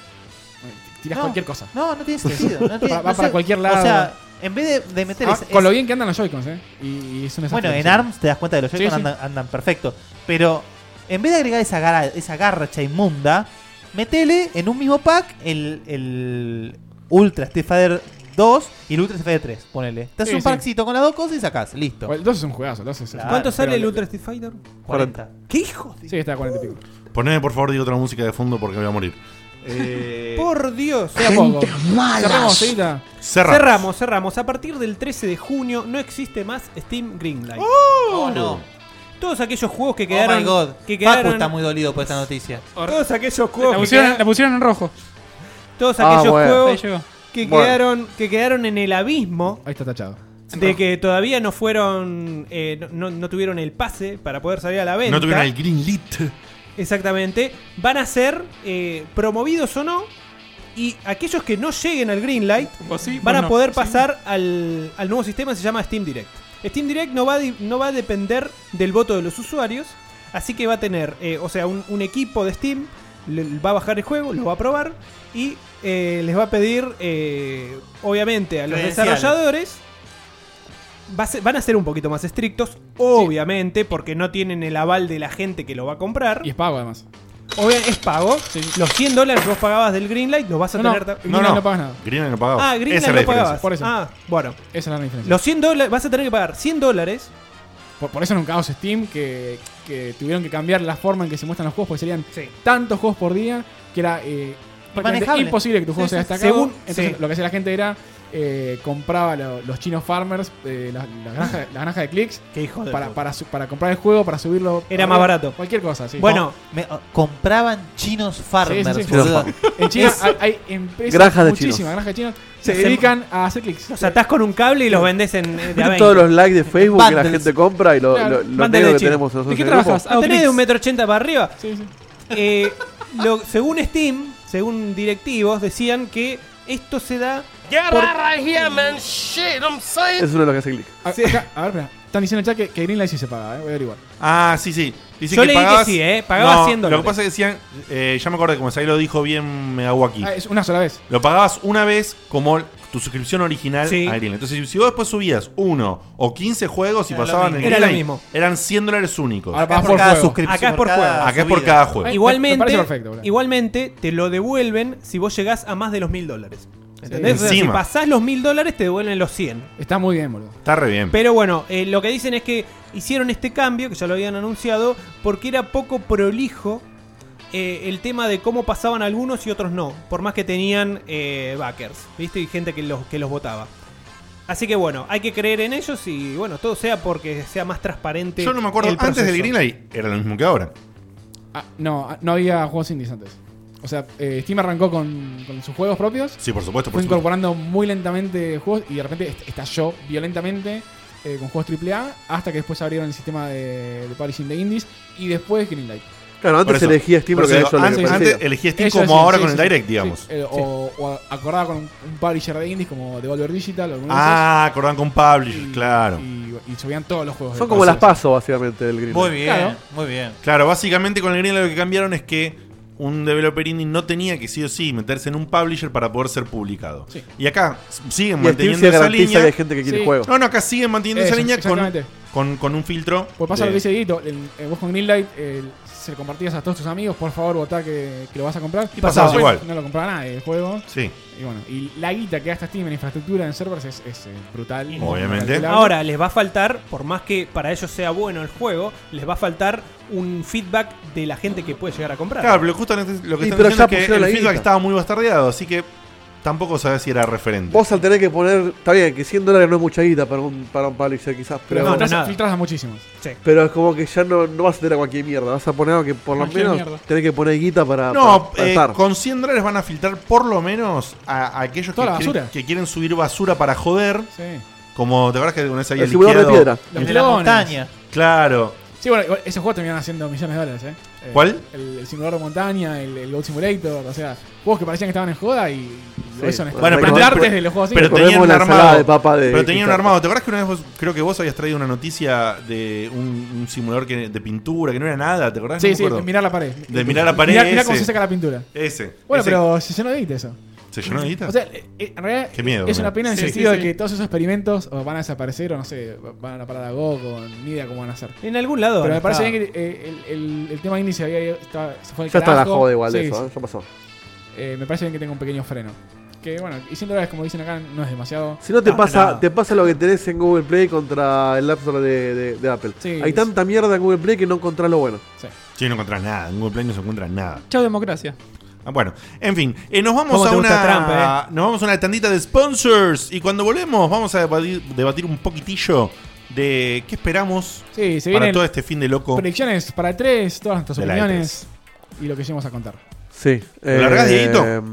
Tiras No. cualquier cosa. No, no tiene sentido. no tiene- Va- va no sé, para cualquier lado. O sea, en vez de, de meter Ah, ese- con lo ese- bien que andan los Joy-Cons, ¿eh? Y, y es un desastre. Bueno, en Sí. ARMS te das cuenta de los Sí, Joy-Con sí. andan, andan perfecto. Pero en vez de agregar esa, gara- esa garracha inmunda, metele en un mismo pack el, el Ultra Street Fighter 2 y el Ultra Street Fighter 3. Ponele. Te haces Sí, un sí. parcito con las dos cosas y sacás. Listo. Bueno, El 2 es un juegazo. El 2 es Claro. ¿Cuánto pero sale el lo- Ultra Street Fighter? 40. ¿Qué hijo de... Sí, está a 40 y pico. Poneme por favor, digo otra música de fondo porque voy a morir. Eh, Por Dios. Queda poco. Cerramos, malas. seguita. Cerramos. Cerramos, cerramos. A partir del 13 de junio no existe más Steam Greenlight. Oh, no. Todos aquellos juegos que Oh quedaron. my god. Que Paco quedaron está muy dolido pues. por esta noticia. todos aquellos La juegos. Que pusieron, la quedaron, pusieron en rojo. todos Ah, aquellos bueno. Ahí juegos llegó. que Bueno. quedaron. Que quedaron en el abismo. Ahí está tachado. De que todavía no fueron. eh, no- no, no tuvieron el pase para poder salir a la venta. No tuvieron el green lit. Exactamente. Van a ser eh, promovidos o no. Y aquellos que no lleguen al Greenlight Vos sí, vos van a no. poder Sí. pasar al, al nuevo sistema, se llama Steam Direct. Steam Direct no va, a, di- no va a depender del voto de los usuarios, así que va a tener, eh, o sea, un, un equipo de Steam le- va a bajar el juego, lo va a probar y eh, les va a pedir, eh, obviamente, a los Credenciales. desarrolladores. va a ser- van a ser un poquito más estrictos, obviamente, porque no tienen el aval de la gente que lo va a comprar. Y es pago, además. Obvia- es pago. Los 100 dólares que vos pagabas del Greenlight los vas a No, no. tener. ta- Greenlight no pagas nada. Green no pagaba. Ah, Greenlight Esa es no la pagabas. diferencia. por eso. Ah, bueno. Esa es la diferencia. Los 100 dólares, vas a tener que pagar 100 dólares. Por, por eso era un caos Steam que, que tuvieron que cambiar la forma en que se muestran los juegos, porque serían Sí. tantos juegos por día que era eh, prácticamente Manejable. imposible que tu juego Sí, sea sí, sí. destacado. Según- Entonces, sí. lo que hacía la gente era eh, compraba lo- los chinos farmers, eh, las las granjas las granjas de clics, Qué hijo de para, puta. para, su- para comprar el juego, para subirlo. Era para- más barato. Cualquier cosa, sí. Bueno, Me- oh, compraban chinos farmers, sí, sí. boludo. en China es- hay, hay empresas. Granjas de muchísimas chinos. granjas de chinos. Se Sí. dedican a hacer clics. los atás con un cable y los vendés en eh, de a Miren 20. todos los likes de Facebook que la Bundles. gente compra y lo, Claro, lo, lo bundles negro de que chino. tenemos nosotros ¿De qué en el grupo. trabajas? ¿No tenés de Outlix. 1,80m para arriba? Sí, sí. Eh, lo- según Steam, según directivos, decían que esto se da. por- Eso es lo que hace clic. A, acá- a ver, espera. Están diciendo en el chat que, que Greenlight sí se paga, eh, voy a averiguar. Ah, sí, sí. Dice Yo que leí pagabas- que sí, ¿eh? Pagaba No, 100 dólares. Lo que pasa es que decían, eh, ya me acordé, como ahí lo dijo bien Megawaki. Ah, es una sola vez. Lo pagabas una vez como tu suscripción original Sí. a Greenlight. Entonces, si- si vos después subías uno o 15 juegos y Era lo pasaban en mismo. Era lo Greenlight, mismo. eran 100 dólares únicos. Ahora Acá pagás es por por cada juego. suscripción. Acá es por juego. Acá es por subida. cada juego. Ay, me Igualmente, parece perfecto, boludo. igualmente te lo devuelven si vos llegás a más de los mil dólares. ¿Entendés? Sí. O sea, si Encima. pasás los mil dólares, te devuelven los 100. Está muy bien, boludo. Está re bien. Pero bueno, eh, lo que dicen es que hicieron este cambio, que ya lo habían anunciado, porque era poco prolijo eh, el tema de cómo pasaban algunos y otros no, por más que tenían eh, backers, ¿viste? Y gente que los, que los votaba. Así que bueno, hay que creer en ellos y bueno, todo sea porque sea más transparente. Yo no me acuerdo, el antes del proceso. Greenlight era lo mismo que ahora. Ah, no, no había juegos indies antes. O sea, eh, Steam arrancó con, con sus juegos propios. Sí, por supuesto, por fue supuesto. incorporando muy lentamente juegos y de repente est- estalló violentamente eh, con juegos AAA hasta que después abrieron el sistema de, de publishing de indies y después Greenlight. Claro, Por antes eso. elegía Steam Por porque eso era digo, eso lo que antes, parecía. antes elegí Steam Eso como sí, ahora sí, con sí, el Direct, sí. digamos. Sí, eh, O, o acordaba con un, un publisher de indies como Devolver Digital o alguno de Ah, acordaban con esos, Publisher, y- claro. Y, y subían todos los juegos. Son de como las Publisher. pasos, básicamente, del Green. Muy bien, Claro. muy bien. Claro, básicamente con el Greenlight lo que cambiaron es que un developer indie no tenía que sí o sí meterse en un publisher para poder ser publicado. Sí. Y acá s- siguen Y Steam manteniendo se esa garantiza línea. que hay gente que quiere Sí. el juego. No, no, acá siguen manteniendo esa Eso, línea con, exactamente. con, con un filtro. Por Pues pasa lo de- que dice Dieguito, el- eh, vos con Greenlight eh, se lo compartías a todos tus amigos, por favor votá que, que lo vas a comprar. Y pasabas Después igual. No lo compraba nadie el juego. Sí. Y bueno, y la guita que gasta Steam en infraestructura en servers es, es, eh, brutal. Obviamente. Incalculable. Ahora, les va a faltar, por más que para ellos sea bueno el juego, les va a faltar un feedback de la gente que puede llegar a comprar. Claro, pero justamente lo que Sí, pero están diciendo ya es que pusieron el la feedback guita. estaba muy bastardeado, así que tampoco sabes si era referente. Vos al tener que poner. Está bien, que 100 dólares no es mucha guita para un, para un publisher, quizás. Pero, Pero No, no, filtras, nada. filtras a muchísimos. Sí. pero es como que ya no, no vas a tener a cualquier mierda. Vas a poner algo que por lo Cualquier menos mierda. tenés que poner guita para. No, para- Ah, para eh, estar. con 100 dólares van a filtrar por lo menos a, a aquellos que Toda la quieren, basura. que quieren subir basura para joder. Sí. Como te acuerdas que una vez había El simulador de liqueado- piedra. Los De la clones. montaña. Claro. Sí, bueno, igual esos juegos terminan haciendo millones de dólares, ¿eh? Eh, ¿Cuál? El, el simulador de montaña, el, el Goat Simulator, o sea, juegos que parecían que estaban en joda y, y Sí. eso no es- Bueno, Eh, pero- los artes pero- de los juegos así. Pero Recordemos tenían un la armado. ensalada de papa de pero tenían un Kickstarter. armado. ¿Te acuerdas que una vez vos, creo que vos habías traído una noticia de un, un simulador que, de pintura que no era nada? ¿Te acordás? No sí, me sí, acuerdo. de mirar la pared. De mirar la pared, Mirar, mirar cómo ese. se saca la pintura. Ese. Bueno, Ese- pero si yo no edita eso. ¿Se llenó de guita? O sea, eh, eh, en realidad Qué miedo, es ¿no? una pena en el Sí, sentido sí, de sí. que todos esos experimentos o van a desaparecer o no sé, van a parar a GOG o ni idea cómo van a hacer. En algún lado. Pero me está. parece bien que eh, el, el- el tema indie se, había, ido- estaba- se fue al Ya está la carajo. joda igual de Sí, eso, ¿eh? sí. ya pasó. Eh, me parece bien que tenga un pequeño freno. Que bueno, y 100 dólares, como dicen acá, Ah, no es demasiado. Si no te No, pasa, nada. te pasa lo que tenés en Google Play contra el App Store de, de- de Apple. Sí, Hay es- tanta mierda en Google Play que no encontrás lo bueno. Sí, no encontrás nada. En Google Play no se encuentra nada. Chau, democracia. Ah, bueno, en fin. eh, nos vamos ¿Cómo a te gusta una Trump, eh? nos vamos a una tandita de sponsors. Y cuando volvemos vamos a debatir, debatir un poquitillo de qué esperamos Sí, se para vienen todo este fin de loco. predicciones para tres, todas nuestras De la E opiniones y lo que llegamos a contar. Sí. ¿Lo largás, Dieguito?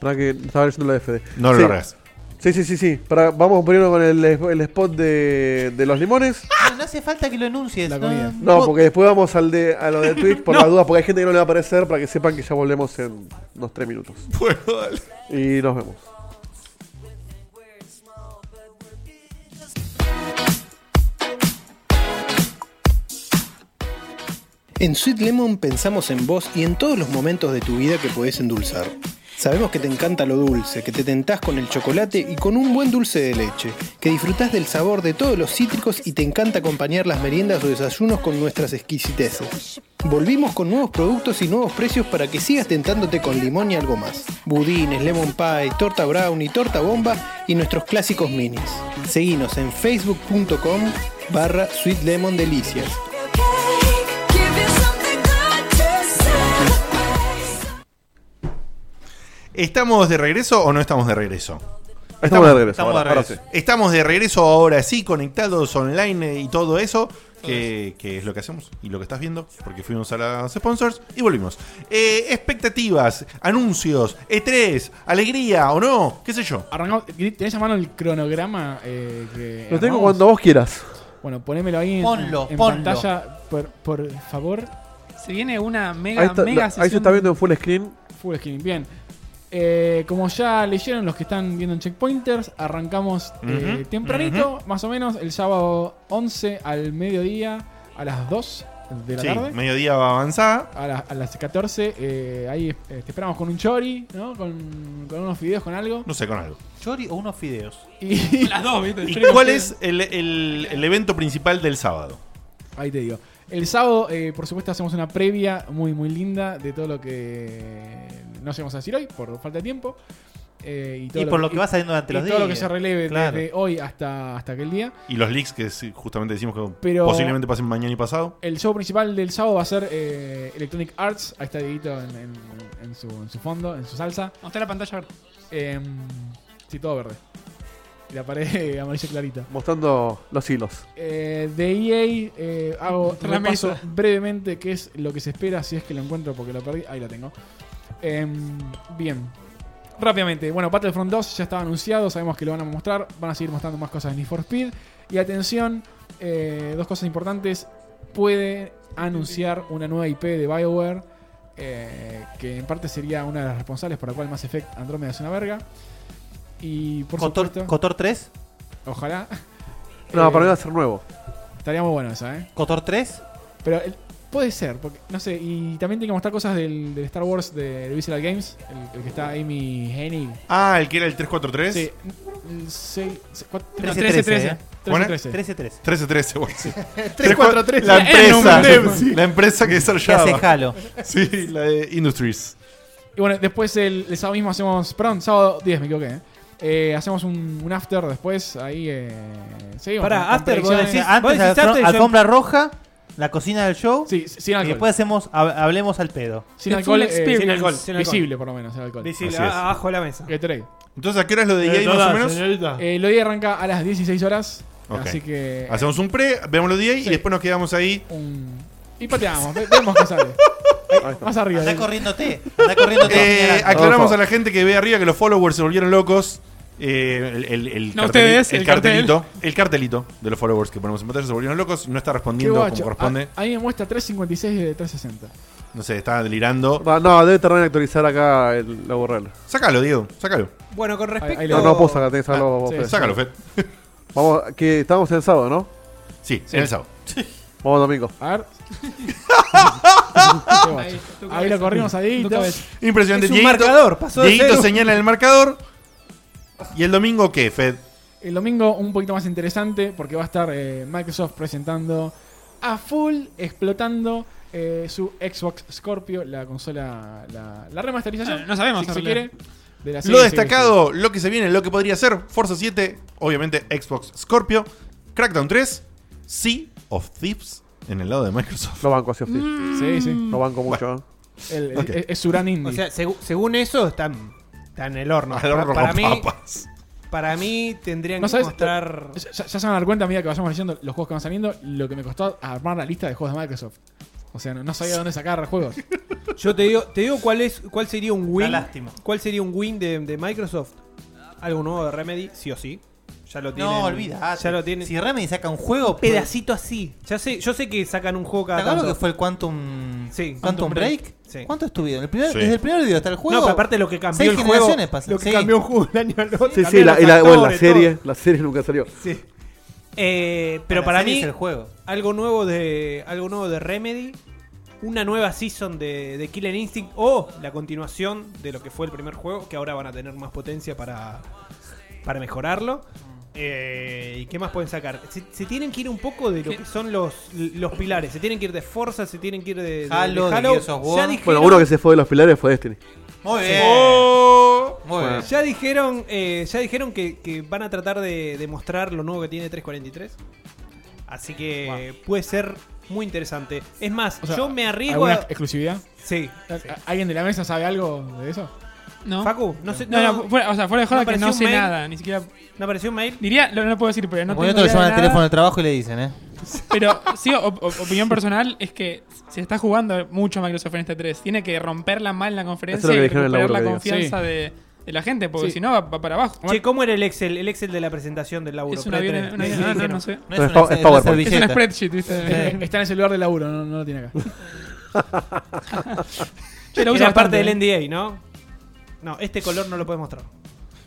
Para que estaba leyendo la FD. No lo Sí. largas. Sí, sí, sí, sí. Pará, vamos primero con el, el spot de, de los limones. No, no hace falta que lo enuncies. La no. comida. No, porque después vamos al de, a lo de Twitch por las dudas, porque hay gente que no le va a aparecer para que sepan que ya volvemos en unos 3 minutos. Bueno, dale. Y nos vemos. En Sweet Lemon pensamos en vos y en todos los momentos de tu vida que podés endulzar. Sabemos que te encanta lo dulce, que te tentás con el chocolate y con un buen dulce de leche, que disfrutás del sabor de todos los cítricos y te encanta acompañar las meriendas o desayunos con nuestras exquisiteces. Volvimos con nuevos productos y nuevos precios para que sigas tentándote con limón y algo más. Budines, lemon pie, torta brownie, torta bomba y nuestros clásicos minis. Seguinos en facebook.com barra Sweet Lemon Delicias. ¿Estamos de regreso o no estamos de regreso? Estamos de regreso. estamos ahora, de ahora regreso. Estamos de regreso ahora sí, conectados online y todo eso, que, que es lo que hacemos y lo que estás viendo, porque fuimos a las sponsors y volvimos. Eh, expectativas, anuncios, E3, alegría o no, qué sé yo. Arrancamos, ¿Tenés a mano el cronograma? eh, que sí. Lo tengo armamos? cuando vos quieras. Bueno, ponémelo ahí en, Ponlo, en ponlo. pantalla, por, por favor. Se viene una mega, Ahí, está- mega la- ahí se está viendo en full screen. Full screen, bien. Eh, como ya leyeron los que están viendo en Checkpointers, arrancamos eh, Ujú, tempranito, más o menos el sábado 11 al mediodía, a las 2, de la Sí, tarde. mediodía va avanzada. A, la- a las 14, eh, ahí eh, te esperamos con un chori, ¿no? Con, con unos fideos, con algo. No sé, con algo. ¿Chori o unos fideos? Y las dos, ¿viste? ¿Y cuál es el, el- el evento principal del sábado? Ahí te digo. El sábado, eh, por supuesto, hacemos una previa muy, muy linda de todo lo que no sabemos decir hoy, por falta de tiempo. Eh, Y por lo que va saliendo durante y los Todo lo que días. se releve Claro. desde hoy hasta, hasta aquel día. Y los leaks que sí, justamente decimos que Pero- posiblemente pasen mañana y pasado. El show principal del sábado va a ser eh, Electronic Arts. Ahí está Dieguito en, en- en su, en su fondo, en su salsa. Mostrar la pantalla verde. Eh, sí, todo verde. Y la pared amarilla clarita. Mostrando los hilos. Eh, de EA eh, hago La repaso mesa. brevemente qué es lo que se espera si es que lo encuentro porque lo perdí. Ahí lo tengo. Em, bien. Rápidamente, bueno, Battlefront 2 ya estaba anunciado, sabemos que lo van a mostrar, van a seguir mostrando más cosas de Need for Speed. Y atención, eh, dos cosas importantes, puede anunciar una nueva IP de Bioware, eh, que en parte sería una de las responsables por la cual Mass Effect Andromeda es una verga. Y por ¿Cotor, supuesto, ¿Cotor 3? ojalá, No, Eh, para mí va a ser nuevo. estaría muy bueno esa, ¿eh? ¿Cotor 3? Pero el- puede ser, porque no sé. Y también tiene que mostrar cosas del, del Star Wars de, de Visceral Games, el, el que está Amy Hennig. Ah, el que era el 343. Sí, el seis- se- cuatro- no, 13, 13, 13, 13. eh. 13, Bueno, 13. 13-3. 1313, bueno, sí. 343. La Ya, era un empresa. La empresa que ¿Qué hace desarrollaba. Halo? Sí, la de Industries. Y bueno, después el, el sábado mismo hacemos. Perdón, sábado 10, me equivoqué. ¿eh? Eh, hacemos un, un after después. Ahí. Eh, seguimos Pará, con- con after, vos predicciones. decís- Antes decís alfom- antes, yo- alfombra roja, la cocina del show. Sí, sin y alcohol. después hacemos hab- hablemos al pedo. sin The alcohol. full eh, experience. Sin alcohol, sin alcohol. Visible, por lo menos, el alcohol. Visible, Así es. a- abajo de la mesa. Gatorade. Entonces, ¿a qué hora es lo de EA más o menos? Eh, lo día arranca a las 16 horas. Ok. Así que. Hacemos un pre, vemos los de EA Sí. y después nos quedamos ahí. un- Y pateamos, ve- vemos qué sale. Más arriba. Anda eh. corriéndote. Anda corriéndote. Eh, Mira, aclaramos a la gente que ve arriba que los followers se volvieron locos. Eh, el, el- el No carteli- ustedes, el el cartel. cartelito. El cartelito de los followers que ponemos en pantalla se volvieron locos. No está Qué respondiendo como guacho. corresponde. A- Ahí me muestra 356 de 360. No sé, está delirando. Va, No, debe tardar en actualizar acá el, la URL. Sácalo, Diego. Sácalo. Bueno, con respecto. ahí le- No, no, vos acá tenés que sacarlo Ah, vos, sí. Fede. Sácalo, Fed. Vamos, que estamos el sábado, ¿no? Sí, en el sábado. Vamos domingo. A ver. Ah. Qué guacho. Ahí, tu Ahí lo cabeza. corrimos a Dieguito. Tu cabeza. Impresionante. Es un Dieguito- marcador, pasó de Dieguito cero. señala en el marcador. ¿Y el domingo qué, Fed? El domingo un poquito más interesante porque va a estar eh, Microsoft presentando a full, explotando eh, su Xbox Scorpio, la consola, la, la remasterización. Ah, no sabemos, si se en realidad. quiere. de la lo serie, destacado, lo que se viene, lo que podría ser. Forza 7, obviamente Xbox Scorpio. Crackdown 3, Sea of Thieves en el lado de Microsoft. No banco así, of serie, Thieves. serie. Mm. Sí, sí. No banco mucho. ¿eh? El- el- Ok. es, es Suran Indie. O sea, segu- según eso, están, están en el horno. Al horno para, con mí, papas. para mí tendrían No que sabes- mostrar. Ya, ya- ya se van a dar cuenta, a medida que vayamos leyendo los juegos que van saliendo, lo que me costó armar la lista de juegos de Microsoft. O sea, no, no sabía dónde sacar juegos. Yo te digo, te digo cuál es, cuál sería un win. Da lástima. ¿Cuál sería un win de, de Microsoft? Algo nuevo de Remedy, sí o sí. Ya lo tienen. No, olvidate. Ya lo tienen. Si Remedy saca un juego. pues- Un pedacito así. Ya sé, yo sé que sacan un juego ¿Te cada acuerdas tanto. lo que fue el Quantum, Sí. Quantum, Quantum Break? Break. Sí. ¿Cuánto estuvieron? El primer- Sí. Desde el primer video hasta el no, juego. pero aparte lo que cambió seis el juego. generaciones pasan, Lo que sí. cambió un juego de año al otro. Sí, sí, cambiaron la, y los la, bueno, la actores, serie, la serie nunca salió. todo. Sí. Eh, pero para la serie mí, es el juego. algo nuevo de algo nuevo de Remedy, una nueva season de, de Killer Instinct o la continuación de lo que fue el primer juego, que ahora van a tener más potencia para, para mejorarlo. Eh, ¿Y qué más pueden sacar? Se, se tienen que ir un poco de lo que son los, los pilares. Se tienen que ir de Forza, se tienen que ir de, de- de Halo, de Gears of War. Ya dijeron, Bueno, uno que se fue de los pilares fue Destiny. Muy bien. Oh. Oh. Muy bien. ya dijeron, eh, ya dijeron que, que van a tratar de, de mostrar lo nuevo que tiene 343. Así que puede ser muy interesante. Es más, O sea, yo me arriesgo ¿Alguna a... exclusividad? Sí. ¿A- ¿Alguien de la mesa sabe algo de eso? No. Facu, no sé. No, No, no, fuera- o sea, fuera de joda No que no apareció sé un mail. nada, ni siquiera. ¿no apareció un mail. Diría, lo- no lo puedo decir, pero no Porque tengo idea otro le de llaman al nada. teléfono de trabajo y le dicen, ¿eh? Pero sí, op- op- opinión personal es que se está jugando mucho Microsoft en este 3. Tiene que romperla mal en la Eso conferencia es lo que y dijeron en el recuperar la laburo que confianza de, de la gente, porque Sí. si no va, va para abajo. Che, ¿cómo era el Excel? El Excel de la presentación del laburo. es una bien, Pre- una Sí, bien- no, no, dijeron. no sé. No Pero es es pa- una, es es una PowerPoint. Es una servilleta. spreadsheet, ¿viste? Está en el celular de laburo, no, no lo tiene acá. Che, lo usa Era parte bastante, del ¿eh? NDA, ¿no? No, este color no lo puedes mostrar.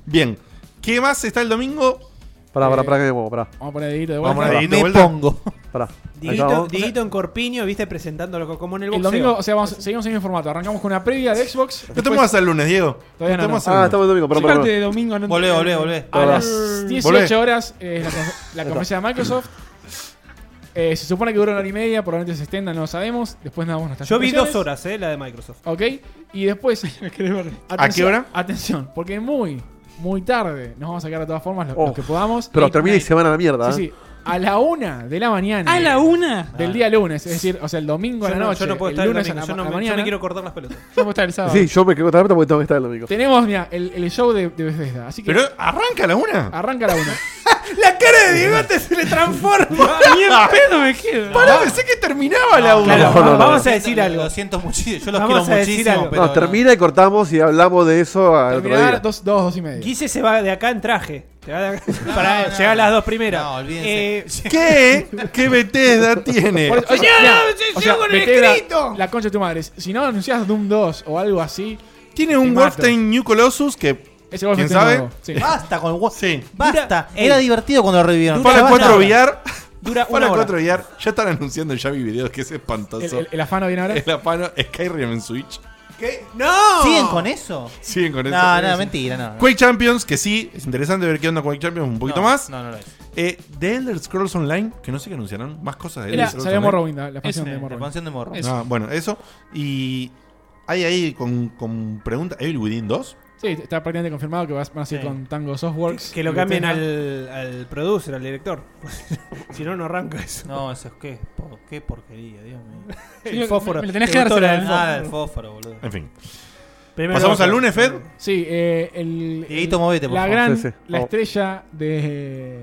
Bien. ¿Qué más está el domingo? Eh, Pará, pará, pará, que me muevo, pará. Eh, Vamos a poner dedito de Vamos vuelta. a- Me Dedito de vuelta. pongo. Pará. Dieguito, Dieguito en Corpiño, viste presentándolo como en el El boxeo. domingo, o sea, vamos, seguimos en el mismo formato. Arrancamos con una previa de Xbox. No te muevas al lunes, Diego. Todavía no, no. no. te muevas al lunes. de domingo. No Volvé, volvé, volvé. A Volvé. las 18 Volvé. horas eh, la, con- la conferencia de Microsoft. Eh, se supone que dura una hora y media, probablemente se extienda, no lo sabemos. Después nada más nuestras Yo vi dos impresiones. horas, eh, la de Microsoft. Ok, y después. ¿A qué hora? Atención, porque muy, muy tarde nos vamos a quedar de todas formas los, los que podamos. Pero Late termina y night. se van a la mierda, Sí, ¿eh? sí. A la una de la mañana. ¿A la una? Del día lunes, es decir, o sea, el domingo a Yo la no- noche. yo no puedo el estar el lunes domingo, a la yo no ma- me- a la yo me mañana. quiero cortar las pelotas. Yo voy a estar el sábado. Sí, yo me quedo tarde porque tengo que estar el domingo. Tenemos, mira, el, el show de, de Bethesda. Así que Pero arranca a la una. Arranca a la una. La cara de Diegote se le transforma. Ni en pedo me quedo. Pará, pensé que terminaba la una. Claro, No, no, no. vamos a decir algo. Lo siento muchísimo. Yo los Vamos quiero a decir muchísimo. algo. Pero no, termina y cortamos y hablamos de eso al otro Terminar día. dos, dos, dos y media. Guise se va de acá en traje. Se va de acá- para llegar a las dos primeras. No, olvídense. Eh, ¿Qué? ¿Qué Bethesda tiene? Por eso- o sea, Señora, mira, se- o sea, sigo con el Bethesda, escrito. La concha de tu madre. Si no anuncias Doom 2 o algo así, Tiene Te un mato. Wolfenstein New Colossus que. ese golpe ¿Quién es sabe? Ah, nuevo. Sí. Basta con Wa- Sí. Basta. Mira, Era ey. divertido cuando lo revivieron. Para Basta. 4 VR. Dura Para una hora. 4 VR. Ya están anunciando, ya vi videos que es espantoso. El, el- el afano viene ahora. El afano Skyrim en Switch. ¡No! ¿Siguen con eso? Siguen con eso. No, no, mentira, no. no. Quake Champions, que sí, es interesante ver qué onda Quake Champions un poquito No, más. No, no lo es. Eh, The Elder Scrolls Online, que no sé qué anunciarán, más cosas de Era, Elder Scrolls salió Online. Morrowind, la, la expansión Ese, de la La Morrowind. canción de morro. Es- Ah, bueno, eso. Y hay ahí con, con pregunta, Evil Within 2. Sí, está prácticamente confirmado que vas- van a seguir Sí. con Tango Softworks. Que lo y cambien Bethesda. al, al producer, al director. si no, no arranca eso. No, eso es qué. po- Qué porquería, Dios mío. me- El fósforo. me lo tenés ¿Te que gustó dársela, la del ¿eh? fósforo? Nada, Ah, el fósforo, boludo. En fin. Primero Pasamos vamos al a- lunes, Fed. Sí, eh, el. Dieguito, el- movete, por La favor. gran. Sí, sí. La Oh. estrella de.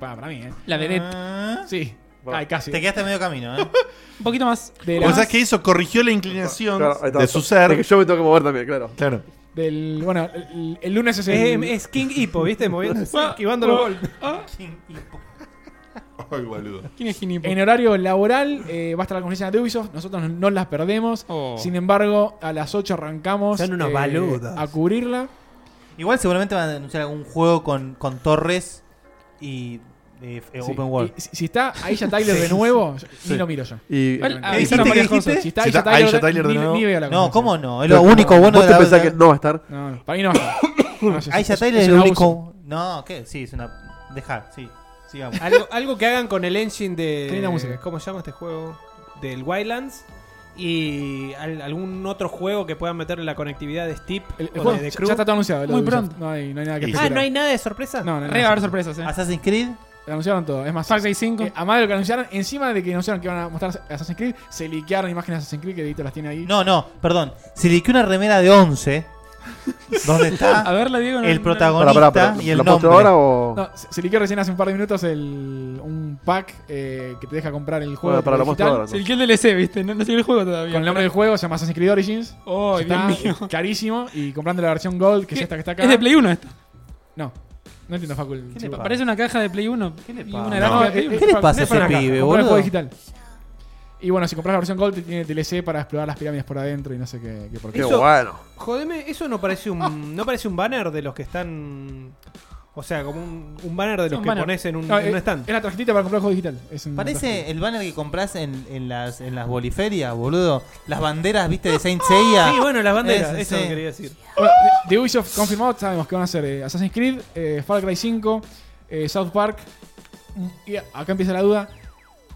pa, Para, mí, ¿eh? La vedette. Ah, Sí. Va. Ay, casi. Te quedaste a medio camino, ¿eh? Un poquito más. De la- O sea que hizo, corrigió la inclinación Claro, ahí está, de está. su ser. Es que yo me tengo que mover también, claro. Claro. del, bueno, el, el lunes es Es, el. es King Hippo, ¿viste? Moviéndose, esquivando los golpes. Ay, boludo. ¿Quién es Ginipo? En horario laboral eh, va a estar la conferencia de Ubisoft, nosotros no, no las perdemos. Oh. Sin embargo, a las 8 arrancamos eh, Son unos baludos. a cubrirla. Igual seguramente van a anunciar algún juego con, con torres y eh, f- eh, Sí. open world. Y si, si está Aisha Ah, Tyler de nuevo, yo- ni lo miro yo. Y Ah, Bueno, ¿Qué avisaron dijiste, varias qué dijiste? cosas. Si está Si Aisha está Tyler, Aisha Tyler de ni, nuevo. ni veo la No, conferencia. ¿cómo no? Es lo único bueno ¿Vos de te la pensás que no va a estar? No, no, para mí no. No, no, es- Aisha es- es Tyler es un lo abuso. único. No, ¿qué? Sí, es una. Dejar, sí. Sigamos. Algo, algo que hagan con el engine Qué linda música. de. ¿Cómo se llama este juego? Del Wildlands. Y al- algún otro juego que puedan meterle la conectividad de Steep El- el o juego de, de ya Crew. ya está todo anunciado. lo Muy de Ubisoft. pronto. No hay, no hay nada que Ah, ah, especular. ¿no hay nada de sorpresa? No, no, no. Re va a haber sorpresas, eh. Assassin's Creed. Lo anunciaron todo. Es más, Far Cry 5. eh, además de lo que anunciaron, encima de que anunciaron que iban a mostrar Assassin's Creed, se liquearon imágenes de Assassin's Creed que Edito las tiene ahí. No, no, perdón. Se liqueó una remera de 11. Donde A está verla, Diego. no- el no- protagonista Pará, pará, pará. y el ¿La posteo nombre. ahora o.? No, se, se liqueó recién hace un par de minutos el, un pack eh, que te deja comprar el juego. Bueno, para la digital, muestra ahora. Se liqueó el DLC, ¿viste? No, no salió el juego todavía. Con el nombre del juego, se llama Assassin's Creed Origins. Oh, está Dios mío. carísimo. Y comprando la versión Gold, que es esta que está acá. Es de Play 1 esto. No, no entiendo, Facul. Sí, pasa? Parece una caja de Play 1. ¿Qué le le pasa? Una No, gráfica de Play eh, 1. eh, ¿Qué le pa- pasa a es para ese la caja, pibe, comprar el boludo? juego digital. Y bueno, si compras la versión Gold, tiene DLC para explorar las pirámides por adentro y no sé qué, qué por qué. Qué Eso- bueno. Jodeme, eso no parece un no parece un banner de los que están o sea, como un, un banner de los Un que banner. pones en un, No, en un eh, stand. Es la tarjetita para comprar el juego digital. Es una tarjetita. Parece el banner que compras en, en las, en las boliferias, boludo. Las banderas, viste, de Saint Seiya. Sí, bueno, las banderas, Ese, eso sí. quería decir. Bueno, de, de Ubisoft confirmado, sabemos que van a ser eh, Assassin's Creed, eh, Far Cry 5, eh, South Park. Mm, Y acá empieza la duda.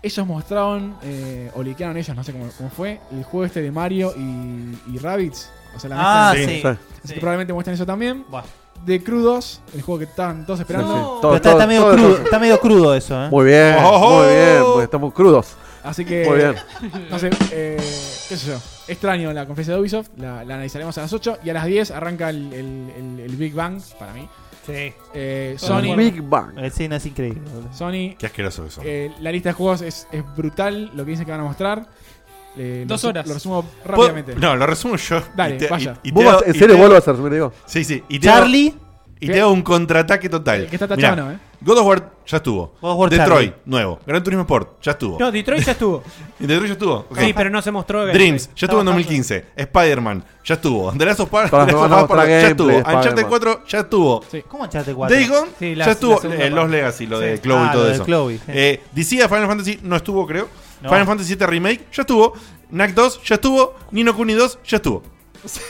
Ellos mostraron, eh, o liquearon ellos, no sé cómo, cómo fue, el juego este de Mario y, y Rabbids. O sea, la Ah, mezcla. sí. Sí, sí. Así que probablemente muestren eso también. Buah. De Crew 2, el juego que estaban todos esperando. Sí, sí. Todo, Pero está, todo, está medio todo, crudo, todo. está medio crudo eso, ¿eh? Muy bien, Ojo. muy bien, pues estamos crudos. Así que, Muy bien. no sé, eh, qué sé yo. Extraño la conferencia de Ubisoft, la, la analizaremos a las 8 y a las 10 arranca el, el- el- el Big Bang para mí. Sí. Eh, Sonic. Sony, Big Bang. Eh, El cine es increíble. boludo. Sony Qué asqueroso que son. Eh, la lista de juegos es, es brutal, lo que dicen que van a mostrar. Eh, Dos lo resu- horas. Lo resumo rápidamente. No, lo resumo yo. Dale, Y te- vaya. y- y Vos te- vas- en y serio te- vos lo vas a resumir, digo. Sí, sí. Y te- Charlie, Y te hago un contraataque total. que está Mirá, tachano, ¿eh? God of War ya estuvo. God of War Detroit, Charlie. nuevo. Gran Turismo Sport, ya estuvo. No, Detroit ya estuvo. ¿Y Detroit ya estuvo? Ok. Sí, pero no se mostró. Dreams, ya estuvo Estaba en 2015. Spider-Man, ya estuvo. The Last of Para Us, The Last no- no of Us Part- mostrar ya estuvo. gameplay, Uncharted Spider-Man. 4, ya estuvo. ¿Cómo echaste cuatro? Days Gone, Sí, la- ya la estuvo. segunda Eh, Los parte. Legacy, lo Sí. de Chloe Ah, y todo lo de eso. Chloe, sí. Eh, DC a Final Fantasy no estuvo, creo. No. Final Fantasy VII Remake, ya estuvo. Knack 2, ya estuvo. Nino Kuni 2, ya estuvo.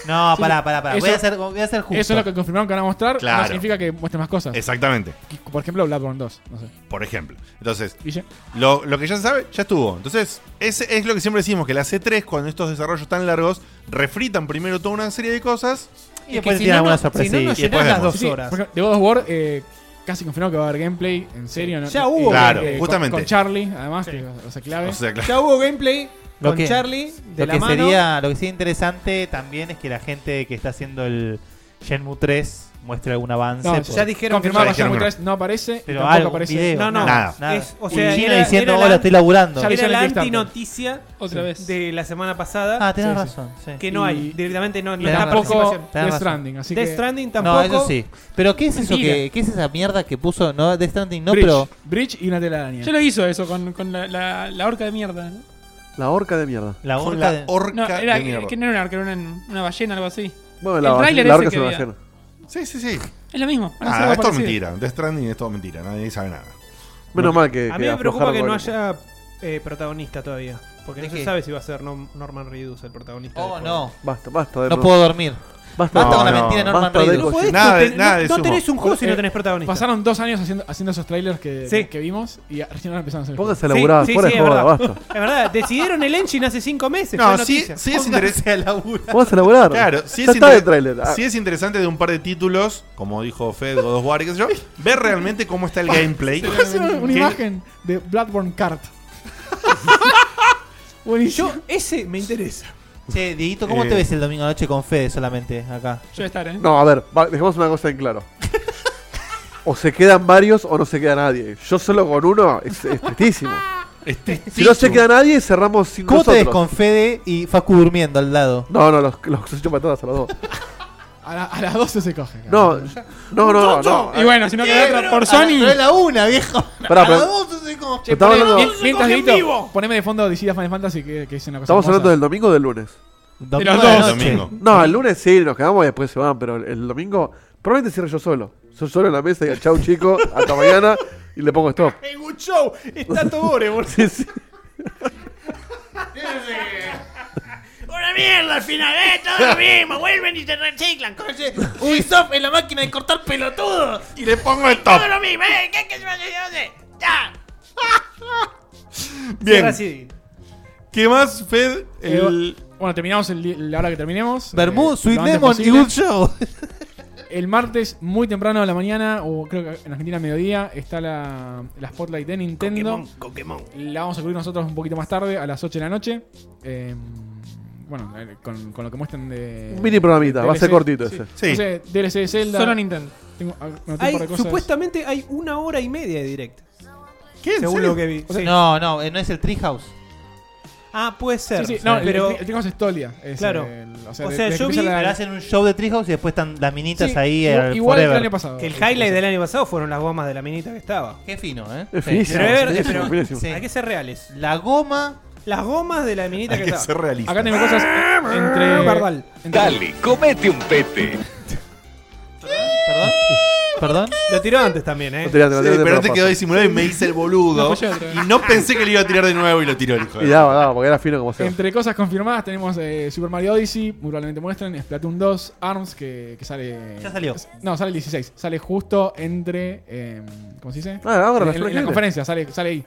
No, Sí. pará, pará, pará. voy, Eso- a hacer, voy a hacer justo. Eso es lo que confirmaron que van a mostrar. Claro. No significa que muestren más cosas. Exactamente, Por ejemplo, Bloodborne 2. No sé. por ejemplo. Entonces, Guille. Lo, lo que ya se sabe, ya estuvo. Entonces, ese es lo que siempre decimos, que la C3, cuando estos desarrollos tan largos, refritan primero toda una serie de cosas. Y después tiene alguna sorpresita. Si no, nos Y después llenan las vemos. dos Sí, sí, horas. por ejemplo, De God of War eh, casi confirmado que va a haber gameplay. En serio. ¿no? Ya hubo Claro, con- justamente. Con Charlie, además, que o sea, clave. O sea, claro. Ya hubo gameplay Lo con que- Charlie de Lo la que, mano. sería, lo que sería interesante también es que la gente que está haciendo el Shenmue 3 muestre algún avance. No, por- ya dijeron confirmado que que no. Shenmue 3 no aparece. pero Pero tampoco algo, aparece. video, No, no, Nada. nada. es- o sea, Un chino era- diciendo, era la- hola, estoy laburando. Ya vi- Era la Kickstarter. antinoticia Otra vez. de la semana pasada Ah, tenés Sí, sí. razón. sí. que no Y- hay. Directamente no, no Pero está Tampoco participación. Tenés Death razón. Stranding. Así Death que- Stranding tampoco. No, eso sí. Pero ¿qué es eso Mentira. que, qué es esa mierda que puso? No, Death Stranding no, Bridge, pero Bridge y una telaraña. Yo lo hizo eso con, con la, la, la orca de mierda. ¿no? La horca de mierda. la Son orca la de- orca No, era, de mierda. que no era una orca, era una, una ballena, algo así. Bueno, El la, tráiler la ese horca que se va a había. hacer. Sí, sí, sí. Es lo mismo. van a hacer Ah, algo es todo parecido. mentira. Death Stranding es todo mentira. Nadie sabe nada. Menos mal que. A que mí me preocupa aflojaron que no con- haya eh, protagonista todavía. Porque no ¿De se qué? sabe si va a ser Nom- Norman Reedus el protagonista. Oh, del no. juego. Basta, basta. de- No puedo dormir. Basta, Basta No, con la no, mentira de Norman basta de Reedus. cosas. Podés- Nada no de- ten- nada no- de no sumo. tenés un juego si Eh, no tenés protagonista. Pasaron dos años haciendo, haciendo esos trailers que, Sí. que vimos y recién ahora empezaron a hacer. Pónganse a laburar, sí, fuera sí, de es joda, verdad. basta. Es verdad, decidieron el engine hace cinco meses. No, fue sí, noticia. sí es interesante. Pónganse a laburar. Claro, sí ya es, está inter- el trailer. Ah, sí es interesante de un par de títulos, como dijo Fed, God of War, y qué sé yo, ver realmente cómo está el Ah, gameplay. Hicieron una Que- imagen de Bloodborne Cart. Yo, Buenísimo. ese me interesa. Che, Dieguito, ¿cómo Eh. te ves el domingo noche con Fede solamente acá? Yo voy a estar, ¿eh? No, a ver, va- dejemos una cosa en claro. O se quedan varios o no se queda nadie. Yo solo con uno es, es tristísimo. Este- Si no se queda nadie, cerramos sin ¿Cómo te nosotros. ves con Fede y Facu durmiendo al lado? No, no, los, los echo patadas a los dos. A, la- a las 12 se coge. cara. No, no, no, no. no. Y bueno, si no queda otra por A la- Sony. no es la una, viejo. Pará, A la pero- dos, entonces, como- Che, Estamos poneme- hablando- mien- mientras, Dieguito, poneme de fondo Disida Final Fantasy que, que es una cosa. ¿Estamos hermosa. hablando del domingo o del lunes? Domingo los de dos. noche. Domingo. No, el lunes sí, nos quedamos y después se van, pero el- el domingo probablemente cierre yo solo. Yo solo en la mesa y digo, chau chico, hasta mañana y le pongo stop. ¡Es un show! Está Tobore, boludo. Sí, sí. ¡Una mierda al final! ¡Eh! ¡Todo lo mismo! ¡Vuelven y se reciclan! ¡Coche! ¡Ubisoft en la máquina de cortar pelotudos! Y le pongo el top. ¡Todo lo mismo! ¡Eh! ¿Qué es que se va a hacer? ¡Ya! Bien. Así. ¿Qué más, Fed? El... Eh, Bueno, terminamos el, di- la hora que terminemos. Bermud, Eh, Sweet lo antes Lemon y posible. Good Show. El martes, muy temprano de la mañana, o creo que en Argentina mediodía, está la, la Spotlight de Nintendo. La vamos a cubrir nosotros un poquito más tarde, a las 8 de la noche. Eh, bueno, eh, con, con lo que muestran de. Un mini programita, va a ser DLC. cortito Sí. ese. Sí. No sé, DLC de E, Zelda. Solo Nintendo. Tengo, ah, anoté un Hay, par de cosas. supuestamente hay una hora y media de directo. ¿Qué? ¿En Según serio? lo que vi. Sí. No, no, eh, no es el Treehouse. Ah, puede ser. Sí, sí, no, pero pero. El, el Trigonos es Tolia. es Claro. el- o sea, O de- sea, desde yo que empieza vi- la- Pero hacen un show de Treehouse y después están las Sí, minitas ahí. Igual, al igual que el forever. año pasado. que el highlight del año pasado fueron las gomas de la minita que estaba. Qué fino, ¿eh? Es Sí. finísimo, Pero, pero- finísimo, pero- finísimo. Sí. Hay que ser reales. La goma. Las gomas de la minita Hay que, que estaba. ser realista. Acá tengo cosas entre. Bardal. entre- Dale, comete un pete. Perdón. Perdón. Lo tiró antes también, ¿eh? No tirate, no Sí, tirate, pero no antes pasa. quedó disimulado y me hice el boludo. No, pues yo otra vez. y no pensé que le iba a tirar de nuevo y lo tiró el hijo. de- Y daba, daba, porque era fino como sea. Entre cosas confirmadas tenemos eh, Super Mario Odyssey, muy probablemente muestren, Splatoon 2, ARMS, que, que sale... Ya salió. No, sale el 16. Sale justo entre... eh, ¿Cómo se dice? Ah, En- ahora, la en, flor en la libre. conferencia, sale, sale ahí.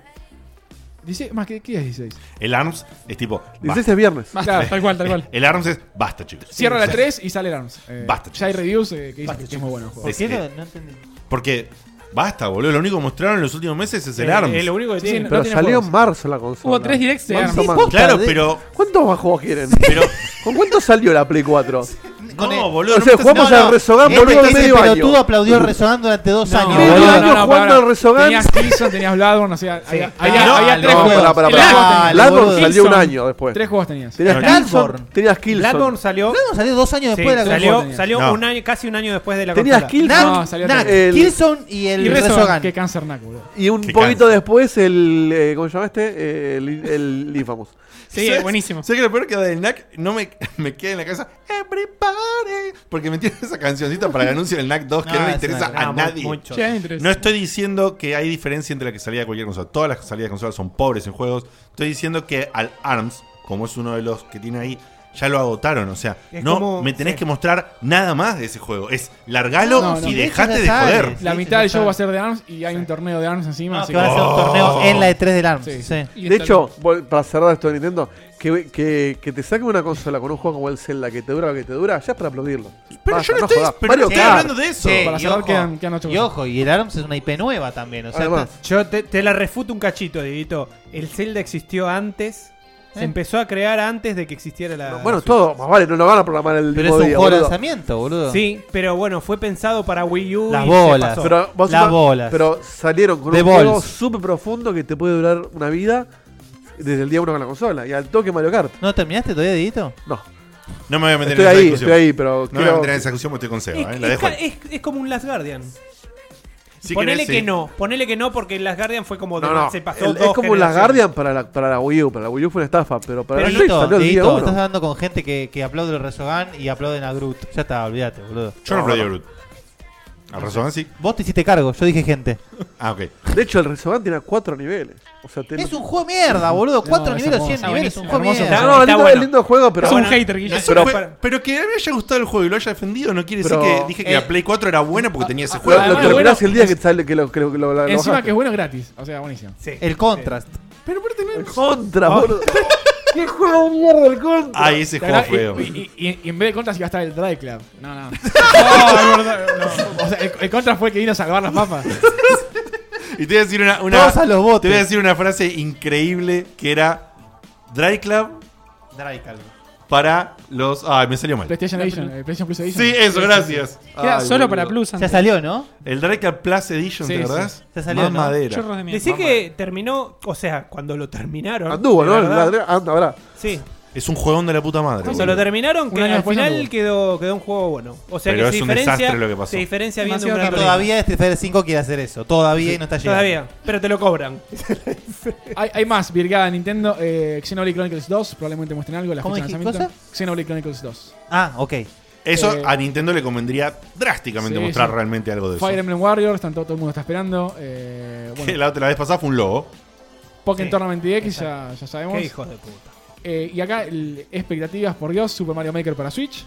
Dice, más, ¿qué, ¿qué es 16? El ARMS es tipo. basta. 16 "Este es viernes. Claro, tal cual, tal cual. El ARMS es basta, chicos. Cierra O la sea, 3 y sale el ARMS. Eh, Basta, Ya hay reviews eh, que dicen que es muy bueno el juego. ¿Por Es- qué eh, no, no entendí? Porque basta, boludo. Lo único que mostraron en los últimos meses es el, Eh, ARMS. eh, lo único que Sí, tiene. no Pero tiene salió juegos. en marzo la consola. Hubo tres directs de Marzo, ARMS. marzo. claro, Tarde. pero. ¿Cuántos más juegos quieren? pero ¿Con cuánto salió la Play 4? con No, el- boludo, O sea, no me jugamos estás- al Resogan, Este- boludo, este medio pelotudo año. aplaudió al Resogan durante dos No, años. boludo, no, no, pará, pará. Tenías Killzone, tenías Bloodborne, o sea, había, había- No, había no, tres pará, juegos. pará, pará. El Bloodborne, Dale, el Bloodborne Killzone. salió un año después. Tres juegos tenías. Tenías Bloodborne. Killzone, tenías Killzone. Bloodborne salió. Bloodborne salió dos años después de la salió, consola. salió No. un año, casi un año después de la Tenías consola. Killzone, No, salió Knack, el- Killzone y el Resogan. Resogan. Qué cáncer Knack, boludo. Y un Qué poquito después el. eh, ¿Cómo se llama este? El, el Infamous. ¿Sabes- ¿Sabes que lo peor que del NAC no me, me queda en la cabeza? Everybody. Porque me tiene esa cancioncita para el anuncio del NAC 2 que No, no, le es interesa una- a no, muy- nadie. muy choto. Che, interesante. No estoy diciendo que hay diferencia entre la que salía de cualquier consola. Todas las salidas de consolas son pobres en juegos. Estoy diciendo que al ARMS, como es uno de los que tiene ahí, ya lo agotaron. O sea, Es no como- me tenés sí. que mostrar nada más de ese juego. Es largalo No, no, y no. dejate de joder. La mitad del show va a ser de ARMS y hay un torneo de ARMS encima. así que van a hacer un torneo Oh. en la E3 del ARMS, sí. Y De está hecho, vol- para cerrar esto de Nintendo, que, que, que te saquen una consola con un juego como el Zelda que te dura lo que te dura, ya es para aplaudirlo. Pero Basta, yo no no estoy- jodas. pero no Mario estoy Kart. hablando de eso. Sí, Para y cerrar, ojo, quedan- quedan ocho Y ojo, y el ARMS es una IP nueva también. O sea, te- yo te, te la refuto un cachito, Dieguito. El Zelda existió antes. Se Eh. empezó a crear antes de que existiera la. Bueno, todo, más vale, no lo van a programar el Pero mismo es un día, juego de boludo. lanzamiento, boludo. Sí, pero bueno, fue pensado para Wii U. Las y se bolas. pasó. Pero, vos Las una- bolas. pero salieron con The un balls. juego súper profundo que te puede durar una vida desde el día uno con la consola. Y al toque Mario Kart. ¿No terminaste todavía, Didito? No. No me voy a meter Estoy en esa ahí, discusión. estoy ahí, pero No me voy quiero- a meter en esa discusión porque estoy con Seba. eh. La es, dejo ca- ahí. es- es como un Last Guardian. Si ponele querés, que sí. no, ponele que no, porque el Last Guardian fue como de- No, no. se pasó El- dos es como la generaciones. Guardian para la, para la Wii U. Para la Wii U fue una estafa, pero para Pero la Wii Dieguito, salió el día Dieguito, uno. estás hablando con gente que, que aplaude el Resogan y aplauden a Groot. Ya está, olvídate, boludo. Yo no aplaudí a Groot. Al Resogan sí. Vos te hiciste cargo, yo dije gente. Ah, ok. Ah, De hecho, el Resogan tiene cuatro niveles. O sea, te- Es un juego mierda, boludo. No, Cuatro es niveles, hermoso. cien Está niveles, es un juego buenísimo. mierda. No, no, lindo- bueno. lindo juego, pero- Es un hater, Guille. Es un Pero- jue- pero, que me haya gustado el juego y lo haya defendido no quiere decir Pero- que dije que Eh, ah, la Play 4 era buena porque tenía ese Lo- juego. lo terminás el día que sale que lo, que lo, que lo- lo Encima bajaste. Ah, que es bueno gratis. O sea, buenísimo. Ah. El contrast. Pero aparte no Contra, boludo. ¡Qué juego de mierda el contra! Ay, ese juego feo. Y, y- y- y en vez de contra se iba a estar el Drive Club. No, no. No, es verdad, no. O sea, el, el contra fue el que vino a salvar las papas. Y te voy a decir una, una- Todos a los botes. te voy a decir una frase increíble que era Dry Club para los. Ay, me salió mal. PlayStation Edition. eh, PlayStation Plus Edition. Sí, eso, gracias. Queda Ay, solo boludo. para Plus. antes. El Dry Club Plus Edition, Sí, ¿te sí. acordás? Ya salió, ¿no? Mamadera. Chorros de mierda. Decí que terminó, o sea, cuando lo terminaron. Anduvo, de ¿no? verdad, La- Anda, ahora. Sí. Es un juegón de la puta madre. Cuando lo boludo. terminaron, Un que año al después final anduvo. quedó, quedó un juego bueno. O sea Pero que es se un diferencia, desastre lo que pasó. Se diferencia viendo Demasiado un tarde. Todavía este Fighter 5 quiere hacer eso. Todavía y no está llegando. Todavía, pero te lo cobran. Hay, hay más, Virgada Nintendo. Eh, Xenoblade Chronicles 2. Probablemente muestren algo. La ¿Cómo fecha de dijiste, lanzamiento. Xenoblade Chronicles 2. Ah, ok. Eso Eh, a Nintendo le convendría drásticamente sí, mostrar sí. realmente algo de eso. Fire Emblem Warriors. Tanto, todo el mundo está esperando. Eh, bueno, Que la otra la vez pasada fue un lobo. Pokémon Sí, Tournament DX. Ya, ya sabemos. Qué hijos de puta. Eh, y acá, el- expectativas por Dios, Super Mario Maker para Switch.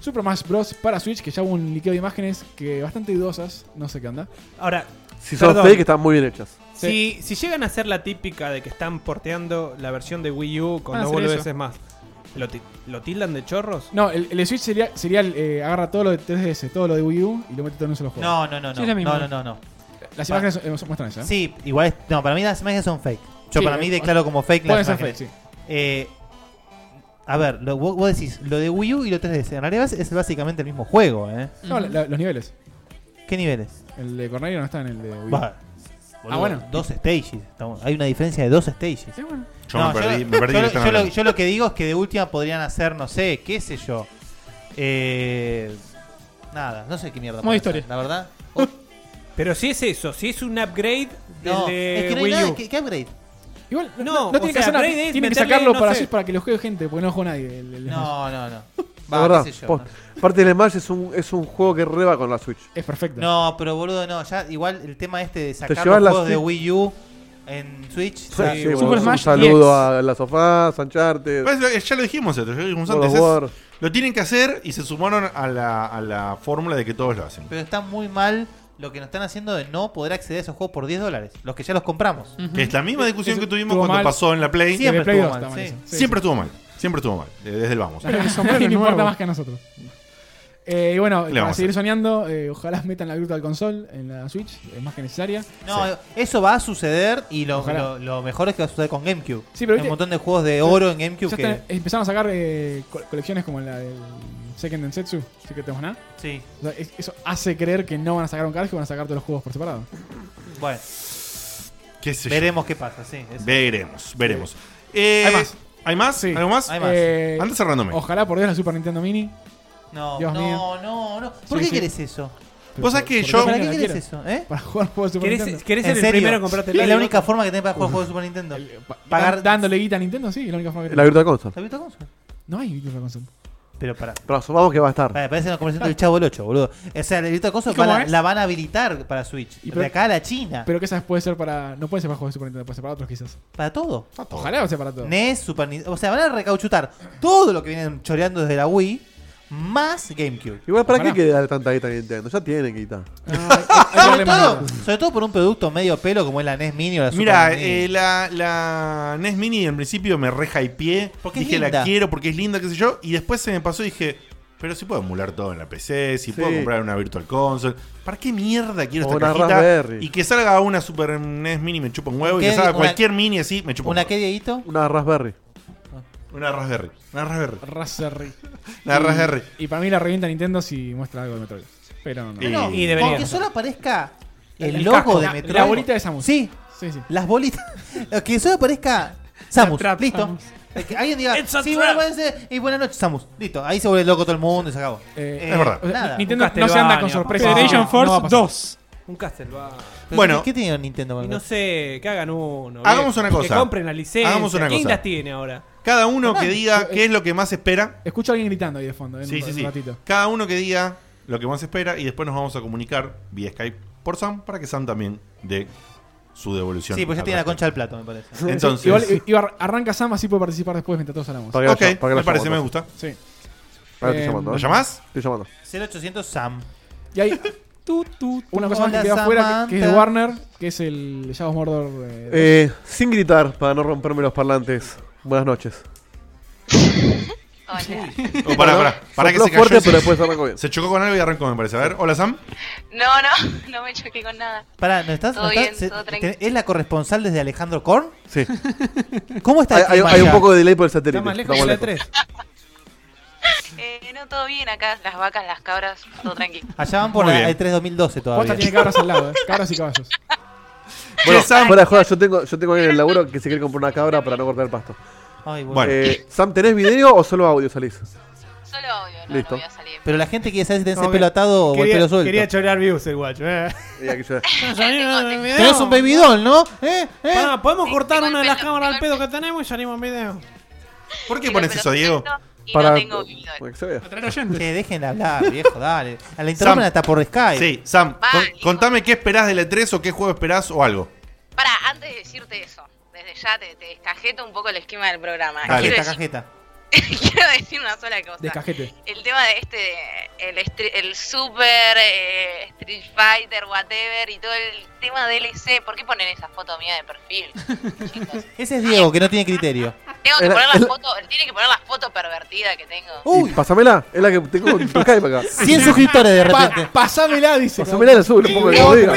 Super Smash Bros. para Switch, que ya hubo un liqueo de imágenes que bastante dudosas, no sé qué onda. Ahora, Si son perdón. fake, están muy bien hechas. Si, si llegan a hacer la típica de que están porteando la versión de Wii U con Van a Ah, no hacer veces eso. más, ¿lo, ti- lo tildan de chorros? No, el, el de Switch sería, sería el, eh, agarra todo lo de 3DS, todo lo de Wii U y lo mete todo en un solo juego. No, no, no, no. no, no, no, no. Las Va. imágenes son- eh, son- muestran eso. ¿eh? Sí, igual. es- No, para mí las imágenes son fake. Yo Sí, para eh, mí declaro como fake pueden las ser imágenes. fake, Eh, a ver, lo- vos, vos decís, lo de Wii U y lo 3DS. En realidad es básicamente el mismo juego, ¿eh? No, la- la- los niveles. ¿Qué niveles? El de Cornelio no está en el de Wii U. Va. ah, Boludo, bueno. Dos stages. Estamos- Hay una diferencia de dos stages. Yo me perdí- me perdí yo que lo- están yo lo- hablando. yo lo que digo es que de última podrían hacer, no sé, qué sé yo. Eh, nada, no sé qué mierda. Modo pueden historia. hacer, La verdad. Oh. Pero si es eso, si es un upgrade del No, de es que no hay Wii nada U. que- que upgrade. Igual, no, No, no, o tiene que sea, hacer nada. Braid es Tienen que meterle, sacarlo no para sé. Switch para que lo juegue gente, porque no juega nadie. el- el No, no, no. La Va, verdad. qué sé yo, po- no sé. Aparte, el Smash es un, es un juego que reba con la Switch. Es perfecto. No, pero boludo, no. Ya igual el tema este de sacar llevas los la juegos de Switch. Wii U en Switch. Sí, ya- sí, boludo. un saludo a la sofá, Sancharte. Pues, lo- ya lo dijimos, esto, ya lo dijimos God antes. of es- War. lo tienen que hacer y se sumaron a la, a la fórmula de que todos lo hacen. Pero está muy mal lo que nos están haciendo de no poder acceder a esos juegos por 10 dólares. Los que ya los compramos. Que es la misma discusión Eso que tuvimos estuvo cuando mal. pasó en la Play. Siempre Play estuvo 2 mal. está sí. mal eso. Siempre estuvo mal. Siempre estuvo mal. eh, Desde el vamos. Pero que son no importa más que a nosotros. Eh, y bueno, Le para vamos a seguir soñando, eh, ojalá metan la gruta al console en la Switch, es más que necesaria. No, eso va a suceder y lo, Ojalá. lo- lo mejor es que va a suceder con GameCube. Sí, pero Hay viste- un montón de juegos de oro en GameCube Ya que... están- empezaron a sacar eh, co- colecciones como la del Second Densetsu, Secret of Mana. Sí. O sea, es- eso hace creer que no van a sacar un cargo y van a sacar todos los juegos por separado. Bueno. ¿Qué sé yo? Veremos qué pasa, sí. es- Veremos, veremos. Eh, Eh, ¿Hay más? ¿Hay más? Sí. ¿Algo más? Eh, Anda cerrándome. Oh, Ojalá por Dios la Super Nintendo Mini. No, Dios no, mío. no, no. ¿Por Sí, qué sí. querés eso? Pero Vos por- sabés que por yo- Dios, ¿Para la qué querés quiero. eso, eh? Para jugar juegos de Super ¿Querés- Nintendo. querés ser ¿En el serio? primero en comprarte el Es la Xbox? única forma que tenés para jugar juegos de Super Nintendo. Pagar Pagar- dándole guita a Nintendo, sí, es la única forma que La Virtual Console. ¿La Virtual Console? No hay Virtual Console. Pero para. Pero asumamos que va a estar. Vale, parece una conversación del Chavo el 8, boludo. O sea, la Virtual Console ¿Y cómo van a- es? la van a habilitar para Switch. Y de pero- acá a la China. Pero que esas puede ser para. No pueden ser para juegos de Super Nintendo, puede ser para otros quizás. para todo. Ojalá sea para todo. NES, Super Nintendo. O sea, van a recauchutar todo lo que vienen choreando desde la Wii más GameCube. Igual, ¿para Ojalá. qué queda tanta guita a Nintendo? Ya tienen guita. sobre, todo, sobre todo por un producto medio pelo como es la NES Mini o la Super E Mira, Nintendo. eh, la, la NES Mini en principio me rehypeé. Porque es Dije, la linda. quiero porque es linda, qué sé yo. Y después se me pasó y dije, pero si puedo emular todo en la PC, si puedo Sí. comprar una Virtual Console. ¿Para qué mierda quiero O esta una cajita? Raspberry. Y que salga una Super NES Mini me chupa un huevo. Y ¿Qué? que salga Una- cualquier Mini así me chupa un ¿Una huevo. qué, Dieguito? Una Raspberry. Ah. Una Raspberry. Una Raspberry. Raspberry. La Y- Raspberry. Y, para mí la revienta Nintendo si muestra algo de Metroid. Pero no. Y- No, Y con que solo aparezca el, El logo casco. de La- Metroid. la bolita de Samus. Sí. Sí, sí. Las bolitas. que solo aparezca Samus. Listo. Samus. Que alguien diga, a sí, trap". bueno, parece- y buenas noches, Samus. Listo. Ahí se vuelve loco todo el mundo y se acabó. Eh, Eh, o sea, nada. Nintendo no se anda con sorpresas. Federation No, Force no va a pasar. 2. Un Castlevania. Bueno. ¿Qué tiene Nintendo? Y Manuel? no sé, que hagan uno. Hagamos viejo. una cosa. Que compren la licencia. Hagamos una ¿Quién cosa. las tiene ahora? Cada uno que Fernando, diga yo- eh, qué es lo que más espera. Escucho a alguien gritando ahí de fondo. eh, En Sí, un, sí, en un sí. ratito. Cada uno que diga lo que más espera y después nos vamos a comunicar vía Skype por Sam para que Sam también dé su devolución. Sí, pues ya al tiene la respecto. concha del plato, me parece. Entonces, Igual i- iba a- arranca Sam así puede participar después mientras todos hablamos. Para que Ok, la- para que la me parece, llamo, me gusta. Sí. Ahora te Eh, estoy llamando. ¿lo llamás? Estoy llamando. 0800 Sam. Y hay una cosa más que Hola, queda afuera que, que es de Samantha. Warner, que es el Shadow of Mordor. eh, Eh, sin gritar, para no romperme los parlantes. Buenas noches. Oh, pará, pará, pará que Sopló se cayó. fuerte, y se- pero después arrancó bien. Se chocó con algo y arrancó, me parece. A ver, hola Sam. No, no, no me choqué con nada. Pará, ¿no estás? Todo no estás- bien, se- todo te- tranquilo. ¿Es la corresponsal desde Alejandro Korn? Sí. ¿Cómo está? el Hay, hay- clima hay un allá? poco de delay por el satélite. que la Estamos lejos. Eh, no, todo bien acá, las vacas, las cabras, todo tranquilo. Allá van por Muy la- E bien. el 3 2012 Posta todavía. tiene cabras al lado, eh, cabras y caballos. Bueno, Che, Sam. fuera de joda, yo tengo, yo tengo alguien en el laburo que se quiere comprar una cabra para no cortar el pasto. Ay, boludo. Bueno. Eh, Sam, ¿tenés video o solo audio salís? Solo audio, no, Listo. no voy a salir. Pero la gente quiere saber si tenés Como el que pelo atado o el quería- pelo suelto. Quería chorar views el guacho. eh. Tenés un baby doll, ¿no? ¿Eh? ¿Eh? Pará, podemos cortar una de las cámaras al pedo que tenemos y salimos en video. ¿Por qué pones eso, Diego? Y Para- no tengo video. para que se vea. Che, dejen de hablar, viejo, dale. A la interrumpen hasta por Skype. Sí, Sam, Va, con- hijo. contame qué esperás de la 3 o qué juego esperás o algo. Para, antes de decirte eso, desde ya te, te descajeto un poco el esquema del programa. Dale, Quiero esta decir, cajeta. quiero decir una sola cosa. Descajete. El tema de este, el, estri- el Super eh, Street Fighter, whatever, y todo el tema DLC, ¿por qué ponen esa foto mía de perfil? Ese es Diego, que no tiene criterio. Tengo que Era- poner la era- foto, tiene que poner la foto pervertida que tengo. Y Pásamela, es la que tengo en tu Skype acá. 100 suscriptores de Pa- repente. pasámela, dice. Pásamela, la subo, le pongo el diga.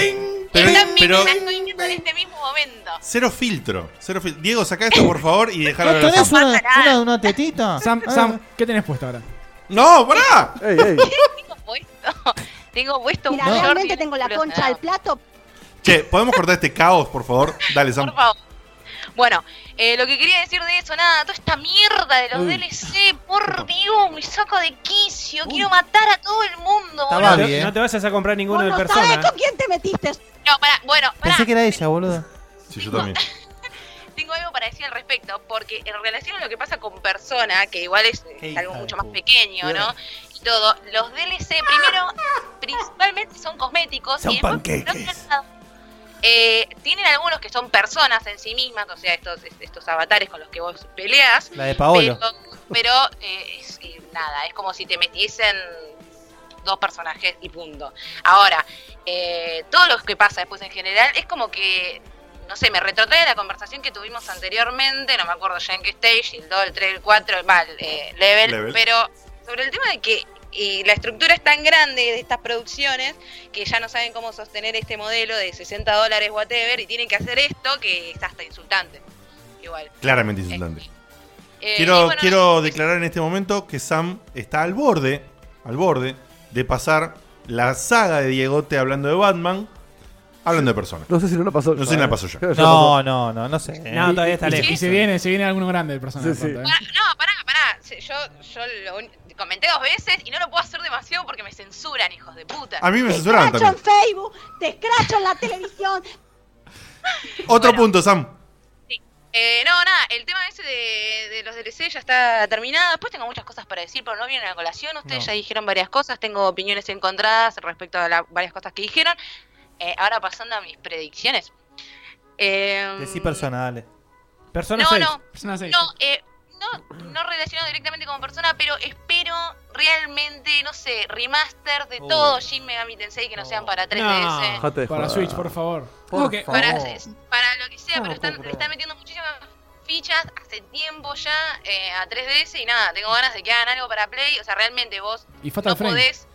Pero, Están pero minimizando Instagram en este mismo momento. cero filtro. Cero fil- Diego, saca esto por favor y dejalo ¿No hablar a tenés Sam. una, una, una tetita? Sam, Sam, ¿qué tenés puesto ahora? No, pará. Ah. Ey, ey. Tengo puesto, tengo puesto un Mira, short y realmente un tengo la culo concha al cerrado. plato. Che, ¿podemos cortar este caos, por favor? Dale, Sam. Por favor. Bueno, eh, lo que quería decir de eso, nada, toda esta mierda de los Uy. DLC, por Dios, me saco de quicio, quiero matar a todo el mundo. Está boludo. mal, eh. No, bien. no te vayas a comprar ninguno Vos de no persona. sabés eh. con quién te metiste. No, pará, bueno, pará, Pensé que era ella, boludo. Sí, yo también. tengo algo para decir al respecto, porque en relación a lo que pasa con Persona, que igual es eh, Qué algo hija mucho de más puta. pequeño, ¿no? Y todo, los DLC primero, principalmente son cosméticos. Son y después, panqueques. eh, tienen algunos que son personas en sí mismas, o sea, estos, estos avatares con los que vos peleas. La de Paolo. Pero, pero, eh, es, eh, nada, es como si te metiesen dos personajes y punto. Ahora, eh, todo lo que pasa después en general es como que, no sé, me retrotrae la conversación que tuvimos anteriormente, no me acuerdo ya en qué stage, el 2, el 3, el 4, el, va, el, eh, level, Level. pero sobre el tema de que Y la estructura es tan grande de estas producciones que ya no saben cómo sostener este modelo de 60 dólares, whatever, y tienen que hacer esto que es hasta insultante. Igual. Claramente insultante. Eh, y Quiero, bueno, quiero declarar en este momento que Sam está al borde, al borde, de pasar la saga de Diegote hablando de Batman, hablando de personas. No sé si no la pasó. No sé si la pasó ya. No, no, no, no sé. Y- y- y- Y se viene, se viene alguno grande del personaje. Sí, sí. pronto, ¿eh? Pará, no, pará, pará. Se- Yo, yo lo un- comenté dos veces y no lo puedo hacer demasiado porque me censuran, hijos de puta. A mí me censuraron escrachan también. fe- Facebook, te escracho en la televisión. Otro punto, Sam. Eh, no, nada, el tema ese de, de los DLC ya está terminado. Después tengo muchas cosas para decir, pero no vienen a colación. Ustedes No. ya dijeron varias cosas, tengo opiniones encontradas respecto a la- varias cosas que dijeron. Eh, ahora pasando a mis predicciones. Eh, Decí personales. Persona no, 6. no. No, eh, no, no relacionado directamente con persona, pero espero realmente, no sé, remaster de Oh. todo Shin Megami Tensei que no sean para 3DS. Dejate de para joder. Switch, por favor. Como Ok. que para, para lo que sea, pero están, le están metiendo muchísimas fichas hace tiempo ya eh, a 3DS y nada, tengo ganas de que hagan algo para Play. O sea, realmente vos Y Fatal no Frame. podés.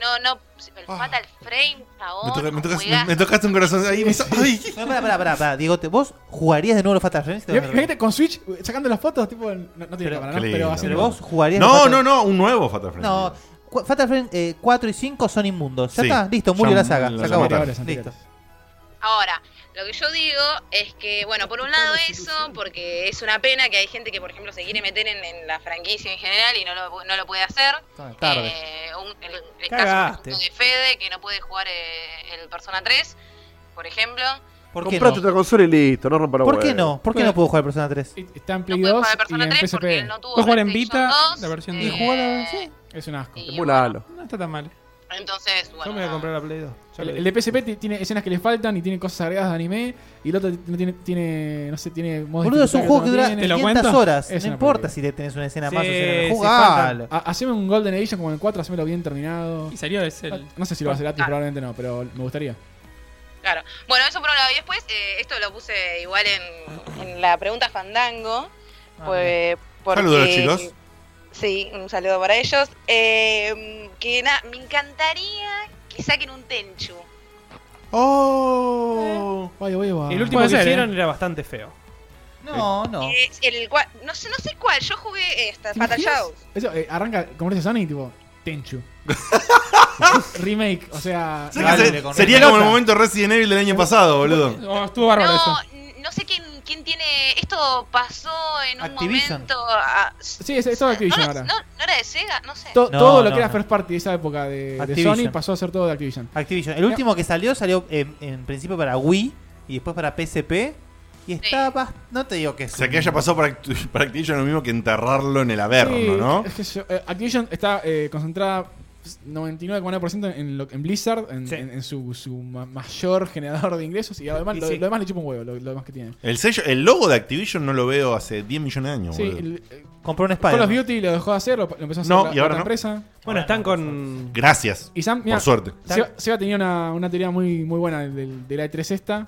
No, no, el Fatal Frame, Me, chabón. toca- me tocas- juegazo. me- me tocaste un corazón ahí. me- ay. No, pará, pará, pará, pará. Diego, ¿te- ¿vos jugarías de nuevo los Fatal Frames? Mira- Fíjate, con Switch, eh, sacando las fotos, tipo. No, no tiene cámara, ¿no? Qué lindo, Pero, boludo. haciendo- vos jugarías los No, Fatal- no, no, un nuevo Fatal Frame. No, cu- Fatal Frame eh, 4 y 5 son inmundos. Ya Sí. está, listo, murió Ya la saga. murió Se la acabó. saga. Listo. Ahora, lo que yo digo es que, bueno, por un lado eso, porque es una pena que hay gente que, por ejemplo, se quiere meter en, en la franquicia en general y no lo, no lo puede hacer. Tarde. Eh, un- el, el caso Cagaste. por ejemplo, de Fede, que no puede jugar eh, el Persona 3, por ejemplo. ¿Por qué Comprate no? otra consola y listo, no rompa la ¿Por qué hueva. no? ¿Por qué no puedo jugar Persona 3? Está en Play 2 y en PSP. Puedes jugar en Vita, la versión eh, de. de- Y jugar a- sí, Es un asco. y Emulalo. No está tan mal. Entonces, bueno. Yo me voy a comprar la Play 2. ya El, lo dije. el de PSP ti- tiene escenas que le faltan y tiene cosas agregadas de anime. Y el otro ti- no tiene, tiene, no sé, tiene modos de Boludo, es un dificultad juego que no dura tiene. 500 horas. Es no una importa si le tenés una escena Sí, más o escena sí, Jugalo. falta. Ha- Haceme un Golden Edition como en el 4, hacémelo bien terminado. Ah, Y salió de Cell. No sé si lo va a hacer Atis, probablemente no, pero me gustaría. Claro. Bueno, eso por un lado. Y después, eh, esto lo puse igual en, en la pregunta Fandango. Pues, porque- Saludos a los chicos. Sí, un saludo para ellos. Eh, que nada, me encantaría que saquen un Tenchu. Oh. Vaya, vaya, vaya. El último que Puede ser, hicieron ¿eh? era bastante feo. No, no. Eh, el cua- no, sé, no sé cuál, yo jugué esta, ¿Te Fatal imaginas? Shadows. Eso, eh, arranca, como dice Sony, tipo, Tenchu. Remake, o sea. ¿Sabes que se- sería como el momento Resident Evil del año pasado, boludo. estuvo bárbaro No, n- no sé quién, quién tiene. Esto pasó en un Activision. momento. ah, s- Sí, es, es todo de Activision no, ahora. no, no era de Sega, no sé. To- No, todo lo no, que era no. first party de esa época de, de Activision. Sony pasó a ser todo de Activision. Activision. El último que salió salió en, en principio para Wii y después para PSP. Y está bas- Ah, No te digo que es. O sea, un- que haya pasado para, Act- para Activision lo mismo que enterrarlo en el Averno, Sí, ¿no? es que yo- eh, Activision está eh, concentrada 99,9% en, lo- en Blizzard, en, en- en su, su ma- mayor generador de ingresos, y lo demás, Y lo, sí. lo demás le chupa un huevo, lo, lo demás que tiene. El sello, el logo de Activision no lo veo hace 10 millones de años, Sí, boludo. el- eh, Compró un Call Spider. of Duty lo dejó de hacer, lo, lo empezó a hacer No, la, y ahora otra no. empresa. Bueno, están con. Gracias. Y Sam, mira, por suerte. Seba, Seba tenía una, una teoría muy, muy buena del- de, la E3 esta.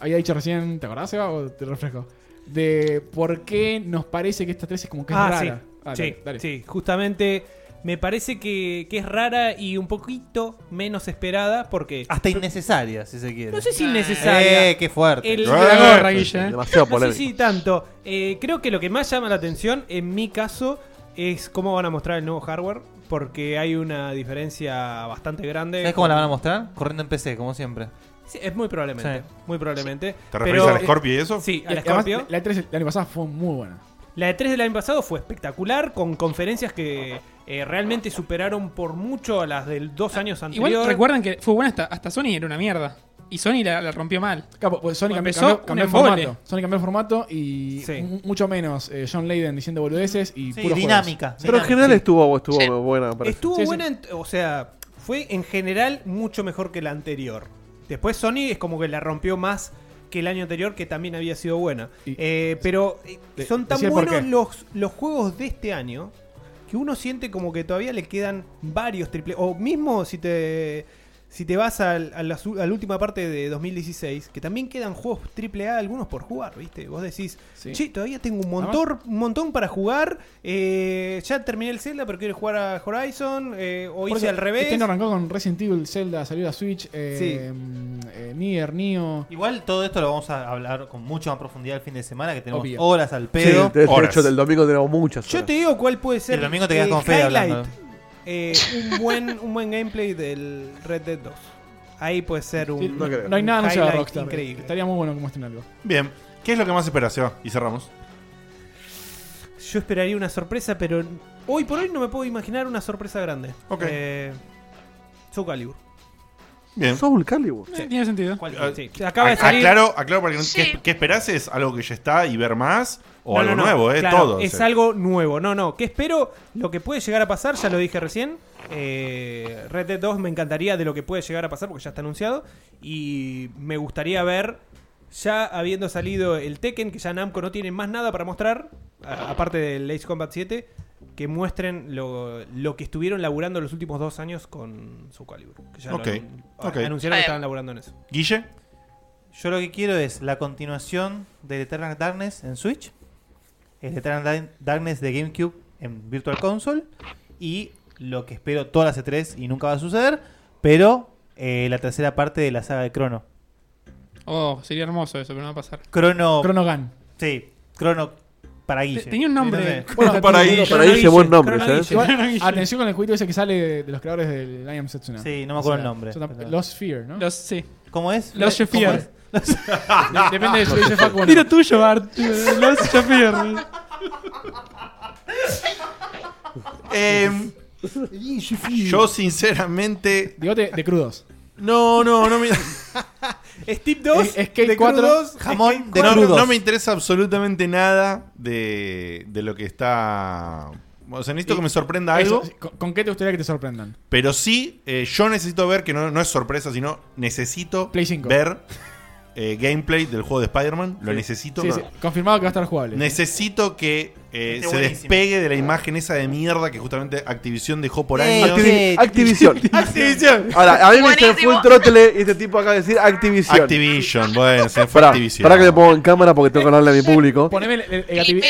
Había dicho recién, ¿te acordás, Seba? O te refresco. De por qué nos parece que esta 3 es como que es Ah, rara. sí. Ah, sí, dale, dale. sí, justamente me parece que, que es rara y un poquito menos esperada porque. Hasta innecesaria, si se quiere. No sé si innecesaria. Eh, qué fuerte. El- ¿eh? No sé si tanto. Eh, creo que lo que más llama la atención, en mi caso, es cómo van a mostrar el nuevo hardware. Porque hay una diferencia bastante grande. ¿Sabes cómo la van a mostrar? Corriendo en PC, como siempre. Sí, es muy probablemente. Sí. Muy probablemente. ¿Te referís Pero- al Scorpio y eso? Sí, Y al además, Scorpio. la E3 el año pasado fue muy buena. La de 3 del año pasado fue espectacular, con conferencias que eh, realmente superaron por mucho a las del dos años Igual anteriores. recuerdan que fue buena hasta, hasta Sony era una mierda. Y Sony la, la rompió mal. Claro, pues Sony Cuando cambió, empezó, cambió- un cambió el embole. formato. Sony cambió el formato y mu- mucho menos eh, John Layden diciendo boludeces y Sí, puros dinámica, juegos. Pero en general estuvo, estuvo buena, me parece. Estuvo Sí, sí. buena, en- o sea, fue en general mucho mejor que la anterior. Después Sony es como que la rompió más que el año anterior, que también había sido buena. Eh, pero eh, de- son tan decí el buenos porqué. los, los juegos de este año que uno siente como que todavía le quedan varios triple. O mismo si te. si te vas al- a, la, su- a la última parte de 2016, que también quedan juegos AAA algunos por jugar, ¿viste? Vos decís, che, todavía tengo un montón, un montón para jugar, eh, ya terminé el Zelda, pero quiero jugar a Horizon, eh, o Por hice eso, al revés. Nintendo este arrancó con Resident Evil, Zelda, salió a Switch, eh, eh, Nier, Nio. Igual todo esto lo vamos a hablar con mucho más profundidad el fin de semana, que tenemos Obvio. horas al pedo. Sí, de- de hecho, del domingo tenemos muchas. Yo horas. te digo cuál puede ser El domingo te quedas con Fede hablando. eh, un, buen, un buen gameplay del Red Dead 2. Ahí puede ser un. no, un hay nada anunciado de highlight Rockstar. Increíble. Estaría muy bueno que muestren algo. Bien, ¿qué es lo que más esperas, Seba? Y cerramos. Yo esperaría una sorpresa, pero hoy por hoy no me puedo imaginar una sorpresa grande. Ok. Eh, Soul Calibur. Bien. Soul Calibur. Tiene sentido. Ah, Sí, acaba de ac- salir. Aclaro, aclaro para que, no- Sí. ¿qué, qué esperás? ¿Es algo que ya está y ver más? ¿O No, algo no, no. nuevo? ¿eh? Claro, Todo. Es sí. algo nuevo. No, no. ¿Qué espero? Lo que puede llegar a pasar, ya lo dije recién. eh, Red Dead 2 me encantaría de lo que puede llegar a pasar porque ya está anunciado. Y me gustaría ver, ya habiendo salido el Tekken, que ya Namco no tiene más nada para mostrar, a- aparte del Ace Combat 7, que muestren lo, lo que estuvieron laburando los últimos dos años con su Calibur. Que ya lo Ok, anun- ok. anunciaron que estaban laburando en eso. Guille. Yo lo que quiero es la continuación del Eternal Darkness en Switch, el Eternal Dar- Darkness de GameCube en Virtual Console y lo que espero todas las E3 y nunca va a suceder, pero eh, la tercera parte de la saga de Chrono. Oh, sería hermoso eso, pero no va a pasar. Chrono. Chrono Gun. Sí, Chrono para Guille. Tenía un nombre. Bueno, Para Guille, buen nombre, ¿sabes? Igual, Atención con el juguito ese que sale de, de los creadores del I Am Setsuna. Sí, no me acuerdo el O sea, nombre, yo tamp- pero- Lost Fear, ¿no? Los, sí. ¿Cómo es? Los ¿Cómo Sheffield. es? De- Depende de si dice Facu o no. Tiro tuyo, Bart. Los Sheffield. Em, yo, sinceramente. Digo, de, de crudos. No, no, no me. Steve 2, Eh, Skate de 4, crudos, jamón Skate de no, 4. no- no me interesa absolutamente nada de, de lo que está. O sea, necesito que me sorprenda Eso, algo. sí, ¿con, con qué te gustaría que te sorprendan? Pero sí, eh, yo necesito ver, que no, no es sorpresa, sino necesito ver eh, gameplay del juego de Spider-Man. Lo necesito. Sí, sí, Confirmado que va a estar jugable. Necesito que eh, Este Esté se buenísimo. despegue de la imagen esa de mierda que justamente Activision dejó por Eh, años. Activi- Activision. Activision. Ahora, a mí me se fue el trotle y este tipo acaba de decir Activision. Activision, bueno, se fue Pará, Activision. pará que le pongo en cámara porque tengo que hablarle a mi público. Poneme el, el- el gativi-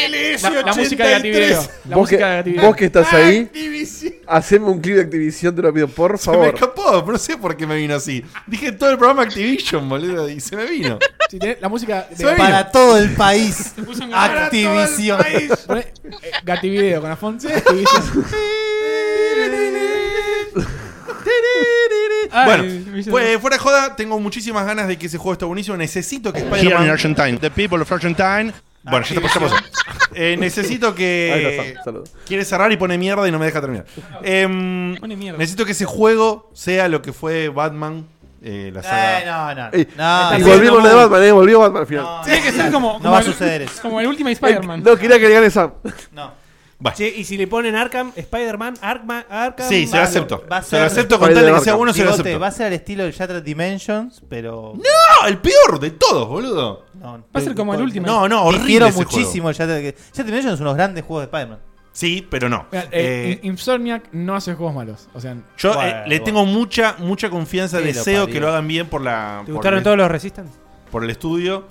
LS83. la, la música de Gativideo. La Vos música de que, Gativideo. vos que Ah, estás ahí, Activision. haceme un clip de Activision, te lo pido, por Se me favor. escapó, no sé por qué me vino así. Dije todo el programa Activision, boludo, y se me vino. Si tenés la música de- Se me Para vino. todo el país. puso en garra. Activision. Para todo el país. Poné, eh, Gativideo con Afonso. Activision. Ah. Bueno, pues, fuera de joda, tengo muchísimas ganas de que ese juego esté buenísimo. Necesito que Here in Spider-Man. Argentine, the people of Argentine. Bueno, ya te pasó, ya pasó. Eh, necesito Ahí que. está, saludo. Quiere cerrar y pone mierda y no me deja terminar. Em, Pone mierda. necesito que ese juego sea lo que fue Batman, eh, la saga. Eh, no, no. Ey, no, y no. volvimos lo de Batman, eh, volvió Batman al final. Tiene que ser como. No como va a el- suceder eso. Como el último Spider-Man. No quería que le gane Sam. Che, y si le ponen Arkham, Spider-Man, Arkma- Arkham. Sí, se lo Batman. acepto. Va a Se ser- lo acepto con tal de que sea bueno, se lo Bigote, acepto. va a ser al estilo del Shattered Dimensions, pero. ¡No! El peor de todos, boludo. No, Va a ser como el último. No, no, horrible. Difiero ese juego. muchísimo. el Shattered, Shattered Dimensions es unos grandes juegos de Spider-Man. Sí, pero no. Mira, Eh, eh, In- Insomniac no hace juegos malos. O sea, Yo eh, Bueno, le bueno. tengo mucha, mucha confianza, Sí, lo deseo parió. que lo hagan bien por la. ¿Te por gustaron el- todos los Resistance? Por el estudio.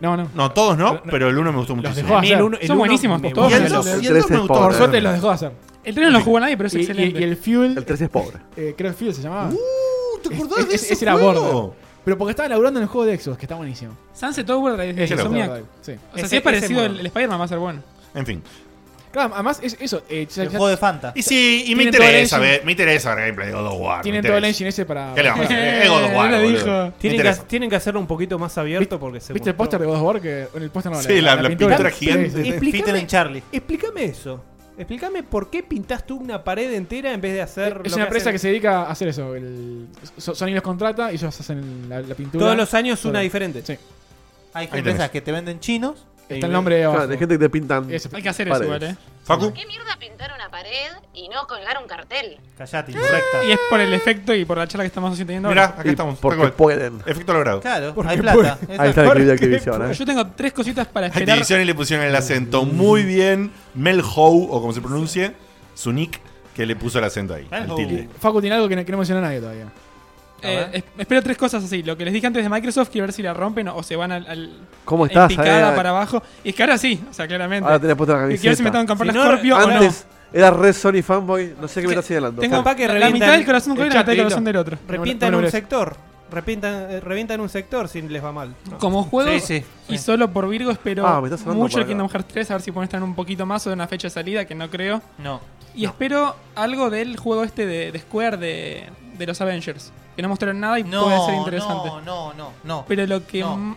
no, no. No, todos no, Pero- pero el uno me gustó Los muchísimo. dejó hacer. el uno- el Son uno buenísimos me todos. Y el El dos, y el tres dos me es gustó. pobre. Por suerte los dejó hacer. El tren no lo jugó nadie, pero es Y, y- excelente. y el Fuel, El 3 es pobre. eh, creo que Fuel se llamaba. Uh, ¿Te Es- acordás es- de ese ese era juego? gordo. Pero porque estaba laburando en el juego de Exos, que está buenísimo. Sunset Overdrive de Ese lo Insomniac. juego, sí. O sea, Ese- si es parecido ese el, el Spider-Man, va a ser bueno. En fin. Claro, Ah, además, es, eso. eh, ya- El ya juego de Fanta. Y sí, y me Tienen todo interesa, el engine. ver, me interesa ver gameplay de God of War. me tienen todo el interesa. engine ese para. ¿Qué le vamos a hacer? Es God of War, Lo boludo. dijo. Me Tienen que, interesa. tienen que hacerlo un poquito más abierto porque se ¿Viste el mostró- póster de God of War? Que, en el póster no Sí, la- la pintura gigante. Explícame- Peter en Charlie. Explícame eso. Explícame por qué pintas tú una pared entera en vez de hacer. Es lo una empresa hacen. que se dedica a hacer eso. El, so- Sony los contrata y ellos hacen la, la pintura. Todos los años una Todo. diferente. Sí. Hay tenés. empresas que te venden chinos. Está el nombre abajo. Claro, hay gente que te pintan. Ese. Hay que hacer eso Paredes. igual, eh. Facu. ¿Qué mierda pintar una pared y no colgar un cartel? Callate, incorrecta. Y es por el efecto y por la charla que estamos teniendo. Mirá, ahora. acá Y estamos. Porque tal cual. pueden. Efecto logrado. Claro, hay plata. Ahí está el clip de Activision, eh. Yo tengo tres cositas para esperar. Activision y le pusieron el acento muy bien. Mel Howe, o como se pronuncie, su nick, que le puso el acento ahí. Mel el Ah, Howe. tilde. Facu tiene algo que no, que no menciona nadie todavía. eh, es- espero tres cosas así. Lo que les dije antes de Microsoft, quiero ver si la rompen o, o se van al, al- ¿Cómo en estás, picada eh? para abajo. Y es que ahora sí, o sea, claramente. Ahora tenés puesta la Y camiseta. quiero ver si me tengo que comprar la Si no, Scorpio o no. Antes era Red Sony fanboy, no sé qué me estás señalando. Tengo Capaz que la revientan- mitad del corazón con él y la mitad del Escuchá, corazón del Pedrito, otro. Repientan No me lo- no me un lo- sector. Repientan, eh, revientan un sector si les va mal. Como juego y solo por Virgo espero Ah, me estás hablando mucho por el Kingdom Hearts 3, a ver si pueden estar un poquito más o de una fecha de salida, que no creo. No. Y espero algo del juego este de, de Square de, de los Avengers, que no mostraron nada y No, puede ser interesante. no, no, no, no. Pero lo que... No. m-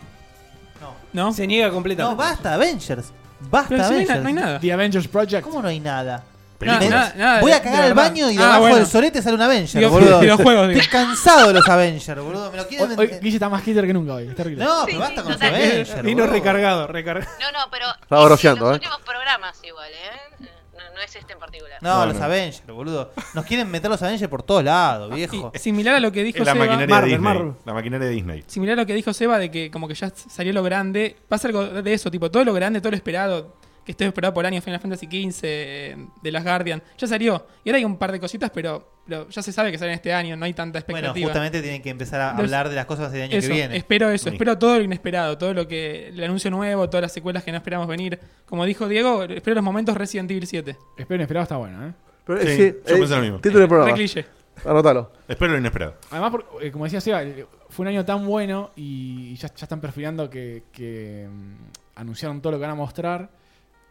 No. Se niega completamente. No, basta, Avengers. Basta, Pero si no hay na- Avengers. no hay nada. The Avengers Project. ¿Cómo no hay nada? Nada, Me- nada, nada Voy de- a cagar de al verdad. baño y Ah, debajo bueno. del sorete sale un Avenger, Video- boludo. videojuegos, digo. Estoy cansado de los Avengers, boludo. Me lo quieren Hoy, hoy Guille está más hitter que nunca hoy. Está horrible. No, pero basta con los totalmente. Avengers. Vino boludo. recargado, recargado. No, no, pero Estaba groseando, los eh. últimos programas igual, ¿eh? No, no es este en particular. No, No, los no. Avengers, boludo. Nos quieren meter los Avengers por todos lados, viejo. Similar a lo que dijo Es la Seba- maquinaria Marvel, de Disney. Marvel. La maquinaria de Disney. Similar a lo que dijo Seba de que como que ya salió lo grande, pasa algo de eso, tipo todo lo grande, todo lo esperado, que estoy esperado por años, Final Fantasy XV, eh, de las Guardian, ya salió. Y ahora hay un par de cositas, pero, pero ya se sabe que salen este año, no hay tanta expectativa. Bueno, justamente tienen que empezar a Entonces, hablar de las cosas del año eso, que viene. Espero eso, Sí. espero todo lo inesperado, todo lo que el anuncio nuevo, todas las secuelas que no esperamos venir. Como dijo Diego, espero los momentos Resident Evil 7. Espero inesperado está bueno, ¿eh? Pero, eh, sí, eh, Título del programa. Re cliché. Anótalo. Espero lo inesperado. Además, por- eh, como decía Seba, eh, fue un año tan bueno y ya, ya están perfilando que, que, mm, anunciaron todo lo que van a mostrar,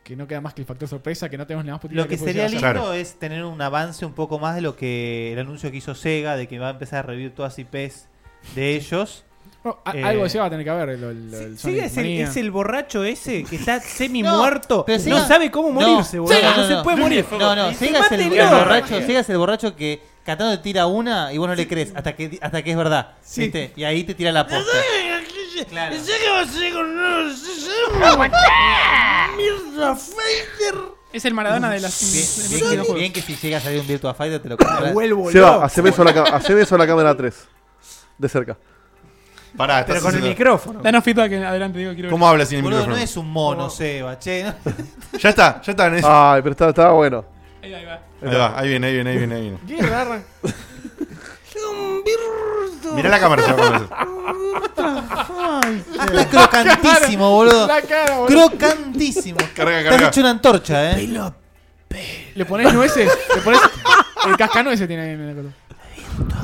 que no queda más que el factor sorpresa, que no tenemos nada más puta idea Lo que de qué puede sería lindo llegar a ser. es tener un avance un poco más de lo que el anuncio que hizo Sega de que va a empezar a revivir todas IPs de ellos. Bueno, a- Eh, algo de Sega va a tener que haber. Lo, lo- el Sí, Sonic es el, Mania. es el borracho ese que está semi No, muerto. pero no Sega- sabe cómo No, morirse, boludo. Sega, No, se puede morir. No, no, Y Sega es el, mátenlo. el borracho, Sega es el borracho que Catano te tira una y vos no le crees hasta que, hasta que es verdad. ¿viste? Y ahí te tira la posta. Claro. pues, Mirra Fader. Es el Maradona de las... de Bien, los bien que- videojuegos. bien que si llega a salir un Virtua Fighter te lo compras. Seba, haceme eso, a la, ca- haceme eso a la cámara 3. De cerca. Pará, estás haciendo- Danos feedback en- adelante, Diego. Quiero ver. ¿Cómo habla sin el Boludo, micrófono? no es un mono, Seba, che. ¿no? Ya está, ya Ah, está. Necio. Ay, pero estaba, estaba bueno. Ahí va, ahí va. Ahí va, ahí viene, ahí viene, ahí viene. Ahí viene. Mirá la cámara, ya, con eso. Está crocantísimo, boludo. La cara, boludo. Crocantísimo. Carga, Te has carga. hecho una antorcha, eh. Le pones nueces, le pones. El cascanueces tiene ahí en el color.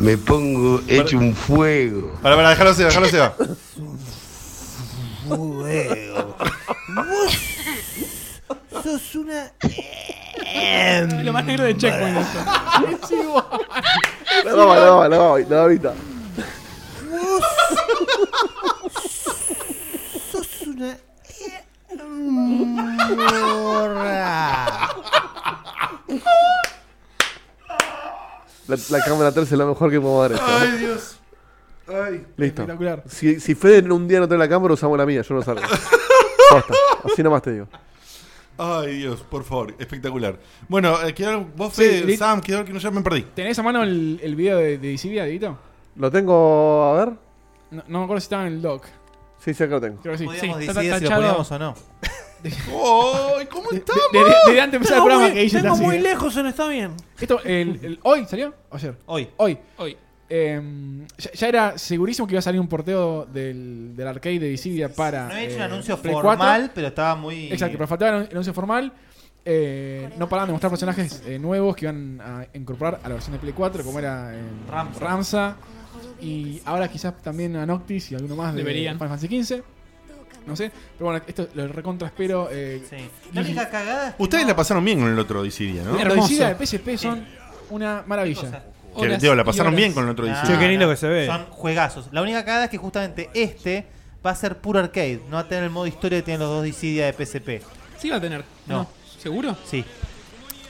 Me pongo hecho un fuego. Para, para, déjalo se va, déjalo se va. Vos sos una. Em. Lo más negro de Checkpoint. Es igual. No, no, no, no, no, no, ahorita. Vos sos una. Morra. La, la cámara 3 es lo mejor que podemos dar. esto. ¿eh? Ay, Dios. Ay. Listo. Espectacular. Si, si Fede en un día no trae la cámara, usamos la mía, yo no salgo. Basta. Así nomás te digo. Ay, Dios, por favor, espectacular. Bueno, eh, quedó vos, Sí, Fede, li- Sam, quedó que no ya me perdí. ¿Tenés a mano el, el video de, de Isibia, Dieguito? Lo tengo, a ver. No, no me acuerdo si estaba en el doc. Sí, sí, acá lo tengo. Creo que sí. Podíamos Sí, decidir está si lo tachado. poníamos o no. ¡Ay, cómo estamos! De- de- Desde antes de empezar el Estamos programa muy- que Guille estamos está así, muy eh. lejos, ¿no está bien? Esto, el, el- ¿Hoy salió? ¿O ayer? Hoy. Hoy. Hoy. Em, ya, ya era segurísimo que iba a salir un porteo del, del arcade de Dissidia para. No había hecho un eh, anuncio Play formal, 4. pero estaba muy- Exacto, pero faltaba el anuncio formal. Eh, no paraban de mostrar personajes eh, nuevos que iban a incorporar a la versión de Play 4, como era eh, Ramsa. Ramsa. Y ahora quizás también a Noctis y alguno más de Deberían. Final Fantasy XV. No sé, pero bueno, esto lo recontra espero. eh, La única cagada es que Ustedes no- la pasaron bien con el otro Dissidia, ¿no? Los Dissidia de PSP son una maravilla. Que, digo, la pasaron bien con el otro Nah, Dissidia. nah, Son juegazos. La única cagada es que justamente este va a ser puro arcade. No va a tener el modo historia que tienen los dos Dissidia de PSP. Sí va a tener. No. No. ¿Seguro? Sí.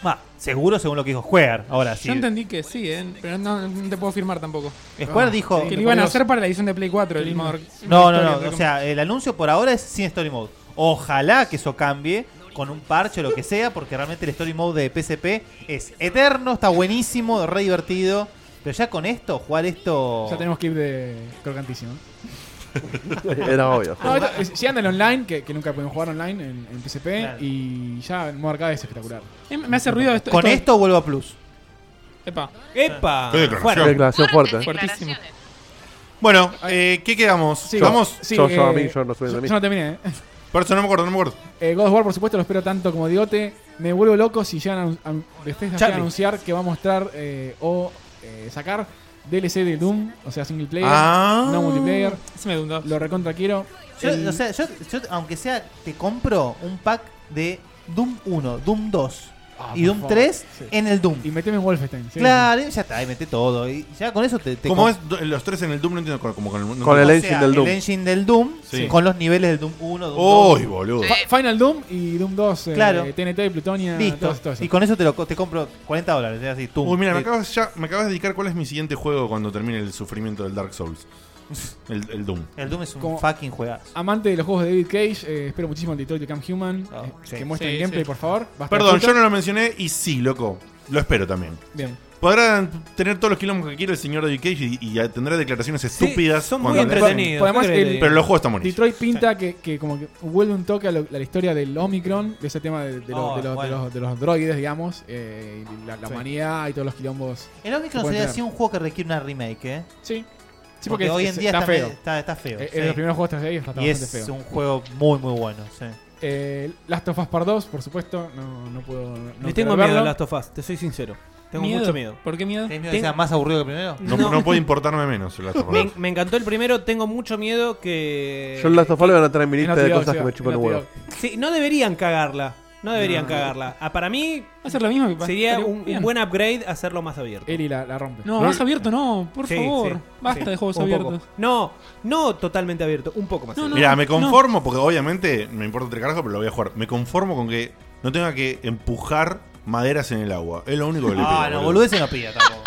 Va, seguro según lo que dijo Square. Ahora sí. Yo entendí que sí, eh, pero no, no te puedo firmar tampoco. Square dijo- Que lo iban a hacer para la edición de Play 4, el modo- No, no, historia, no. entre O sea, el anuncio por ahora es sin Story Mode. Ojalá que eso cambie con un parche o lo que sea, porque realmente el Story Mode de PSP es eterno, está buenísimo, re divertido. Pero ya con esto, jugar esto. Ya tenemos clip de Crocantísimo. Era obvio. No, esto, es- si andan online, que, que nunca podemos jugar online en, en PSP, y ya en modo arcade es espectacular. Eh, me hace ruido esto- Con esto- esto vuelvo a Plus. Epa. Epa. Declaración fuerte. Fuertísimo. Bueno, eh, ¿qué quedamos? Sí, ¿Vamos? sí, Yo- yo a mí, eh, yo no soy de yo- mí. yo no terminé, eh. Por eso no me acuerdo, no me acuerdo. Eh, God of War, por supuesto, lo espero tanto como Diote. Me vuelvo loco si llegan a, a- Bethesda llega a Charlie. anunciar que va a mostrar eh, o eh, sacar DLC de Doom, o sea, single player, Ah. no multiplayer. Lo recontra quiero. Yo, El- o sea, yo, yo, aunque sea, te compro un pack de Doom 1, Doom 2 Ah, y por Doom favor, 3 sí. en el Doom. Y meteme Wolfenstein. sí. Claro, y ya está, ahí mete todo. Y ya con eso te. te ¿Cómo com- es do- los tres en el Doom? No entiendo. Con, como con el, no Con el engine entiendo. del Doom. El engine del Doom, Sí. con los niveles del Doom 1, Doom Uy, 2. boludo. Fi- Final Doom y Doom 2, eh, Claro. TNT y Plutonia. Listo. todo- todo eso. Y con eso te, lo, co- te compro 40 dólares. es Así, tú. Uy, mira, me Eh, acabas, ya, me acabas de dedicar cuál es mi siguiente juego cuando termine el sufrimiento del Dark Souls. El, el Doom. El Doom es un Como- fucking juegazo. Amante de los juegos de David Cage, eh, espero muchísimo el Detroit Become Human. Oh, eh, Que muestren Sí, gameplay, sí. por favor. Va a estar Perdón, puta. yo no lo mencioné y sí, loco. Lo espero también. Bien. Podrá tener todos los kilómetros que quiera el señor de Cage y, y tendrá declaraciones estúpidas. son cuando muy le- entretenidos, Por- por además, ¿qué el- pero los juegos están bonitos. Detroit pinta que, que como que vuelve un toque a, lo- a la historia del Omicron, de ese tema de, de los- Oh, de los, bueno. de los- de los droides, digamos, eh, y la, la humanidad y todos los quilombos. El que Omicron pueden sería tener. así un juego que requiere una remake, ¿eh? Sí. Sí, porque, porque es- hoy en es- día está está, feo. me- Está, está feo. Eh, es de los primeros juegos 3D y está Y bastante es feo. un juego muy, muy bueno. Sí. Eh, Last of Us Part 2, por supuesto, no, no puedo. No Le quiero tengo verlo. miedo a Last of Us, te soy sincero. Tengo ¿Miedo? mucho miedo. ¿Por qué miedo? ¿Tenés miedo que sea más aburrido que el primero? No- no puede importarme menos el Last of Us. Me, me encantó el primero, tengo mucho miedo que. Yo el Last of Us lo voy a Eh, traer en mi lista de cosas que me chupan un un huevo. Sí, no deberían cagarla. No deberían No. cagarla. Ah, para mí. Hacer lo mismo que pasa. Sería Estaría un, un bien. buen upgrade hacerlo más abierto. Eli la, la rompe. No, más abierto no, por favor. Basta de juegos Un poco. abiertos. No, no totalmente abierto, un poco más abierto. Mira, me conformo, porque obviamente me importa tres carajos, pero lo voy a jugar. Me conformo con que no tenga que empujar maderas en el agua. Es lo único que le pido. Ah, no, boludeces no pida tampoco.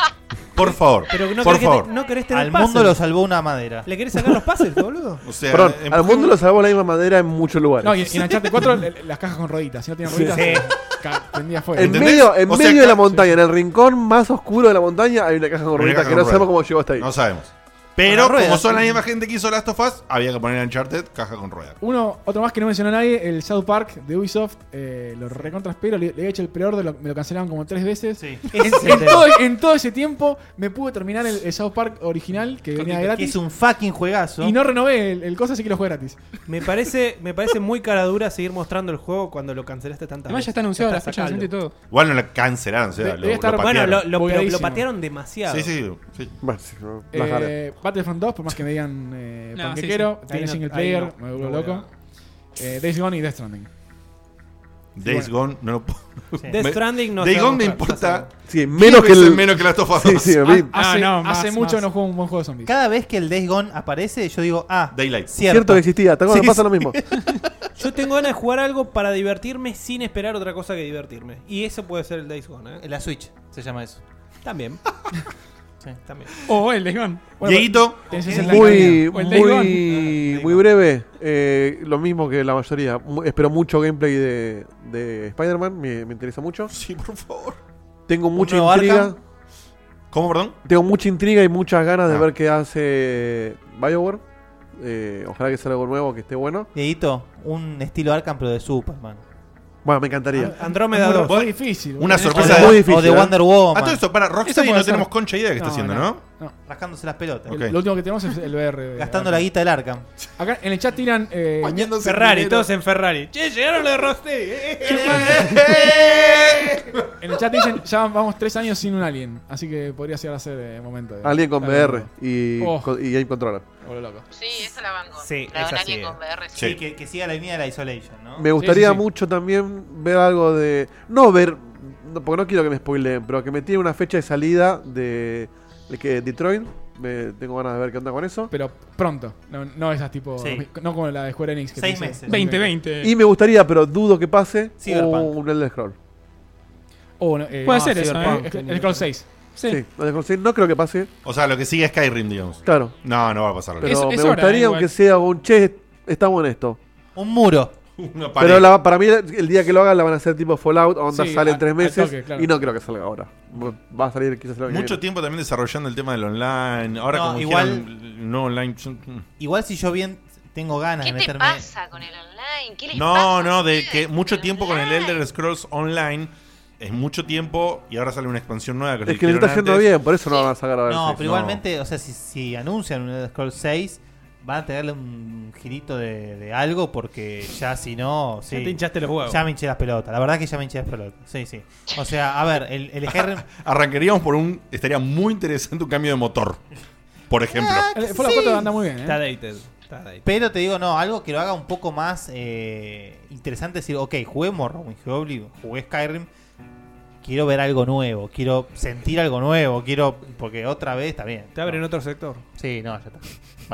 Por favor. Pero no por querés que favor. te- no querés tener Al puzzles. mundo lo salvó una madera. ¿Le querés sacar los pases, boludo? O sea, Perdón, em- al mundo lo salvó la misma madera en muchos lugares. No, y, y en Uncharted 4 le- las cajas con rueditas. Si no tenían Sí. rueditas, Sí. ca- prendía fuego. En medio, en medio de la montaña, en el rincón más oscuro de la montaña, hay una caja con Una rueditas caja que con no sabemos cómo ruedas. llegó hasta ahí. No sabemos. Con Pero las como ruedas. son la misma gente que hizo Last of Us, había que poner Uncharted caja con ruedas. Uno, otro más que no mencionó nadie, el South Park de Ubisoft, eh, lo recontra espero, le, le he hecho el preorden, lo- me lo cancelaron como tres veces. En, Sí. en todo, en todo ese tiempo me pude terminar el, el South Park original, que venía Que gratis. es un fucking juegazo. Y no renové el, el cosa, así que lo jugué gratis. Me parece, me parece muy cara dura seguir mostrando el juego cuando lo cancelaste tantas Además, veces. ya está anunciado la fecha de sacalo. lanzamiento y todo. Igual no la cancelaron, o sea, De- lo, debe estar- lo Bueno, patearon. lo, lo- pero lo Buenísimo. patearon demasiado. Sí, sí, sí. Eh, Battlefront 2, por más que me digan eh, No, panquequero, sí, sí. tiene Ahí no- single ahí player, no. me vuelvo No voy a- loco. Eh, Days Gone y Death Stranding. Days Gone no lo puedo. Sí. Death Stranding no Days se va a Gone me mostrar, ya importa. sabemos. Sí, menos que el- menos que Last of Us. Sí, sí, a mí- Ah, Hace, no, más, hace mucho más. no juego un buen juego de zombies. Cada vez que el Days Gone aparece, yo digo, ah, Daylight. cierto. Cierto que existía, ¿te acuerdas? Sí, pasa sí. lo mismo. Yo tengo ganas de jugar algo para divertirme sin esperar otra cosa que divertirme. Y eso puede ser el Days Gone, ¿eh? La Switch se llama eso. También. También. O el Days Gone. Dieguito. Muy, O el Days Gone. muy, muy breve, eh, lo mismo que la mayoría. Mu- Espero mucho gameplay de, de Spider-Man, me, me interesa mucho. Sí, por favor. Tengo mucha nuevo intriga. Arkham? ¿Cómo, perdón? Tengo mucha intriga y muchas ganas Ah. de ver qué hace BioWare. Eh, ojalá que sea algo nuevo, que esté bueno. Dieguito, un estilo Arkham, pero de Superman. Bueno, me encantaría. Andrómeda Muy 2. bueno, difícil. Una sorpresa de- o de Wonder Woman. Ah, A Ah, todo esto, para Rocksteady puede no ser. tenemos concha idea de qué está No, haciendo, no. ¿no? Rascándose las pelotas. Ok. Lo último que tenemos es el VR. Gastando la guita del Arkham. Acá en el chat tiran. eh, Ferrari, todos en Ferrari. Che, llegaron los de Rocksteady. ¡Eh! En el chat dicen, ya vamos tres años sin un alien, así que podría llegar a ser eh, momento. de- Alguien con Tal- VR y, Oh, con- y Game Controller. boludo loco. Sí, eso la banco. Sí, la de es un así, alien eh. con VR. Sí, que, que siga la línea de la Isolation, ¿no? Me gustaría mucho también ver algo de. No ver. no, porque no quiero que me spoileen, pero que me tiene una fecha de salida de, de que Detroit. Me, tengo ganas de ver qué onda con eso. Pero pronto. No, no esas tipo. Sí. No como la de Square Enix. Que Seis te dice- meses. eh, 2020. Y me gustaría, pero dudo que pase. Cyberpunk. Un Elder Scroll. O, no, eh, Puede no, ser eso, Cyberpunk, eh. El, el Scroll 6. Sí. Elder Scroll sí, no creo que pase. O sea, lo que sigue es Skyrim, digamos. Claro. No, no va a pasar. Pero me gustaría, eh, aunque sea un che, estamos en esto. Un muro. Una pared. Pero la- para mí, el día que lo hagan, la van a hacer tipo Fallout. Onda Sí, sale en a- tres al meses. toque, claro. Y no creo que salga ahora. Va a salir quizás el año que Mucho tiempo también desarrollando el tema del online. Ahora, No, como igual- dijeron, no online. Igual si yo bien tengo ganas ¿Qué de te meterme. pasa con el online? ¿Qué les pasa? No, no, de que mucho tiempo con el Elder Scrolls Online. es mucho tiempo y ahora sale una expansión nueva. Es que le está yendo bien, por eso no van a sacar ahora el No, seis. pero igualmente, o sea, si, si anuncian un Elder Scrolls 6, van a tenerle un girito de, de algo porque ya si no. Ya sí. te hinchaste los huevos. Ya me hinché las pelotas. La verdad que ya me hinché las pelotas. Sí, sí. O sea, a ver, el, el Skyrim- Arrancaríamos por un. Estaría muy interesante un cambio de motor. Por ejemplo. Ah. El Fallout 4 anda muy bien, ¿eh? Está dated. Pero te digo, no, algo que lo haga un poco más eh, interesante. Es decir, ok, jugué Morrowind, jugué Oblivion, jugué Skyrim. Quiero ver algo nuevo, quiero sentir algo nuevo, quiero. Porque otra vez está bien. Te abren otro sector. Sí, no, ya está. Do-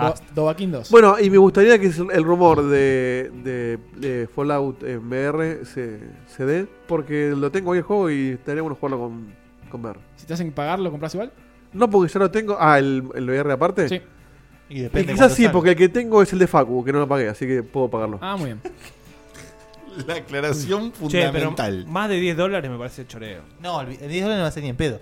Basta. Dovahkiin 2. Bueno, y me gustaría que el rumor de, de- de Fallout en VR se, se dé, porque lo tengo ahí el juego y estaría bueno jugarlo con, con VR. Si te hacen pagar, ¿lo compras igual? No, porque ya lo tengo. Ah, el, el VR aparte. Sí. Y depende quizás cuándo sí, salga. porque el que tengo es el de Facu, que no lo pagué, así que puedo pagarlo. Ah, muy bien. La aclaración Che, pero fundamental. más de 10 dólares me parece choreo. No, el 10 dólares no va a ser ni en pedo.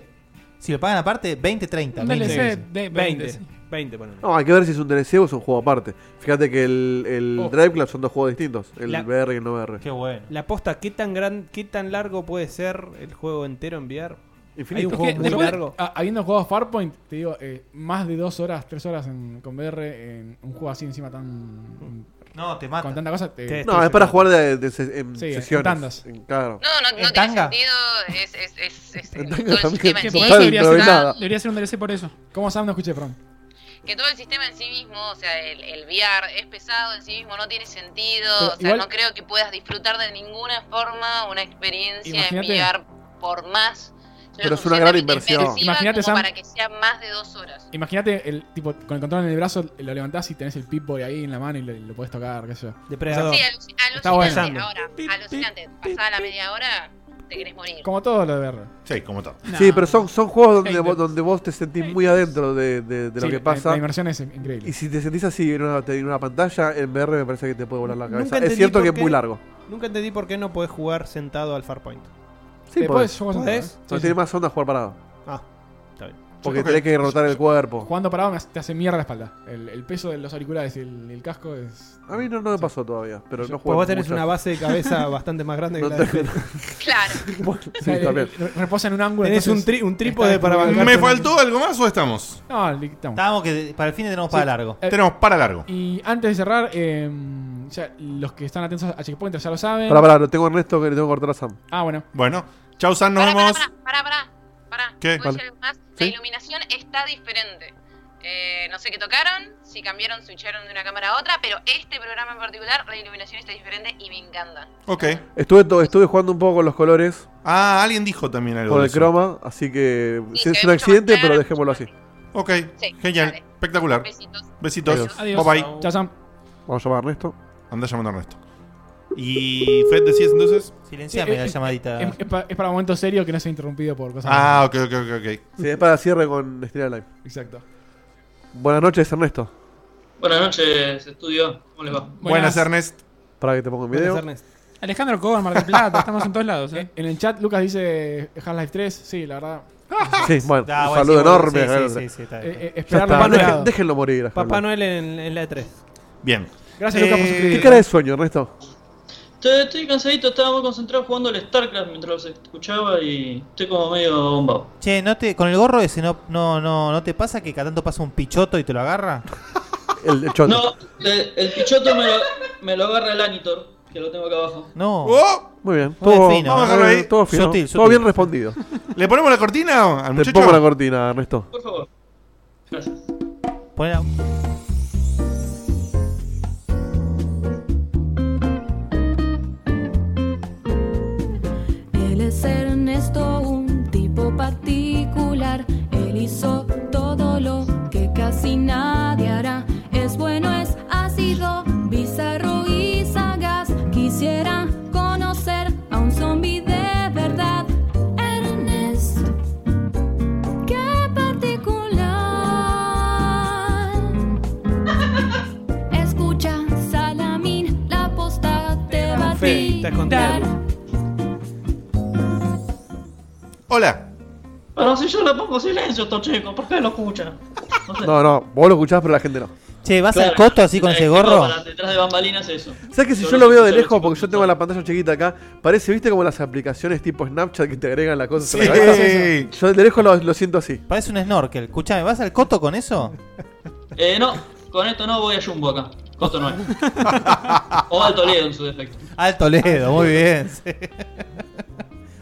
Si lo pagan aparte, 20, 30. Un mínimo. DLC de 20, 20. 20, ponele. No, hay que ver si es un DLC o es un juego aparte. Fíjate que el, el Oh. Drive Club son dos juegos distintos, el La- VR y el no VR. Qué bueno. La posta, ¿qué tan gran, qué tan largo puede ser el juego entero en VR? Hay un Es juego que muy después, largo. a- habiendo jugado Farpoint, te digo, eh, más de dos horas, tres horas en, con VR, en un juego así encima tan. No, te mata. Con tanta cosa. te- No, es para jugar de, de se- en Sí, en sesiones. tandas. en- claro. No, no, no ¿En tiene tanga? sentido. Es, es, es, es- En todo tanga el también, sistema en Que sí. por Sí, eso debería pero ser, no hay nada. debería ser un DLC por eso. ¿Cómo Sam no escuché, From? Que todo el sistema en sí mismo, o sea, el, el VR es pesado en sí mismo, no tiene sentido. Pero o sea, igual- no creo que puedas disfrutar de ninguna forma una experiencia Imagínate- en VR por más. Pero es una gran inversión. Imagínate, Imagínate, Sam- Para que sea más de dos horas. Imagínate el tipo con el control en el brazo, lo levantás y tenés el Pip-Boy ahí en la mano y lo, lo podés tocar, qué sé yo. Depredador. Sí, aluci- Está alucinante. bueno. Ahora, alucinante. Pasada la media hora, te querés morir. Como todo lo de VR. Sí, como todo. Sí, pero son, son juegos donde vos, donde vos te sentís muy adentro de, de- de lo Sí, que la- pasa. la inmersión es increíble. Y si te sentís así en una, en una pantalla, en VR me parece que te puede volar la Nunca cabeza. Es entendí cierto por que es qué- muy largo. Nunca entendí por qué no podés jugar sentado al Farpoint. Sí, Eh, podés podés. jugar sentado, ¿Podés? ¿eh? No Sí, sí. tiene más onda jugar parado. Ah, está bien. Porque Yo creo tenés que- que rotar el cuerpo. Jugando parado me hace- te hace mierda la espalda. El, el peso de los auriculares y el, el casco es. A mí no, no me pasó todavía, pero no jugué. Pues vos tenés mucho. una base de cabeza bastante más grande que No la de tengo- Claro. O sea, Sí, también. el- el- reposa en un ángulo. Tenés un, entonces tri- un trípode está- para bancarte. ¿Me faltó algo más o estamos? No, li- estamos. Estábamos que para el fin tenemos para largo. Eh, Tenemos para largo. Y antes de cerrar, eh, ya los que están atentos a Checkpoint ya lo saben. Pará, pará, lo tengo a Ernesto que le tengo que cortar a Sam. Ah, bueno. Bueno, chau San, nos vemos. Pará, pará, pará. ¿Qué? ¿Puedo decir Vale. algo más? Sí. La iluminación está diferente. Eh, no sé qué tocaron, si cambiaron, switcharon de una cámara a otra, pero este programa en particular, la iluminación está diferente y me encanta. Ok. Estuve, to- estuve jugando un poco con los colores, Ah, alguien dijo también algo. con de el eso. croma, así que Sí, sí, se es ve mucho un accidente, más pero claro. dejémoslo así. Ok, Sí, genial. dale. Espectacular. Besitos. Besitos. Adiós. Bye bye. Chao, Sam. Vamos a llamar a Ernesto. Anda llamando a Ernesto. ¿Y Fed decías entonces? Silenciame Eh, la eh, llamadita. em- Es, es pa- es para momentos serios que no sea interrumpido por cosas. Ah, ok, ok, ok. ok. Sí, es para Ah, cierre con Estrella Live. Exacto. Buenas noches, Ernesto. Buenas noches, estudio. ¿Cómo les va? Buenas, Ernest. Para que te ponga en video. Alejandro Cobar, Mar del Plata, estamos en todos lados. ¿eh? En el chat, Lucas dice Half-Life 3. Sí, la verdad. Sí, bueno, Ah, un saludo bueno, sí, bueno, enorme. sí, a sí, Ernesto. sí, sí, Eh, está bien. eh, Ya esperarlo está, al dejen- lado. déjenlo morir. a Papá Harlan. Noel en, en la E E3. Bien. Gracias, Lucas, por Eh, suscribirte. ¿Qué cara de sueño, Ernesto? Estoy, estoy cansadito, estaba muy concentrado jugando al StarCraft mientras los escuchaba y estoy como medio bombado. Che, ¿no te, con el gorro ese no, no, no, ¿no te pasa que cada tanto pasa un pichoto y te lo agarra? El, el choto. No, eh, el pichoto me lo, me lo agarra el Anitor, que lo tengo acá abajo. No. Oh, ¿eh? Muy bien. Muy Todo, fino. todo- Vamos a dejarlo ahí. todo fino. Sutil, Todo sutil. bien respondido. ¿Le ponemos la cortina al Te muchacho? pongo la cortina, Ernesto. Por favor. Gracias. Poné la- Él es Ernesto, un tipo particular. Él hizo todo lo que casi nadie hará. Es bueno, es ácido, bizarro y sagaz. Quisiera conocer a un zombi de verdad. Ernest, qué particular. Escucha, Salamín, la posta te va a Fede, está tirar. escondido. Hola. Bueno, si yo le pongo silencio, estos chicos, ¿por qué lo escuchan? No sé. No, no, vos lo escuchás, pero la gente no. Che, ¿vas Claro. al coto así con Eh, ese tipo, gorro? para detrás de bambalinas eso. ¿Sabes que si yo Solo lo veo de escucho lejos, porque yo tengo la pantalla chiquita acá, parece, viste, como las aplicaciones tipo Snapchat que te agregan las cosas a la Sí. cabeza? Yo de lejos lo, lo siento así. Parece un snorkel. Escuchame, ¿vas al coto con eso? Eh, no, con esto no voy a Jumbo acá. Con esto no es. o al Toledo en su defecto. Al Toledo, muy bien. sí.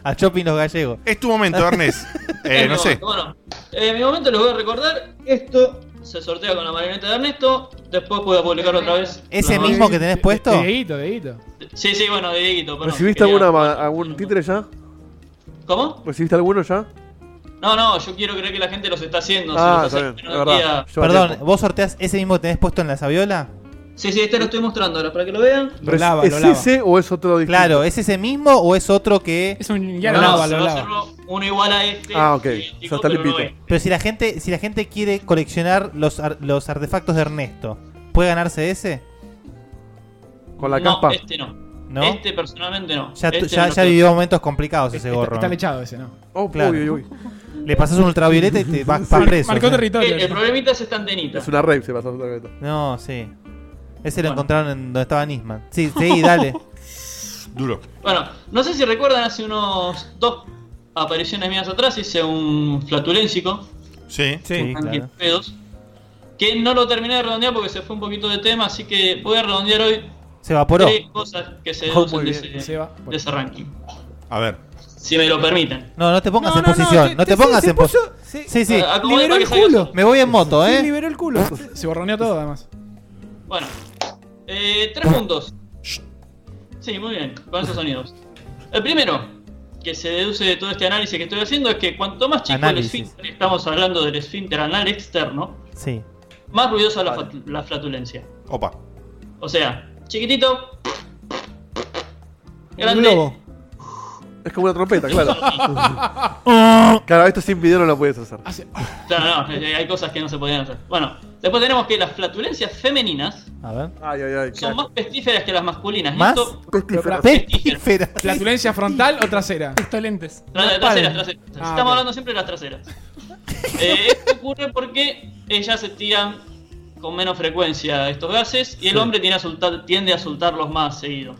Al shopping los gallegos. Es tu momento, Ernest. Es Eh, mi momento. Bueno, eh, mi momento les voy a recordar. Esto se sortea con la marioneta de Ernesto. Después voy a publicarlo otra vez. ¿Ese No, mismo que tenés puesto? Dieguito, Dieguito. Sí, sí, bueno, Dieguito. perdón. ¿Recibiste Quería- alguna, ma- algún títere ya? ¿Cómo? ¿Recibiste alguno ya? No, no, yo quiero creer que la gente los está haciendo. Ah, se los está haciendo, bien, no es quería- verdad. Perdón, ¿vos sorteás ese mismo que tenés puesto en la sabiola? Sí, sí, este lo estoy mostrando ahora para que lo vean. Lo lava, ¿Es lo lava. ese o es otro distinto? Claro, ¿es ese mismo o es otro que.? Es un No, se va a hacerlo uno igual a este. Ah, ok. idéntico, Ya está pero no limpito. es. Pero si la gente, si la gente quiere coleccionar los, ar- los artefactos de Ernesto, ¿puede ganarse ese? Con no, este no. ¿No? Este personalmente no. Ya, tu- Este ya, no ya lo- vivió momentos complicados ese Este gorro. Está ¿no? lechado ese, ¿no? Oh, Claro. uy, uy, Le pasas un ultravioleta y te vas para preso. o sea. Eh, El, problemita es esta antenita. Es una rave, se pasó otra vez. No, sí. Ese lo encontraron en donde estaba Nisman. Sí, sí, dale. Duro. Bueno, no sé si recuerdan hace unos dos apariciones mías atrás hice un flatulencico. Sí, Sí, claro. antipedos, Que no lo terminé de redondear porque se fue un poquito de tema, así que voy a redondear hoy Se evaporó. tres cosas que se Oh, deducen muy de bien. ese, Se va. de ese ranking. A ver. Si me lo permiten. No, no te pongas No, en no, no, posición. No, te- te, te- sí, pongas se en posición. puso- Sí, sí. sí. Ah, acomodé Liberó para que el salga culo. solo. Me voy en moto, ¿eh? liberó el culo. Se borroneó todo, además. Bueno, eh, tres puntos. Sí, muy bien, con esos sonidos. El primero que se deduce de todo este análisis que estoy haciendo es que cuanto más chico Análisis. el esfínter, estamos hablando del esfínter anal externo, Sí. más ruidosa la, fat- la flatulencia. Opa. O sea, chiquitito, Un grande, globo. Es como una trompeta, claro. claro, esto sin video no lo puedes hacer. Claro, no, eh, hay cosas que no se podían hacer. Bueno, después tenemos que las flatulencias femeninas A ver. Ay, ay, ay. son más pestíferas que las masculinas. ¿Más? Y esto, Pero, ¿Flatulencia frontal o trasera? lentes. Tra- traseras, traseras. Estamos Ah, ok. hablando siempre de las traseras. Eh, esto ocurre porque ellas se tiran con menos frecuencia estos gases y el Sí. hombre tiende a, soltar, tiende a soltarlos más seguido.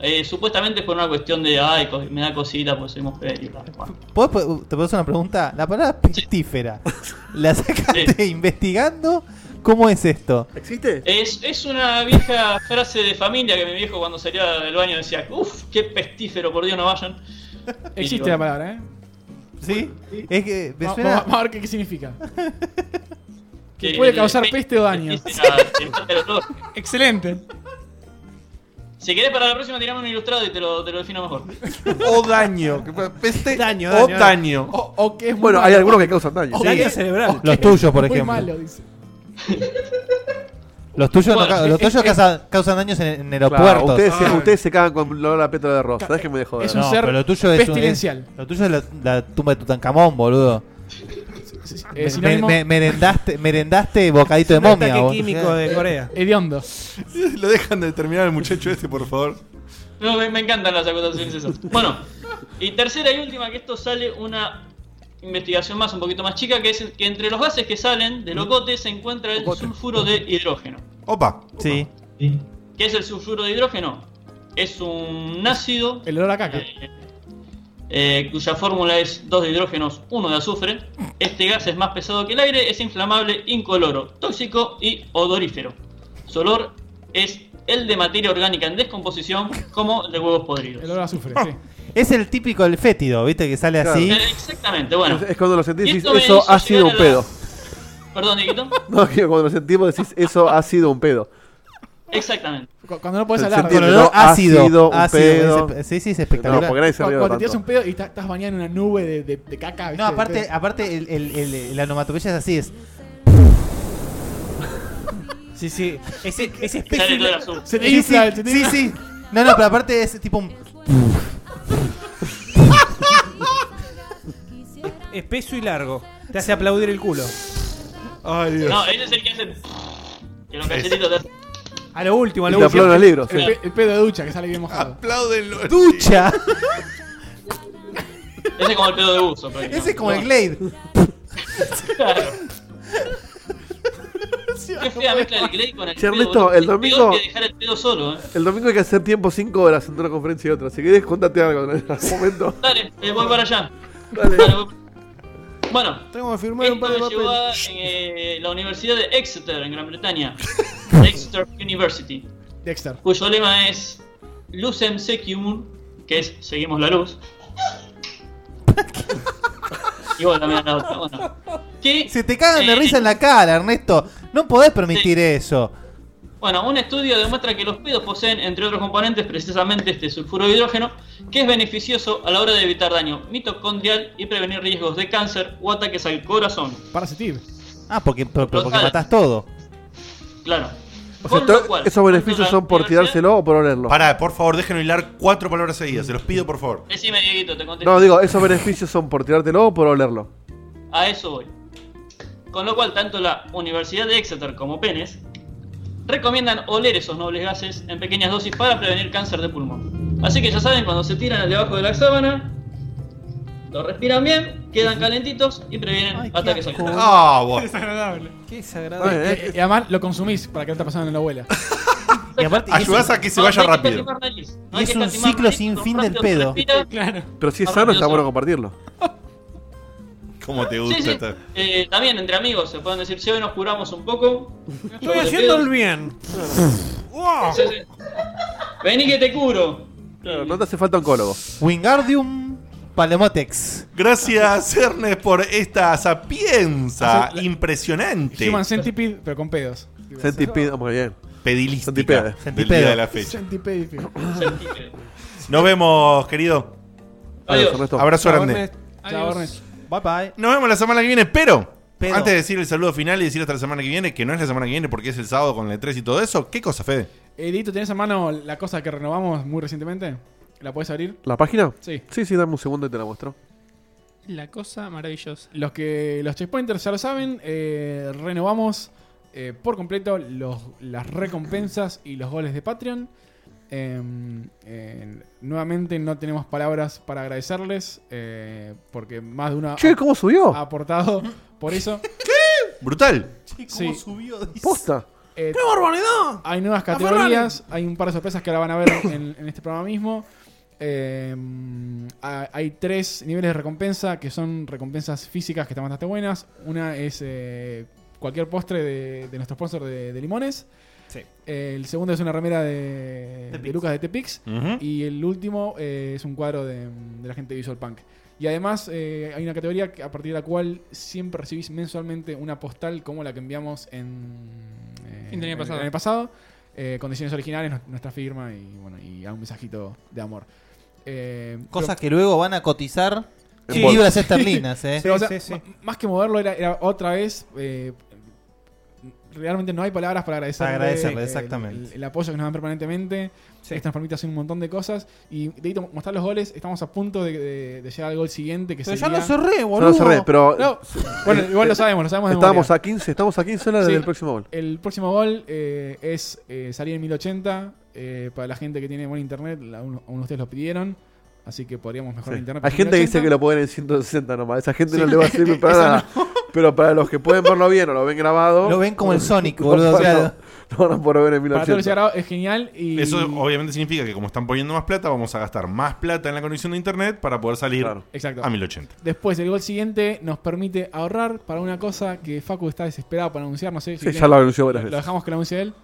Eh, supuestamente por una cuestión de, ay, co- me da cosita porque soy mujer y bla, bla". ¿Puedo- puedo- te puedo hacer una pregunta? La palabra pestífera. ¿La sacaste investigando? ¿Cómo es esto? ¿Existe? Es, es una vieja frase de familia que mi viejo cuando salía del baño decía, uff, qué pestífero, por Dios no vayan. Y Existe bueno. la palabra, ¿eh? ¿Sí? Es que me Va- suena- va- Vamos a ver qué, qué significa. Que Eh, puede causar peste o daño. Excelente. Si querés para la próxima tirame un ilustrado y te lo, te lo defino mejor. Oh, O daño. Peste Daño, o daño. daño. O, o que es muy Bueno, malo. hay algunos que causan daño. O Daño que- cerebral. o que Los es tuyos, por muy ejemplo. malo, dice. Los tuyos, no Bueno, ca- es- los tuyos es- causan, causan daños en, en Claro, aeropuertos. ustedes, se, ustedes se cagan con olor a pétalo de rosa. Déjenme de Ah. joder. Es un No, ser pero lo tuyo es un- pestilencial. es- lo tuyo es la, la tumba de Tutankamón, boludo. Eh, Me- sinónimo- me- merendaste, merendaste bocadito de Un ataque momia, boludo. químico de Corea. Hediondo. Lo dejan de terminar el muchacho este, por favor. No, me, me encantan las acusaciones esas. Bueno, y tercera y última, que esto sale una investigación más, un poquito más chica, que es que entre los gases que salen de locote se encuentra el sulfuro de hidrógeno. Opa. Sí. ¿Qué es el sulfuro de hidrógeno? Es un ácido El olor a caca. eh, cuya fórmula es 2 de hidrógenos, 1 de azufre. Este gas es más pesado que el aire, es inflamable, incoloro, tóxico y odorífero. Su olor es el de materia orgánica en descomposición, como el de huevos podridos. El olor a Ah, azufre, sí. Es el típico el fétido, ¿viste? Que sale así. Eh, Exactamente, bueno. Es, es cuando lo sentís Y y esto decís, me eso hizo ha sido un llegar a la- pedo. Perdón, Dieguito. No, que cuando lo sentimos decís, eso ha sido un pedo. Exactamente. Cu- Cuando no podés Se hablar. entiende, ¿no? ¿no? Olor ácido, ácido, un ácido, pedo. ese- sí, sí, es No, espectacular. porque nadie se Cu- ríe Cuando te tanto. tiras un pedo y ta- estás bañado en una nube de, de- de caca. ¿viste? No, aparte, aparte el, el, el- la onomatopeya es así, es. Sí, sí. Ese, ese es Sale todo el pésimo. azul. Se te Sí, infla, sí, se te sí, infla. sí. No, no, pero aparte es tipo un. Espeso y largo. Te hace aplaudir el culo. Ay, Dios. No, ese es el que hace. Que los cachetitos te hacen. A lo último, a Y lo te último. aplauden los libros. El, pe- el pedo de ducha que sale bien mojado. Apláudenlo. ¡Ducha! Ese es como el pedo de uso. Ese es como el Glade. Claro. Qué fea mezcla el Clay con el Che, pedo, boludo. Ernesto, el Es peor domingo- que dejar el pedo solo, eh. El domingo hay que hacer tiempo 5 horas entre una conferencia y otra. Si querés, contate algo en algún momento. Dale, eh, voy para allá. Dale, voy- Bueno, tengo que firmar un par de llevó a eh, la Universidad de Exeter, en Gran Bretaña. Exeter University. Dexter. Cuyo lema es Lucem Secum, que es Seguimos la luz. y vos también la otra. Bueno, Se te cagan de risa en la cara, Ernesto. No podés permitir eso. Bueno, un estudio demuestra que los pedos poseen, entre otros componentes, precisamente este sulfuro de hidrógeno, que es beneficioso a la hora de evitar daño mitocondrial y prevenir riesgos de cáncer o ataques al corazón. Parasitive. Ah, porque, pero- pero porque Total. matás todo. Claro. O sea, Con to- lo cual, esos beneficios son por tirárselo o por olerlo. Pará, por favor, déjenme hilar cuatro palabras seguidas. Se los pido, por favor. Decime, Dieguito, te contesto. No, digo, esos beneficios son por tirártelo o por olerlo. A eso voy. Con lo cual, tanto la Universidad de Exeter como Penes recomiendan oler esos nobles gases en pequeñas dosis para prevenir cáncer de pulmón. Así que ya saben, cuando se tiran debajo de la sábana, lo respiran bien, quedan calentitos y previenen ataques al corazón. Ah, Desagradable. Qué desagradable. ¿eh? Y, y además lo consumís para que no te pasando en la abuela. Y aparte- Ayudás a que se No, vaya no hay que rápido. escatimar nariz, no Y hay es que un escatimar ciclo nariz, sin lo fin del rápido pedo. se respira, Pero si es más sano, rápido está se bueno compartirlo. ¿Cómo te Sí, gusta? sí. estar- Eh, también entre amigos se pueden decir, si hoy nos curamos un poco. Estoy haciendo el bien. Sí, sí. Vení que te curo. No te hace falta oncólogo. Wingardium Palemotex. Gracias, Ernest, por esta sapienza Hace- Ah, la- impresionante. Human Centipede, pero con pedos. Centipede, muy bien. Pedilística Centipede. del día de la fecha. Centipede. Nos vemos, querido. Adiós. Abrazo Chao, grande. Ernest. Chao, Ernest. Bye bye. Nos vemos la semana que viene, pero, antes de decir el saludo final y decir hasta la semana que viene, que no es la semana que viene porque es el sábado con el 3 y todo eso, ¿qué cosa, Fede? Edito, ¿tenés a mano la cosa que renovamos muy recientemente? ¿La podés abrir? ¿La página? Sí. Sí, sí, dame un segundo y te la muestro. La cosa maravillosa. Los que los checkpointers ya lo saben, eh, renovamos eh, por completo los- las recompensas y los goles de Patreon. Eh, eh, nuevamente no tenemos palabras para agradecerles eh, porque más de una Che, ¿cómo subió? ha aportado por eso. Brutal. Sí. Posta. Eh, ¡Qué barbaridad! Hay nuevas categorías, hay un par de sorpresas que ahora van a ver en, en este programa mismo. Eh, ha- hay tres niveles de recompensa que son recompensas físicas que están bastante buenas. Una es eh, cualquier postre de, de nuestro sponsor de, de limones. el segundo es una remera de, de Lucas de Tepix. Ujú. Y el último eh, es un cuadro de, de la gente de Visual Punk. Y además eh, hay una categoría que- a partir de la cual siempre recibís mensualmente una postal como la que enviamos en... eh, Fin del año en- pasado. en el pasado. Eh, con diseños originales, nu- nuestra firma y bueno y a un mensajito de amor. Eh, Cosas pero- que luego van a cotizar Sí. en libras esterlinas, eh. Pero, o sea, ma- Más que moverlo, era, era otra vez. eh, realmente no hay palabras para agradecerle. Para agradecerle, eh, exactamente. El, el apoyo que nos dan permanentemente. Esto nos permite hacer un montón de cosas. Y de ahí mostrar los goles. Estamos a punto de, de- de llegar al gol siguiente. Que Pero ya sería... lo cerré, No, boludo. cerré, pero- No, Bueno, igual lo sabemos, lo sabemos de Estábamos memoria. a 15, estamos a 15 horas Sí. del próximo gol. El próximo gol eh, es eh, salir en 1080. eh, para la gente que tiene buen internet, la- aún, aún ustedes lo pidieron. Así que podríamos mejorar el Sí. internet. Hay para gente que 1080. dice que lo pueden en 160 nomás. Esa gente Sí. no le va a servir para Esa nada. Pero para los que pueden verlo bien o lo ven grabado. Lo ven como el Sonic, no boludo, van a- claro. No van a poder ver en Para todos los 1080. grabados es genial. Y Eso obviamente significa que como están poniendo más plata, vamos a gastar más plata en la conexión de internet para poder salir Exacto. a 1080. Después, el gol siguiente nos permite ahorrar para una cosa que Facu está desesperado para anunciar. No sé si Sí, quieren- ya lo anunció varias Lo veces. dejamos que lo anuncie él.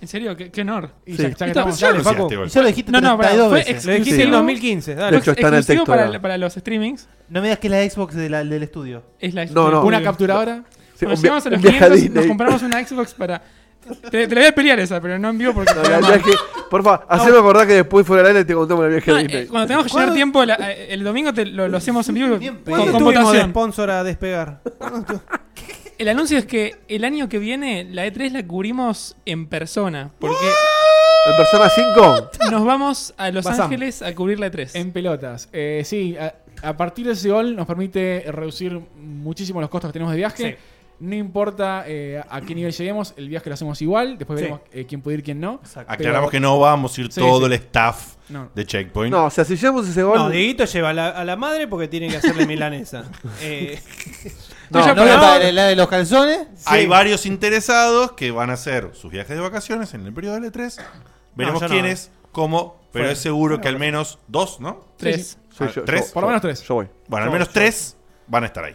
¿En serio? ¿Qué, qué honor? Y ya- ya que Esto- estamos, ya dale, lo- Facu. Y ya lo dijiste No, no, pará, 32 fue veces. exclusivo- dijiste en 2015, dale. De hecho, está en el exclusivo texto para, ahora. para los streamings. No me digas que es la Xbox de la- del estudio. Es la No, no. Una capturadora. Sí, Cuando un llegamos a via- los un viaje a 500 nos Disney. compramos una Xbox para... Te, te la voy a pelear esa, pero no en vivo porque... No, la verdad es que- por favor, haceme acordar que después fuera del aire te contamos el viaje a eh, Disney. Eh, Cuando tengamos que llenar tiempo, la- eh, el domingo te lo, lo hacemos en vivo con, ¿Cuándo con tuvimos de votación. sponsor a despegar? El anuncio es que el año que viene la E3 la cubrimos en persona. Porque ¿En Persona 5? nos vamos a Los Vas a- Ángeles a cubrir la E3. En pelotas. Eh, sí, a, a partir de ese gol nos permite reducir muchísimo los costos que tenemos de viaje. No importa eh, a qué nivel lleguemos, el viaje lo hacemos igual. Después Sí. veremos eh, quién puede ir, quién no. Aclaramos que no vamos a ir Sí, todo sí. el staff No. de Checkpoint. No, o sea, si llevamos ese gol. No, Dieguito lleva a la, a la madre porque tiene que hacerle milanesa. Eh, No, yo no, probaba- la de- la de los calzones. Hay Sí. varios interesados que van a hacer sus viajes de vacaciones en el periodo del E3. Veremos yo no. quiénes, cómo, pero Fuera. es seguro que al menos dos, ¿no? Tres. Sí, sí. Ah, Sí, yo- ¿Tres? yo- Por lo menos tres. Yo voy. Bueno, al Yo- menos yo- tres van a estar ahí.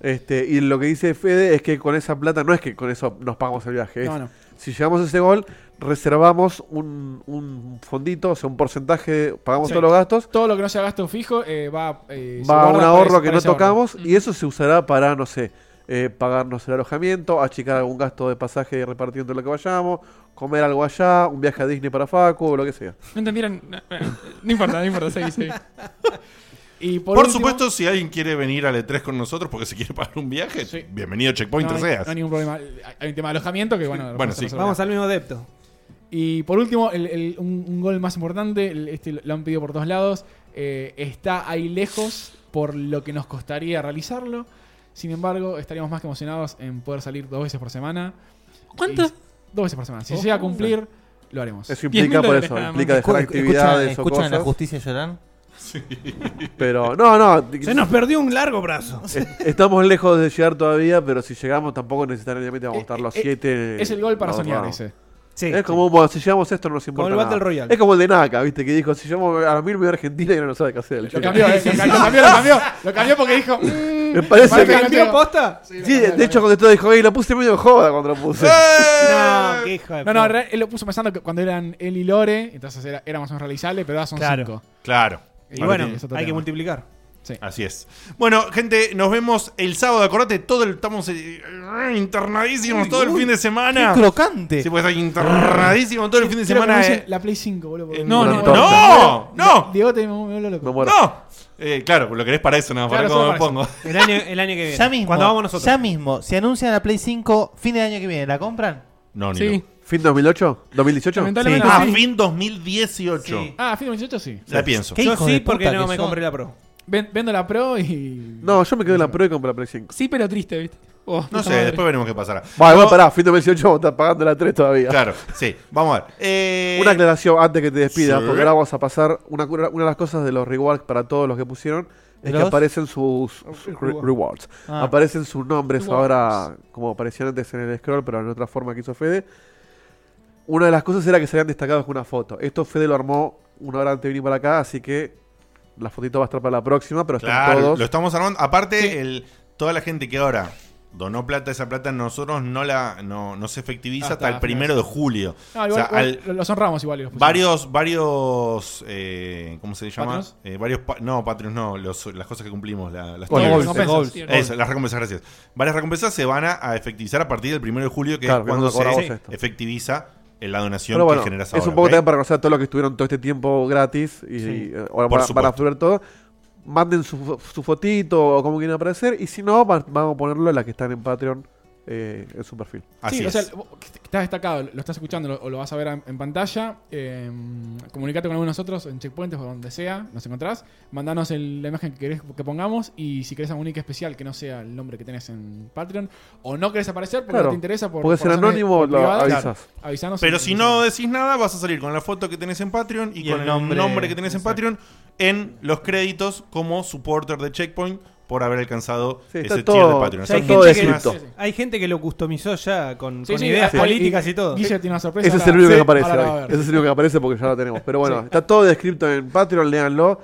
Este, y lo que dice Fede es que con esa plata no es que con eso nos pagamos el viaje. es No, no. Si llegamos a ese gol, reservamos un, un fondito, o sea, un porcentaje, pagamos Sí. todos los gastos, Todo lo que no sea gasto fijo eh, va, eh, se va a guarda un para ahorro ese- que para no ese ahorro. tocamos y eso se usará para, no sé, eh, pagarnos el alojamiento, achicar algún gasto de pasaje repartido entre lo que vayamos, comer algo allá, un viaje a Disney para Facu o lo que sea. No entendieron. No, no importa, no importa, seguí, seguí. Y Por, por último- supuesto, si alguien quiere venir al E3 con nosotros porque se quiere pagar un viaje, bienvenido Checkpoint no, te hay- seas. no hay ningún problema. Hay- Hay un tema de alojamiento que, bueno, Bueno, sí. Vamos al mismo adepto. Y por último, el- el- un, un gol más importante, el- este lo han pedido por todos lados, eh, está ahí lejos por lo que nos costaría realizarlo. Sin embargo, estaríamos más que emocionados en poder salir dos veces por semana. ¿Cuántas? Dos veces por semana. Si Ojo. se llega a cumplir, lo haremos. Eso implica por eso, implica dejar Escu- actividades o escuchan- escuchan cosas. a la justicia llorar. Pero no, no. Se nos perdió un largo brazo. Es- Estamos lejos de llegar todavía, pero si llegamos tampoco necesariamente vamos a estar los eh, siete. es el gol para No, soñar, no. dice. Sí, es como bueno, si llegamos a esto no nos importa. el Battle nada. Royale. Es como el de Naka, viste, que dijo, si llegamos a la mil voy a Argentina y no sabe qué hacer. el Lo chico. cambió, eh, lo cambió, lo cambió, lo cambió. Lo cambió porque dijo. mm, Me parece que- lo ¿Cambió posta? Sí, lo Sí, cambió, de hecho contestó, dijo, ey, lo puse medio de joda cuando lo puse. ¡Eh! No, qué hijo de No, no, puta. en realidad él lo puso pensando que cuando eran él y Lore, entonces era, era más o menos realizable, pero ahora son Claro. cinco. Claro. Y bueno, es otro hay que tema. multiplicar. Así es. Bueno, gente, nos vemos el sábado. Acordate, todo el, estamos eh, internadísimos Uy, todo el uy, fin de semana. qué crocante. Sí, pues ahí internadísimos todo el fin de Quiero que semana. anuncien eh. La Play 5, boludo. porque- No, no, no, no. Diego te me volvió loco. No. Eh, claro, lo querés para eso, nada más, Claro, para solo cómo me para pongo. El año, el año que viene. Ya mismo. Cuando vamos nosotros. Ya mismo. Si anuncian la Play 5 fin de año que viene, ¿la compran? No, ni Sí. loco. ¿Fin 2008? ¿2018? Lamentablemente Ah, sí. fin 2018. Ah, fin de 28 sí. La pienso. Yo sí, porque no me compré la Pro. Ven- vendo la Pro y. No, yo me quedé en la Pro y compré la Play 5. Sí, pero triste, ¿viste? Oh, No puta sé, madre. después veremos qué pasará. Vale, bueno, pará, fin 2018 vamos a estar pagando la 3 todavía. Claro, sí. Vamos a ver. Eh, Una aclaración antes que te despidas, sí. porque ahora vamos a pasar. Una, una de las cosas de los rewards para todos los que pusieron es ¿Los? que aparecen sus, sus re- rewards. Ah. Aparecen sus nombres Rewards. ahora, como aparecían antes en el scroll, pero en otra forma que hizo Fede. Una de las cosas era que se habían destacado con una foto. Esto Fede lo armó una hora antes de venir para acá, así que la fotito va a estar para la próxima, pero están Claro, todos. lo estamos armando. Aparte, el, toda la gente que ahora donó plata, esa plata nosotros no la no, no se efectiviza hasta, Hasta el primero de julio. No, O Ah, igual, sea, igual al- lo- los honramos igual. y los pusimos. varios, varios, eh, ¿cómo se llama? ¿Patreons? Eh, varios, pa- no, Patreons no, los- las cosas que cumplimos, la- las Goals, tiers. recompensas. Goals. Eso, las recompensas, gracias. Varias recompensas se van a, a efectivizar a partir del primero de julio, que Claro, es que no cuando me acordaba se vos esto. efectiviza eh, la donación Pero bueno, que generas es ahora. un poco ¿ok? también para conocer todo lo que estuvieron todo este tiempo gratis y, Sí. y, eh, ahora Por para, supuesto. para absorber todo. Manden su, fo- su fotito o como quieran aparecer y si no, va- vamos a ponerlo en las que están en Patreon eh, en su perfil. sí, o sea, vos que estás destacado, lo estás escuchando lo- o lo vas a ver en, en pantalla. eh, comunicate con alguno de nosotros en checkpoints o donde sea, nos encontrás. Mandanos el- la imagen que querés que pongamos y si querés alguna link especial que no sea el nombre que tenés en Patreon o no querés aparecer porque Claro, no te interesa por, puede por ser razones anónimo, lo privadas, avisas. avisanos Pero y- si no decís nada, vas a salir con la foto que tenés en Patreon y, Y con el el nombre- nombre, que tenés en Patreon en los créditos como supporter de Checkpoint por haber alcanzado Sí, está ese todo- tier de Patreon. está Son todo muchísimas- descrito. Sí, sí. Hay gente que lo customizó ya con, Sí, con sí, ideas sí. políticas y todo. Guille tiene una sorpresa. Ese es ahora- el único que sí, aparece ahora la hoy. va a ver. Ese es el único que aparece porque ya lo tenemos. Pero bueno, Sí. está todo descrito en Patreon, léanlo.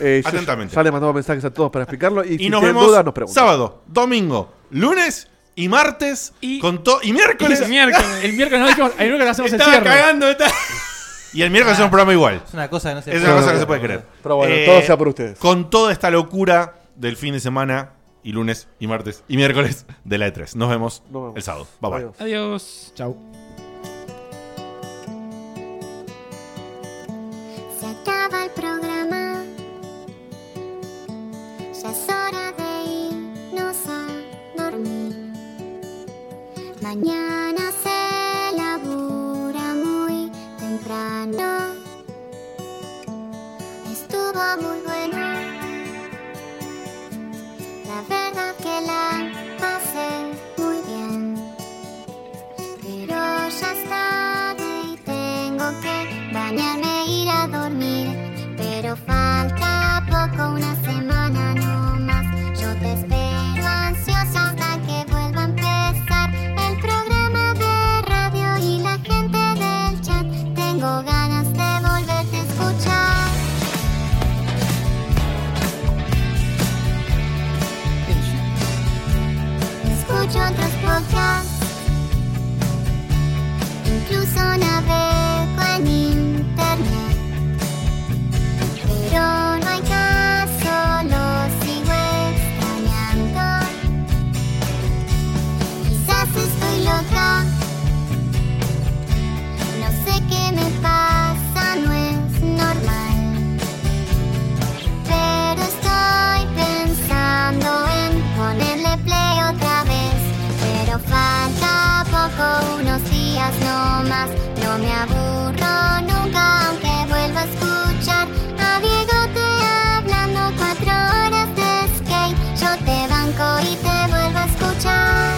Eh, yo Atentamente. Ya le mandamos mensajes a todos para explicarlo. Y, Y si nos tienen vemos dudas, nos preguntan. sábado, domingo, lunes y martes y, con to- y miércoles. Y miércoles. El miércoles no dijimos, el miércoles hacemos Estaba el cierre. cagando, estaba- Y el miércoles es un programa igual. Es una cosa que no se Es puede una cosa que creer. no se puede creer. Eh, Pero bueno, todo sea por ustedes. Con toda esta locura del fin de semana y lunes y martes y miércoles de la E3. Nos vemos, Nos vemos. el sábado. Bye bye. Adiós. Chau. Se acaba el programa. Ya es hora de irnos a dormir. Mañana se labura muy temprano. Estuvo muy bueno. La verdad que la pasé muy bien. e escucho otros podcasts. Incluso navego en internet. Pero no hay caso, lo sigo extrañando. Quizás estoy loca. No sé qué me pasa, no es normal. Pero estoy pensando en ponerle play otra vez. Pero falta poco, unos días no más. No me aburro nunca, aunque vuelva a escuchar a Diego te hablando cuatro horas de skate. Yo te banco y te vuelvo a escuchar.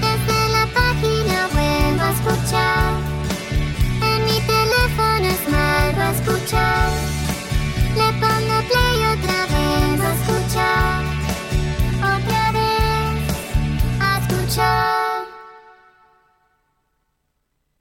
Desde la página vuelvo a escuchar. En mi teléfono es malo escuchar. Le pongo play otra vez a escuchar. Otra vez a escuchar.